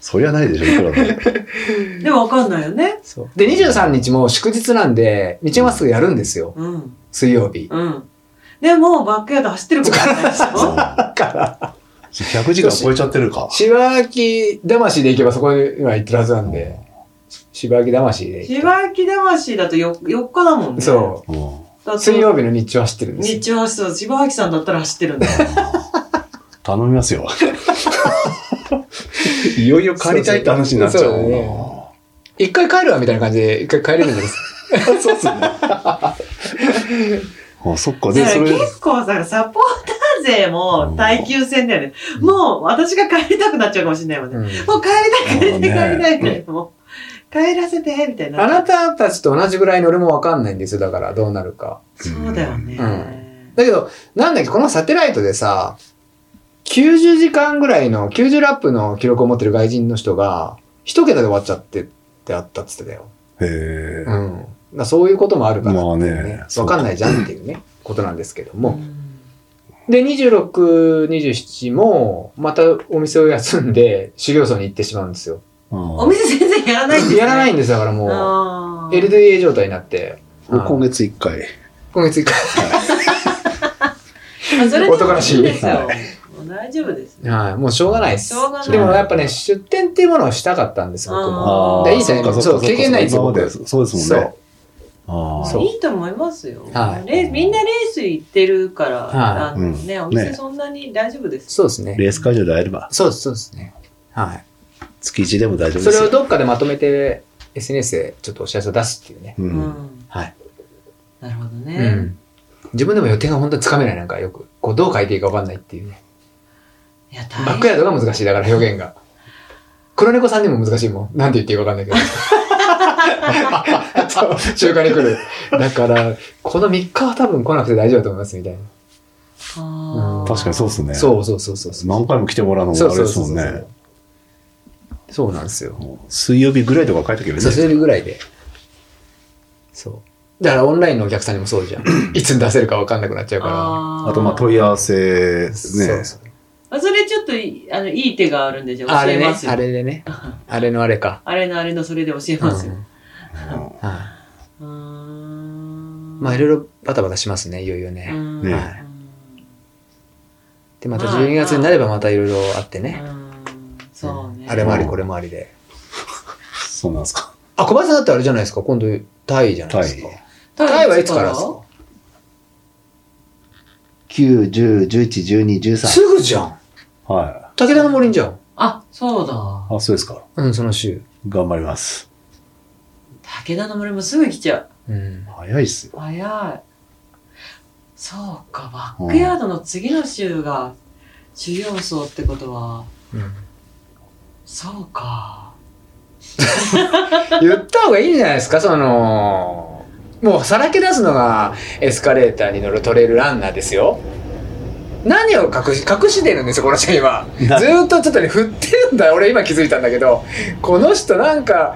Speaker 2: そりゃないでしょ、いくらでも。
Speaker 3: *laughs* でもわかんないよね。
Speaker 1: そうで、23日も祝日なんで、道がまっすぐやるんですよ。
Speaker 3: うん。
Speaker 1: 水曜日。
Speaker 3: うん。でも、バックヤード走ってることないでし
Speaker 1: *laughs*
Speaker 2: *laughs*
Speaker 3: ょ
Speaker 1: か
Speaker 2: だ
Speaker 1: ら。
Speaker 2: 100時間超えちゃってるか。
Speaker 1: 柴木魂で行けばそこには行ってるはずなんで、柴木魂で行っ
Speaker 3: 芝木魂だと 4, 4日だもんね。
Speaker 1: て。そう
Speaker 3: だっ
Speaker 1: う。
Speaker 3: て
Speaker 1: 水曜日の日中は走ってるんですよ
Speaker 3: 日。中はそう、芝木さんだったら走ってるんだよ。
Speaker 2: 頼みますよ。 *laughs* いよいよ借りたいって話になっちゃうもんな。
Speaker 1: 一回帰るわみたいな感じで、一回帰れるんです。
Speaker 2: そうっすね。あ、そっか。
Speaker 3: だ
Speaker 2: で、
Speaker 3: か
Speaker 2: そ
Speaker 3: ら
Speaker 2: れ、
Speaker 3: 結構さ、サポーター勢も耐久戦だよね。もう私が帰りたくなっちゃうかもしれないもんね。もう帰りたい、帰りたい、帰りたい、帰りたい。もう帰らせて、みたいな。
Speaker 1: あなたたちと同じぐらいの俺もわかんないんですよ、だから、どうなるか。
Speaker 3: そうだよね。
Speaker 1: うだけど、なんだっけ、このサテライトでさ、90時間ぐらいの、90ラップの記録を持ってる外人の人が、一桁で終わっちゃってってあったっつってたよ。
Speaker 2: へ
Speaker 1: う
Speaker 2: え。
Speaker 1: ん。だからそういうこともあるから、
Speaker 2: まあねそう
Speaker 1: わかんないじゃんっていうね、ことなんですけど
Speaker 3: う
Speaker 1: も。
Speaker 3: ん
Speaker 1: で、26、27も、またお店を休んで、修行僧に行ってしまうんですよ。
Speaker 3: お店全然やらないんですね
Speaker 1: やらないんですよだからもう。
Speaker 3: あー
Speaker 1: LDA 状態になって、
Speaker 2: うん今月1回。
Speaker 1: 今月一回。
Speaker 3: あそれで
Speaker 1: 男らしい
Speaker 3: ですよ
Speaker 2: は
Speaker 3: もう大丈夫ですね。
Speaker 1: はい、もうしょうがないです
Speaker 3: しょうがない。
Speaker 1: でもやっぱね、出店っていうものをしたかったんです、僕も。
Speaker 3: あー
Speaker 1: でいいですね
Speaker 2: そっ
Speaker 1: そ
Speaker 2: か
Speaker 1: う
Speaker 2: そっか
Speaker 1: 経験ないですよ
Speaker 2: 今までそうですもんね。ああ。
Speaker 1: そう
Speaker 3: いいと思いますよ。
Speaker 1: はい
Speaker 3: レースみんなレース行ってるから、
Speaker 1: はい
Speaker 3: あのね、お店
Speaker 2: ね
Speaker 3: そんなに大丈夫です。
Speaker 1: そうですね。
Speaker 2: レース会場であれば、
Speaker 1: そうです、そうですね。はい。
Speaker 2: 月1でも大丈夫
Speaker 1: そ
Speaker 2: で
Speaker 1: れ
Speaker 2: す
Speaker 1: を
Speaker 2: よ。
Speaker 1: どっかでまとめて、SNS でちょっとお知らせを出すっていうね。
Speaker 2: う。
Speaker 3: うんん
Speaker 1: はい。
Speaker 3: なるほど
Speaker 1: う
Speaker 3: ね。
Speaker 1: ん。自分でも予定が本当につかめないなんかよく、こうどう書いていいか分かんないっていうね。
Speaker 3: いや、
Speaker 1: バ
Speaker 3: 大
Speaker 1: ック
Speaker 3: 変。
Speaker 1: ヤードが難しい、だから表現が。黒猫さんでも難しいもん。なんて言っていいか分かんないけ
Speaker 2: *laughs*
Speaker 1: ど。そう、中華に来る。だから、この3日は多分来なくて大丈夫だと思います、みたいな。
Speaker 3: あー
Speaker 2: 確かにそうですね。
Speaker 1: そうそうそうそうそう。
Speaker 2: 何回も来てもらうのも
Speaker 1: そう
Speaker 2: あれ
Speaker 1: そう
Speaker 2: です
Speaker 1: そう
Speaker 2: も
Speaker 1: そ
Speaker 2: ん
Speaker 1: う、
Speaker 2: ね。
Speaker 1: そうなんですよ。
Speaker 2: もう水曜日ぐらいとか書いておけばいい
Speaker 1: そう、
Speaker 2: です
Speaker 1: それぐらいで。そう。だからオンラインのお客さんにも
Speaker 2: *clears throat*
Speaker 1: そうじゃん。いつに出せるか分かんなくなっちゃうか
Speaker 2: あと、まあ、問い合わせ、ね
Speaker 1: ら。。そうそう
Speaker 3: あそれちょっといい、あの、いい手があるんで、じゃあ
Speaker 1: あ
Speaker 3: 教
Speaker 1: れ
Speaker 3: え
Speaker 1: ね
Speaker 3: ま、すよ。
Speaker 1: あ
Speaker 3: あれ
Speaker 1: れでね。あれのあれか。
Speaker 3: *laughs* のあれのそれで教え
Speaker 1: うん
Speaker 3: ますよ。
Speaker 2: うん
Speaker 1: は
Speaker 3: う
Speaker 1: い
Speaker 3: ーん。
Speaker 1: まあいろいろバタバタしますね、いよいよ
Speaker 3: う
Speaker 1: ね。
Speaker 3: ん
Speaker 2: ね
Speaker 1: はいで、また
Speaker 3: まあ
Speaker 1: 12月になればまたいろいろあって
Speaker 3: う
Speaker 1: ね。
Speaker 3: んそうね。
Speaker 1: あれもあり、
Speaker 2: うん
Speaker 1: これもありで。
Speaker 2: そうなんですか。
Speaker 1: あ、小林さんだってあれじゃないですか。今度、タイじゃないですか。タイはいつからですか
Speaker 2: 9、10、11、12、
Speaker 1: すぐじゃん。
Speaker 2: は
Speaker 1: 武田の森じゃん。
Speaker 3: あ、そうだ。
Speaker 2: い。あ、そうですか。
Speaker 1: うん、その週。
Speaker 2: 頑張ります。
Speaker 3: 武田の森もすぐ来ちゃ
Speaker 1: *laughs* うん。
Speaker 2: 早いっすよ。
Speaker 3: う。早い。そうか、バックヤードの次の週が、修行僧ってことは、
Speaker 1: うん
Speaker 3: そうか。
Speaker 1: 言った方がいいんじゃないですか、その、もうさらけ出すのがエスカレーターに乗るトレイルランナーですよ。何を隠し、隠してるんですよ、この人今。ず
Speaker 2: な
Speaker 1: ーっとちょっとね、振ってるんだ、俺今気づいたんだけど、この人なんか、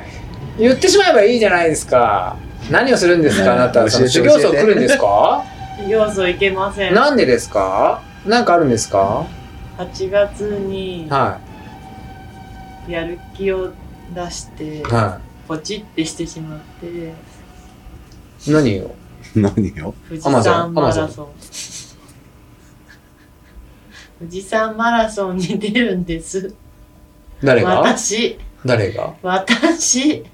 Speaker 1: 言ってしまえばいいじゃないですか。何をするんですか、あなた。
Speaker 2: ね
Speaker 1: その
Speaker 2: 教
Speaker 1: 修
Speaker 2: えて
Speaker 1: 行僧来るんですか
Speaker 3: 修行僧いけません。
Speaker 1: なんでですかなんかあるんですか
Speaker 3: 8月に
Speaker 1: は
Speaker 3: やる気を出して
Speaker 1: い。、は
Speaker 3: ポチってしてしまって、
Speaker 1: い。何を
Speaker 2: 何よ。
Speaker 3: 富士山マラソン。富士山マラソンに出るんです。
Speaker 1: 誰が
Speaker 3: 私、
Speaker 1: 誰が
Speaker 3: 私、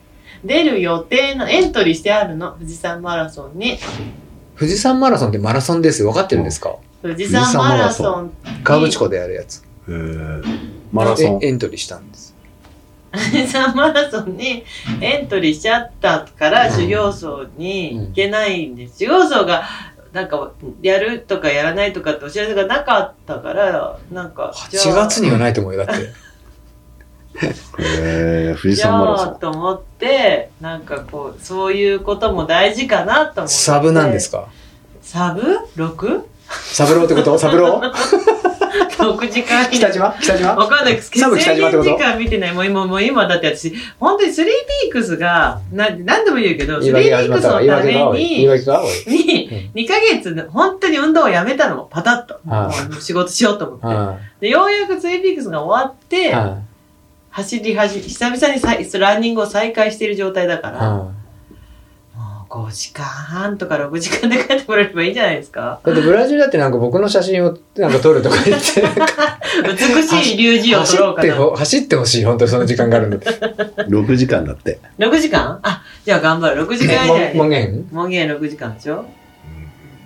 Speaker 3: 出る予定の、エントリーしてあるの、富士山マラソンに。
Speaker 1: 富士山マラソンってマラソンです。分かってるんですか
Speaker 3: 富士山マラソン。
Speaker 1: 河口湖でやるやつ。
Speaker 2: えー、マラソン
Speaker 1: え。エントリーしたんです。
Speaker 3: 富士山マラソンにエントリーしちゃったから、修行僧に行けないんです。修行僧が、なんか、やるとかやらないとかってお知らせがなかったから、なんか、じゃ
Speaker 1: 8
Speaker 3: あ
Speaker 1: 月にはないと思うよ、だって。
Speaker 2: えー、富士
Speaker 3: じゃ
Speaker 2: 山マラ
Speaker 3: あ
Speaker 2: ソン。
Speaker 3: と思ってなんかこうそういうことも大事かなと思って
Speaker 1: サブなんですか
Speaker 3: サブ 6?
Speaker 1: サブローってことサブロー
Speaker 3: 6時間
Speaker 1: 北島北島
Speaker 3: わかんないですけ
Speaker 1: サ
Speaker 3: ど
Speaker 1: ブ北
Speaker 3: 制
Speaker 1: 島っ
Speaker 3: 限
Speaker 1: てこと
Speaker 3: 時間見てないもう今もう今だって私本当に3ピークスがな何度も言うけど3ピ
Speaker 1: 言い訳が始ま
Speaker 3: ーク
Speaker 1: っ
Speaker 3: ス
Speaker 1: た
Speaker 3: の
Speaker 1: わ。
Speaker 3: た
Speaker 1: 言い訳
Speaker 3: め
Speaker 1: が多い。言い
Speaker 3: に
Speaker 1: 訳が多い。
Speaker 3: に2ヶ月の本当に運動をやめたのもパタッと
Speaker 1: は
Speaker 3: もう仕事しようと思
Speaker 1: うん。う
Speaker 3: って
Speaker 1: ん。
Speaker 3: でようやく3ピークスが終わって
Speaker 1: うん
Speaker 3: 走り始め久々にさいランニングを再開している状態だからもう5時間半とか6時間で帰ってもらえればいいんじゃないですか
Speaker 1: だってブラジルだってなんか僕の写真をなんか撮るとか言って、
Speaker 3: 美しい龍神を
Speaker 1: 走
Speaker 3: 取ろう
Speaker 1: っ
Speaker 3: か
Speaker 1: て
Speaker 3: な。
Speaker 1: ほ、走ってほしい、本当にその時間があ
Speaker 3: *laughs*
Speaker 1: るんだって。
Speaker 2: 6時間だって。
Speaker 3: 6時間あ、じゃあ頑張る。6時間以
Speaker 1: もん、も
Speaker 3: 内
Speaker 1: ん
Speaker 3: で。
Speaker 1: げん
Speaker 3: 門限6時間でしょ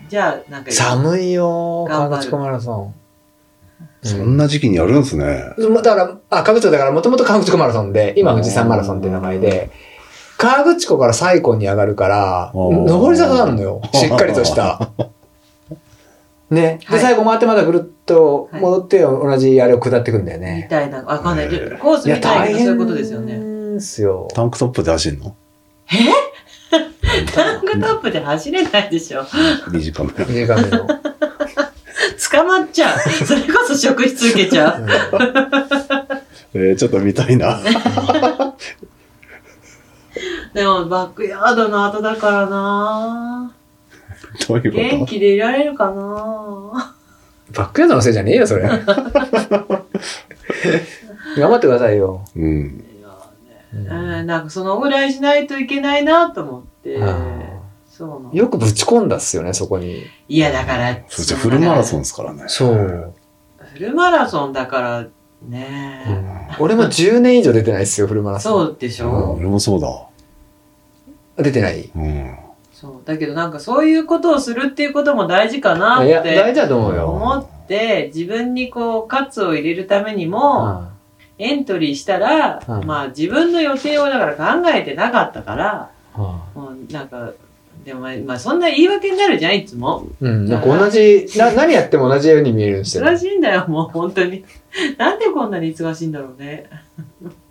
Speaker 3: じゃあ、なんか、
Speaker 1: 寒いよー、
Speaker 3: 頑張る
Speaker 1: 河口湖マラソン。
Speaker 2: そんな時期にやるんですね。
Speaker 1: だから、あ、河口湖だから、もともと河口湖マラソンで、今富士山マラソンって名前で、河口湖から最高に上がるから、
Speaker 2: おー
Speaker 1: 上り坂があるのよ。しっかりとした。ね。で、
Speaker 3: はい
Speaker 1: 最後回ってまたぐるっと
Speaker 3: はい
Speaker 1: 戻って、同じあれを下ってくんだよ
Speaker 3: み
Speaker 1: ね。
Speaker 3: たいな、わかんない。
Speaker 2: えー
Speaker 3: コースみたいな、そういうこと
Speaker 1: で
Speaker 3: ですよね。
Speaker 1: すよ。
Speaker 2: タンクトップで走るの
Speaker 3: タンクトップで走れないでしょ。
Speaker 2: 短め。
Speaker 1: 短めの。
Speaker 3: 捕まっち *laughs* ゃう。それこそ職質受けち *laughs* ゃう。
Speaker 1: うん
Speaker 2: えー、ちょっと見たいな。
Speaker 3: でも、バックヤードの後だからな
Speaker 2: どういう
Speaker 3: 元
Speaker 2: こ
Speaker 3: 気でいられるかな
Speaker 1: バックヤードのせいじゃねえよ、
Speaker 3: *laughs*
Speaker 1: それ。頑張ってくださいよ。
Speaker 2: とうん。
Speaker 3: いやね
Speaker 1: うん
Speaker 3: うん、なんかそのぐらいしないといけないなと思って。
Speaker 1: あ
Speaker 3: そうなの
Speaker 1: ーよくぶち込んだっすよね、そこに。
Speaker 3: いや、だから。
Speaker 2: そしてフルマラソン
Speaker 3: ン。
Speaker 2: ですからね。
Speaker 1: そう。
Speaker 3: フルマラソンだからね、
Speaker 1: 俺も10年以上出てないっすよ、フルマラソン。
Speaker 3: そうでし
Speaker 2: う
Speaker 3: ょ、
Speaker 2: ん。俺もそうだ。
Speaker 1: 出てないい
Speaker 2: うん。
Speaker 3: そう。だけどなんかそういうことをするっていうことも大事かな
Speaker 1: や、
Speaker 3: っ
Speaker 1: 大事
Speaker 3: て
Speaker 1: だと思うよ。
Speaker 3: 思って、自分にこう、喝を入れるために
Speaker 1: う
Speaker 3: も、
Speaker 1: ん
Speaker 3: エントリーしたら、
Speaker 1: うん
Speaker 3: まあ自分の予定をだから考えてなかったから、
Speaker 1: うん
Speaker 3: もうなんか、でもまあ、まあ、そんな言い訳になるじゃん、いつも。
Speaker 1: うん。なんか同じ、な、何やっても同じように見えるんですよ。
Speaker 3: 忙しいんだよ、もう、本当に。 *laughs* なんでこんなに忙しいんだろうね。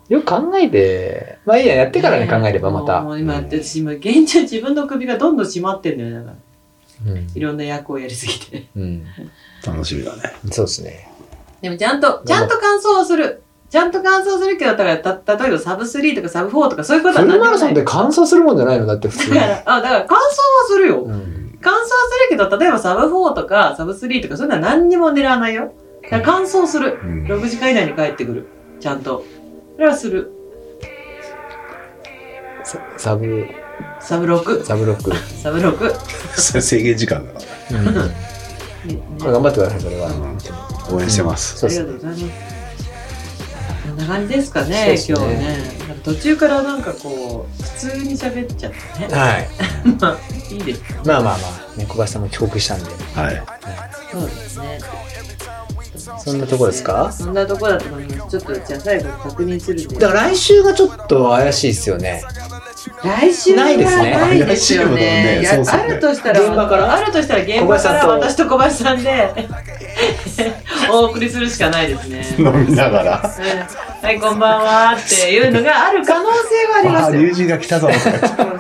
Speaker 1: よく考えて、まあいいや、やってからね、
Speaker 3: ねえ
Speaker 1: 考えればまた。
Speaker 3: もう今、私、今、現状自分の首がどんどん締まってんだよ、だから。
Speaker 1: うん
Speaker 3: いろんな役をやりすぎて。
Speaker 1: うん。
Speaker 2: 楽しみだね。
Speaker 1: そうですね。
Speaker 3: *laughs* でも、ちゃんと、ちゃんと感想をする。ちゃんと感想するけど、だから、た、例えばサブ3とかサブ4とかそういうこと
Speaker 1: フ
Speaker 3: は
Speaker 1: ル
Speaker 3: 何
Speaker 1: マ
Speaker 3: も
Speaker 1: ラソ
Speaker 3: な
Speaker 1: ン
Speaker 3: い。
Speaker 1: で完走するもんじゃないのだって普通
Speaker 3: だ *laughs* から、あ、だから感想はするよ。
Speaker 1: うん。
Speaker 3: 乾燥するけど、例えばサブ4とかサブ3とかそういうのは何にも狙わないよ。だから乾燥する。
Speaker 2: うん
Speaker 3: 6時間以内に帰ってくる。ちゃんと。それはする。
Speaker 1: ササブ、
Speaker 3: サブ6。
Speaker 1: サブロック。
Speaker 3: サブ6。
Speaker 2: *laughs* それ制限時間だか
Speaker 1: うん。
Speaker 3: うん
Speaker 1: 頑張ってください、それは。
Speaker 2: ら、
Speaker 1: 本当に
Speaker 2: うん応援してます。
Speaker 1: そ
Speaker 3: あ
Speaker 1: うで
Speaker 3: り
Speaker 1: す
Speaker 3: がとうございます。こんな感じですかね、
Speaker 1: そう
Speaker 3: 今
Speaker 1: です
Speaker 3: 日
Speaker 1: ね
Speaker 3: ね。なんか途中からなんかこう、普通に喋っちゃってね。
Speaker 1: はい。
Speaker 3: まあ、いいです。
Speaker 1: まあまあまあ、ね、小林さんも遅刻したんで。
Speaker 2: はい。
Speaker 3: そうですね。
Speaker 1: そんなとこですか
Speaker 3: そんなとこだと思います。ちょっとじゃあ最後に確認するんで。
Speaker 1: だから来週がちょっと怪しいですよね。
Speaker 3: 来週は
Speaker 1: ないですね
Speaker 3: ないです
Speaker 2: 怪し
Speaker 3: よね。
Speaker 2: いものね
Speaker 3: いや
Speaker 2: そうそう
Speaker 3: あるとしたら、
Speaker 1: 現場から
Speaker 3: あるとしたら現場から
Speaker 1: 小林
Speaker 3: 私と小林さんで *laughs* お送りするしかないですね。うん
Speaker 2: 飲みながら。
Speaker 3: *laughs* はい、こんばんはっていうのがある可能性はありま
Speaker 2: ああ、
Speaker 3: すよ
Speaker 2: 友。人が来たぞ。
Speaker 1: *laughs*
Speaker 3: そう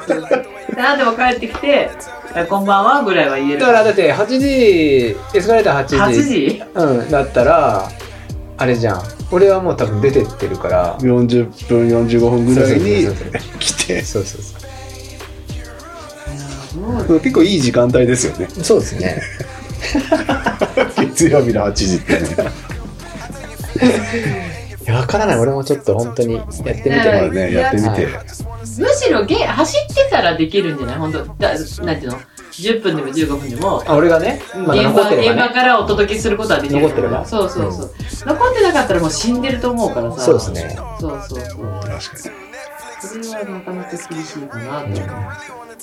Speaker 3: そうそうであでも帰ってきて、あこんばんはぐらいは言える
Speaker 1: だ。からだって8時、エスカレーター8
Speaker 3: 8
Speaker 1: 時。
Speaker 3: 時
Speaker 1: うん、だったら、あれじゃん。俺はもう多分出てってるから。
Speaker 2: 40分、45分ぐらいに
Speaker 1: そうそう
Speaker 2: 来て。
Speaker 1: そうそうそう
Speaker 3: もう
Speaker 2: 結構いい時間帯で
Speaker 1: *laughs*
Speaker 2: すよね。
Speaker 1: そうですね。
Speaker 2: 月曜日の8時ってね。
Speaker 1: いや、わからない。俺もちょっと本当にやってみても
Speaker 2: だ
Speaker 1: ら
Speaker 2: か
Speaker 1: う
Speaker 2: らね、やってみて。
Speaker 3: むしろげ走ってたらできるんじゃない本当だなんていうの ?10 分でも15分でも。
Speaker 1: あ、俺がね、まだ
Speaker 3: 現
Speaker 1: 残っ
Speaker 3: 場
Speaker 1: てれ
Speaker 3: 現
Speaker 1: ば
Speaker 3: 場
Speaker 1: ね。
Speaker 3: からお届けすることはできる
Speaker 1: 残ってれば
Speaker 3: そうそうそう、残ってなかったらもう死んでると思うからさ
Speaker 1: そうですね。
Speaker 3: そうそうそう
Speaker 2: 確かに。
Speaker 3: それはなかなか厳しいかなと
Speaker 1: うん
Speaker 3: 思う、。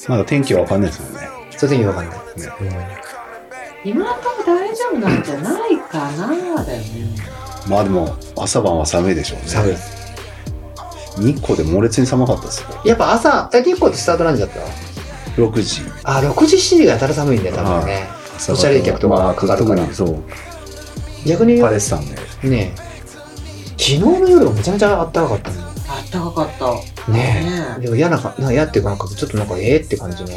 Speaker 2: まだ天気はわかんないですもんね。
Speaker 1: そういう時わかんない。
Speaker 3: 今のところ大丈夫なんじゃないかなだよね
Speaker 2: まあでも、朝晩は寒いでしょうね。
Speaker 1: 寒い。
Speaker 2: 日光で猛烈に寒かったですよ。
Speaker 1: やっぱ朝、え、結構スタートなんじゃった
Speaker 2: 6時。
Speaker 1: あ、6時、7時がやたら寒いんだよ、多分ね。
Speaker 2: 朝
Speaker 1: おしゃれ客とかがかかるから
Speaker 2: まあ特にそう。
Speaker 1: 逆に
Speaker 2: パレスタンで。
Speaker 1: ね昨日の夜はめちゃめちゃあったかかったのよ
Speaker 3: あったかかった
Speaker 1: ね
Speaker 3: ね
Speaker 1: え。でも嫌なか、なんか嫌っていうか、なんかちょっとなんかええって感じの。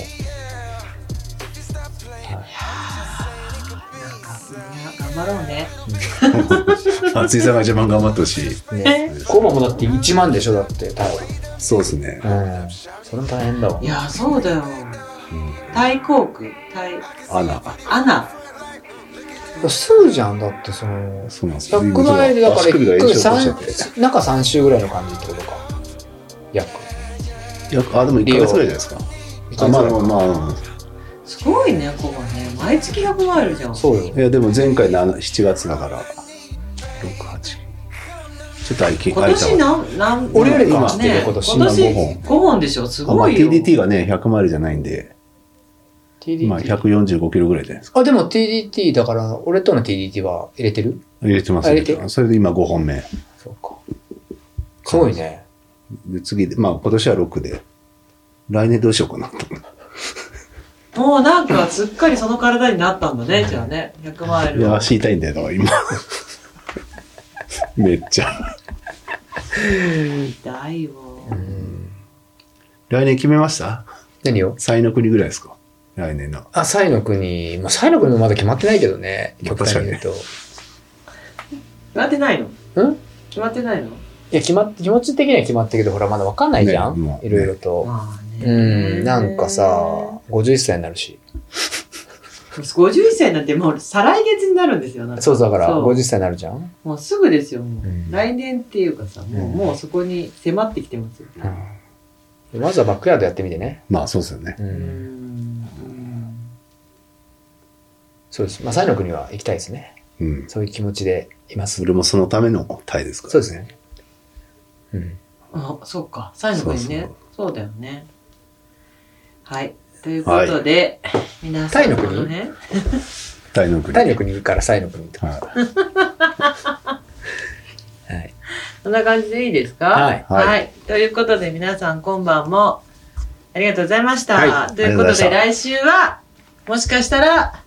Speaker 3: なんかね頑張ろうね
Speaker 2: *laughs* 松井さんが一番頑張ってほしい。
Speaker 1: ねコバもだって1万でしょ、だって、多分。
Speaker 2: そうですね。
Speaker 1: うん。それも大変だわ
Speaker 3: い。やそうだよ
Speaker 2: うん
Speaker 3: タイ航空タイ
Speaker 2: アナ。
Speaker 3: アナ
Speaker 1: すぐじゃん、だってその、
Speaker 2: そうなんですよ。
Speaker 1: 100倍でだから
Speaker 2: 足首が
Speaker 1: 1
Speaker 2: 炎
Speaker 1: 回
Speaker 2: 症起こしちゃっ
Speaker 1: 3、中3週ぐらいの感じってことか。約。
Speaker 2: て。約あ、でも1ヶ月ぐらいじゃないですか。あ、まあまあまあ。
Speaker 3: すごいねここね毎月100マイルじゃん
Speaker 1: そうよ
Speaker 2: い。や、でも前回7 7月だから、6、8。ちょっと空いて
Speaker 3: 今
Speaker 2: 空いた
Speaker 3: 年
Speaker 2: わ。
Speaker 3: 何何
Speaker 1: 俺より
Speaker 2: か
Speaker 3: ね
Speaker 2: 走
Speaker 1: ってる今年
Speaker 3: 今年
Speaker 2: 今
Speaker 3: 5
Speaker 2: 五本
Speaker 3: 本でしょす
Speaker 2: あま
Speaker 3: ご
Speaker 2: あ、
Speaker 3: いよ
Speaker 2: TDT がね、100マイルじゃないんで、今
Speaker 1: TDT。
Speaker 2: 145キロぐらいじゃないですか。
Speaker 1: あ、でも TDT だから、俺との TDT は入れてる
Speaker 2: 入れてます
Speaker 1: あ
Speaker 2: ね。
Speaker 1: 入れて
Speaker 2: それで今5本目。
Speaker 1: そうか。すごいね。
Speaker 2: で、次で、まあ今年は6で、来年どうしようかなと。
Speaker 3: もうなんかすっかりその体になったんだね、じゃあね。100マイ
Speaker 2: い
Speaker 3: ル
Speaker 2: や、
Speaker 3: は。
Speaker 2: 足痛いんだよ、だから今。 *laughs* めっちゃ。
Speaker 3: 痛いよ。
Speaker 1: うん。
Speaker 2: *laughs* 来年決めました
Speaker 1: 何を
Speaker 2: 才の国ぐらいですか来年の。
Speaker 1: あ、サイの国。まあ、サイの国もまだ決まってないけどね。
Speaker 2: まあ
Speaker 1: 極端に言うと。
Speaker 3: 決まってないの
Speaker 1: うん
Speaker 3: 決まってないの
Speaker 1: いや、決まって、気持ち的には決まってるけど、ほら、まだわかんないじゃ
Speaker 2: ね
Speaker 1: ん
Speaker 2: も。う
Speaker 1: いろいろと。
Speaker 3: まあね。
Speaker 1: うん、なんかさ、51歳になるし。
Speaker 3: 51歳なんてもう再来月になるんですよ。なんか
Speaker 1: そうそうだから、
Speaker 3: そう
Speaker 1: 50歳になるじゃん。
Speaker 3: もうすぐですよ、もう。
Speaker 1: うん
Speaker 3: 来年っていうかさ、もう,、
Speaker 1: うん
Speaker 3: もうそこに迫ってきてますよ。
Speaker 1: うんまずはバックヤードやってみてね。
Speaker 2: まあそうですよね。
Speaker 1: う。
Speaker 3: うんん。
Speaker 1: そうです。まあ、サイの国は行きたいですね。
Speaker 2: うん。
Speaker 1: そういう気持ちでいます
Speaker 2: そ。れもそのためのタイですから、
Speaker 1: そうですね。うん。
Speaker 3: あ、そうか。最後にね。そうだよね。はい。ということで、皆さ
Speaker 1: タイ
Speaker 3: ん
Speaker 1: の
Speaker 3: こ
Speaker 1: 国
Speaker 3: のね、
Speaker 2: タイの国。
Speaker 1: タイの国からサイの国ってこと
Speaker 2: はい。
Speaker 1: はい。
Speaker 3: そんな感じでいいですか
Speaker 1: はい
Speaker 2: はい
Speaker 3: ということで皆さん今晩もありがとうございました。
Speaker 1: はい
Speaker 3: ということで、
Speaker 2: ありが
Speaker 3: 来週は、もしかしたら、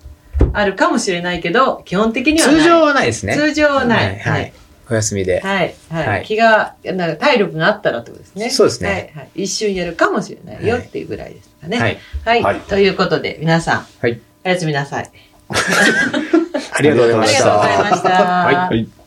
Speaker 3: あるかもしれないけど、基本的にはない。
Speaker 1: 通常はないですね。
Speaker 3: 通常はない。
Speaker 1: は
Speaker 3: はいい。。
Speaker 1: お休みで。
Speaker 3: はい。はい。
Speaker 1: はい
Speaker 3: 気が、なんか体力があったらってことですね。
Speaker 1: そうですね
Speaker 3: はい。はい、一瞬やるかもしれないよっていうぐらいですかね。
Speaker 1: は
Speaker 3: はい。
Speaker 1: い。
Speaker 2: はい
Speaker 3: ということで、皆さん、
Speaker 1: はい
Speaker 3: おやすみなさい。
Speaker 1: ありがとうござい
Speaker 3: あ
Speaker 1: ま
Speaker 3: り
Speaker 1: し
Speaker 3: がとうござい
Speaker 1: た
Speaker 3: ま。した。
Speaker 1: はい
Speaker 2: はい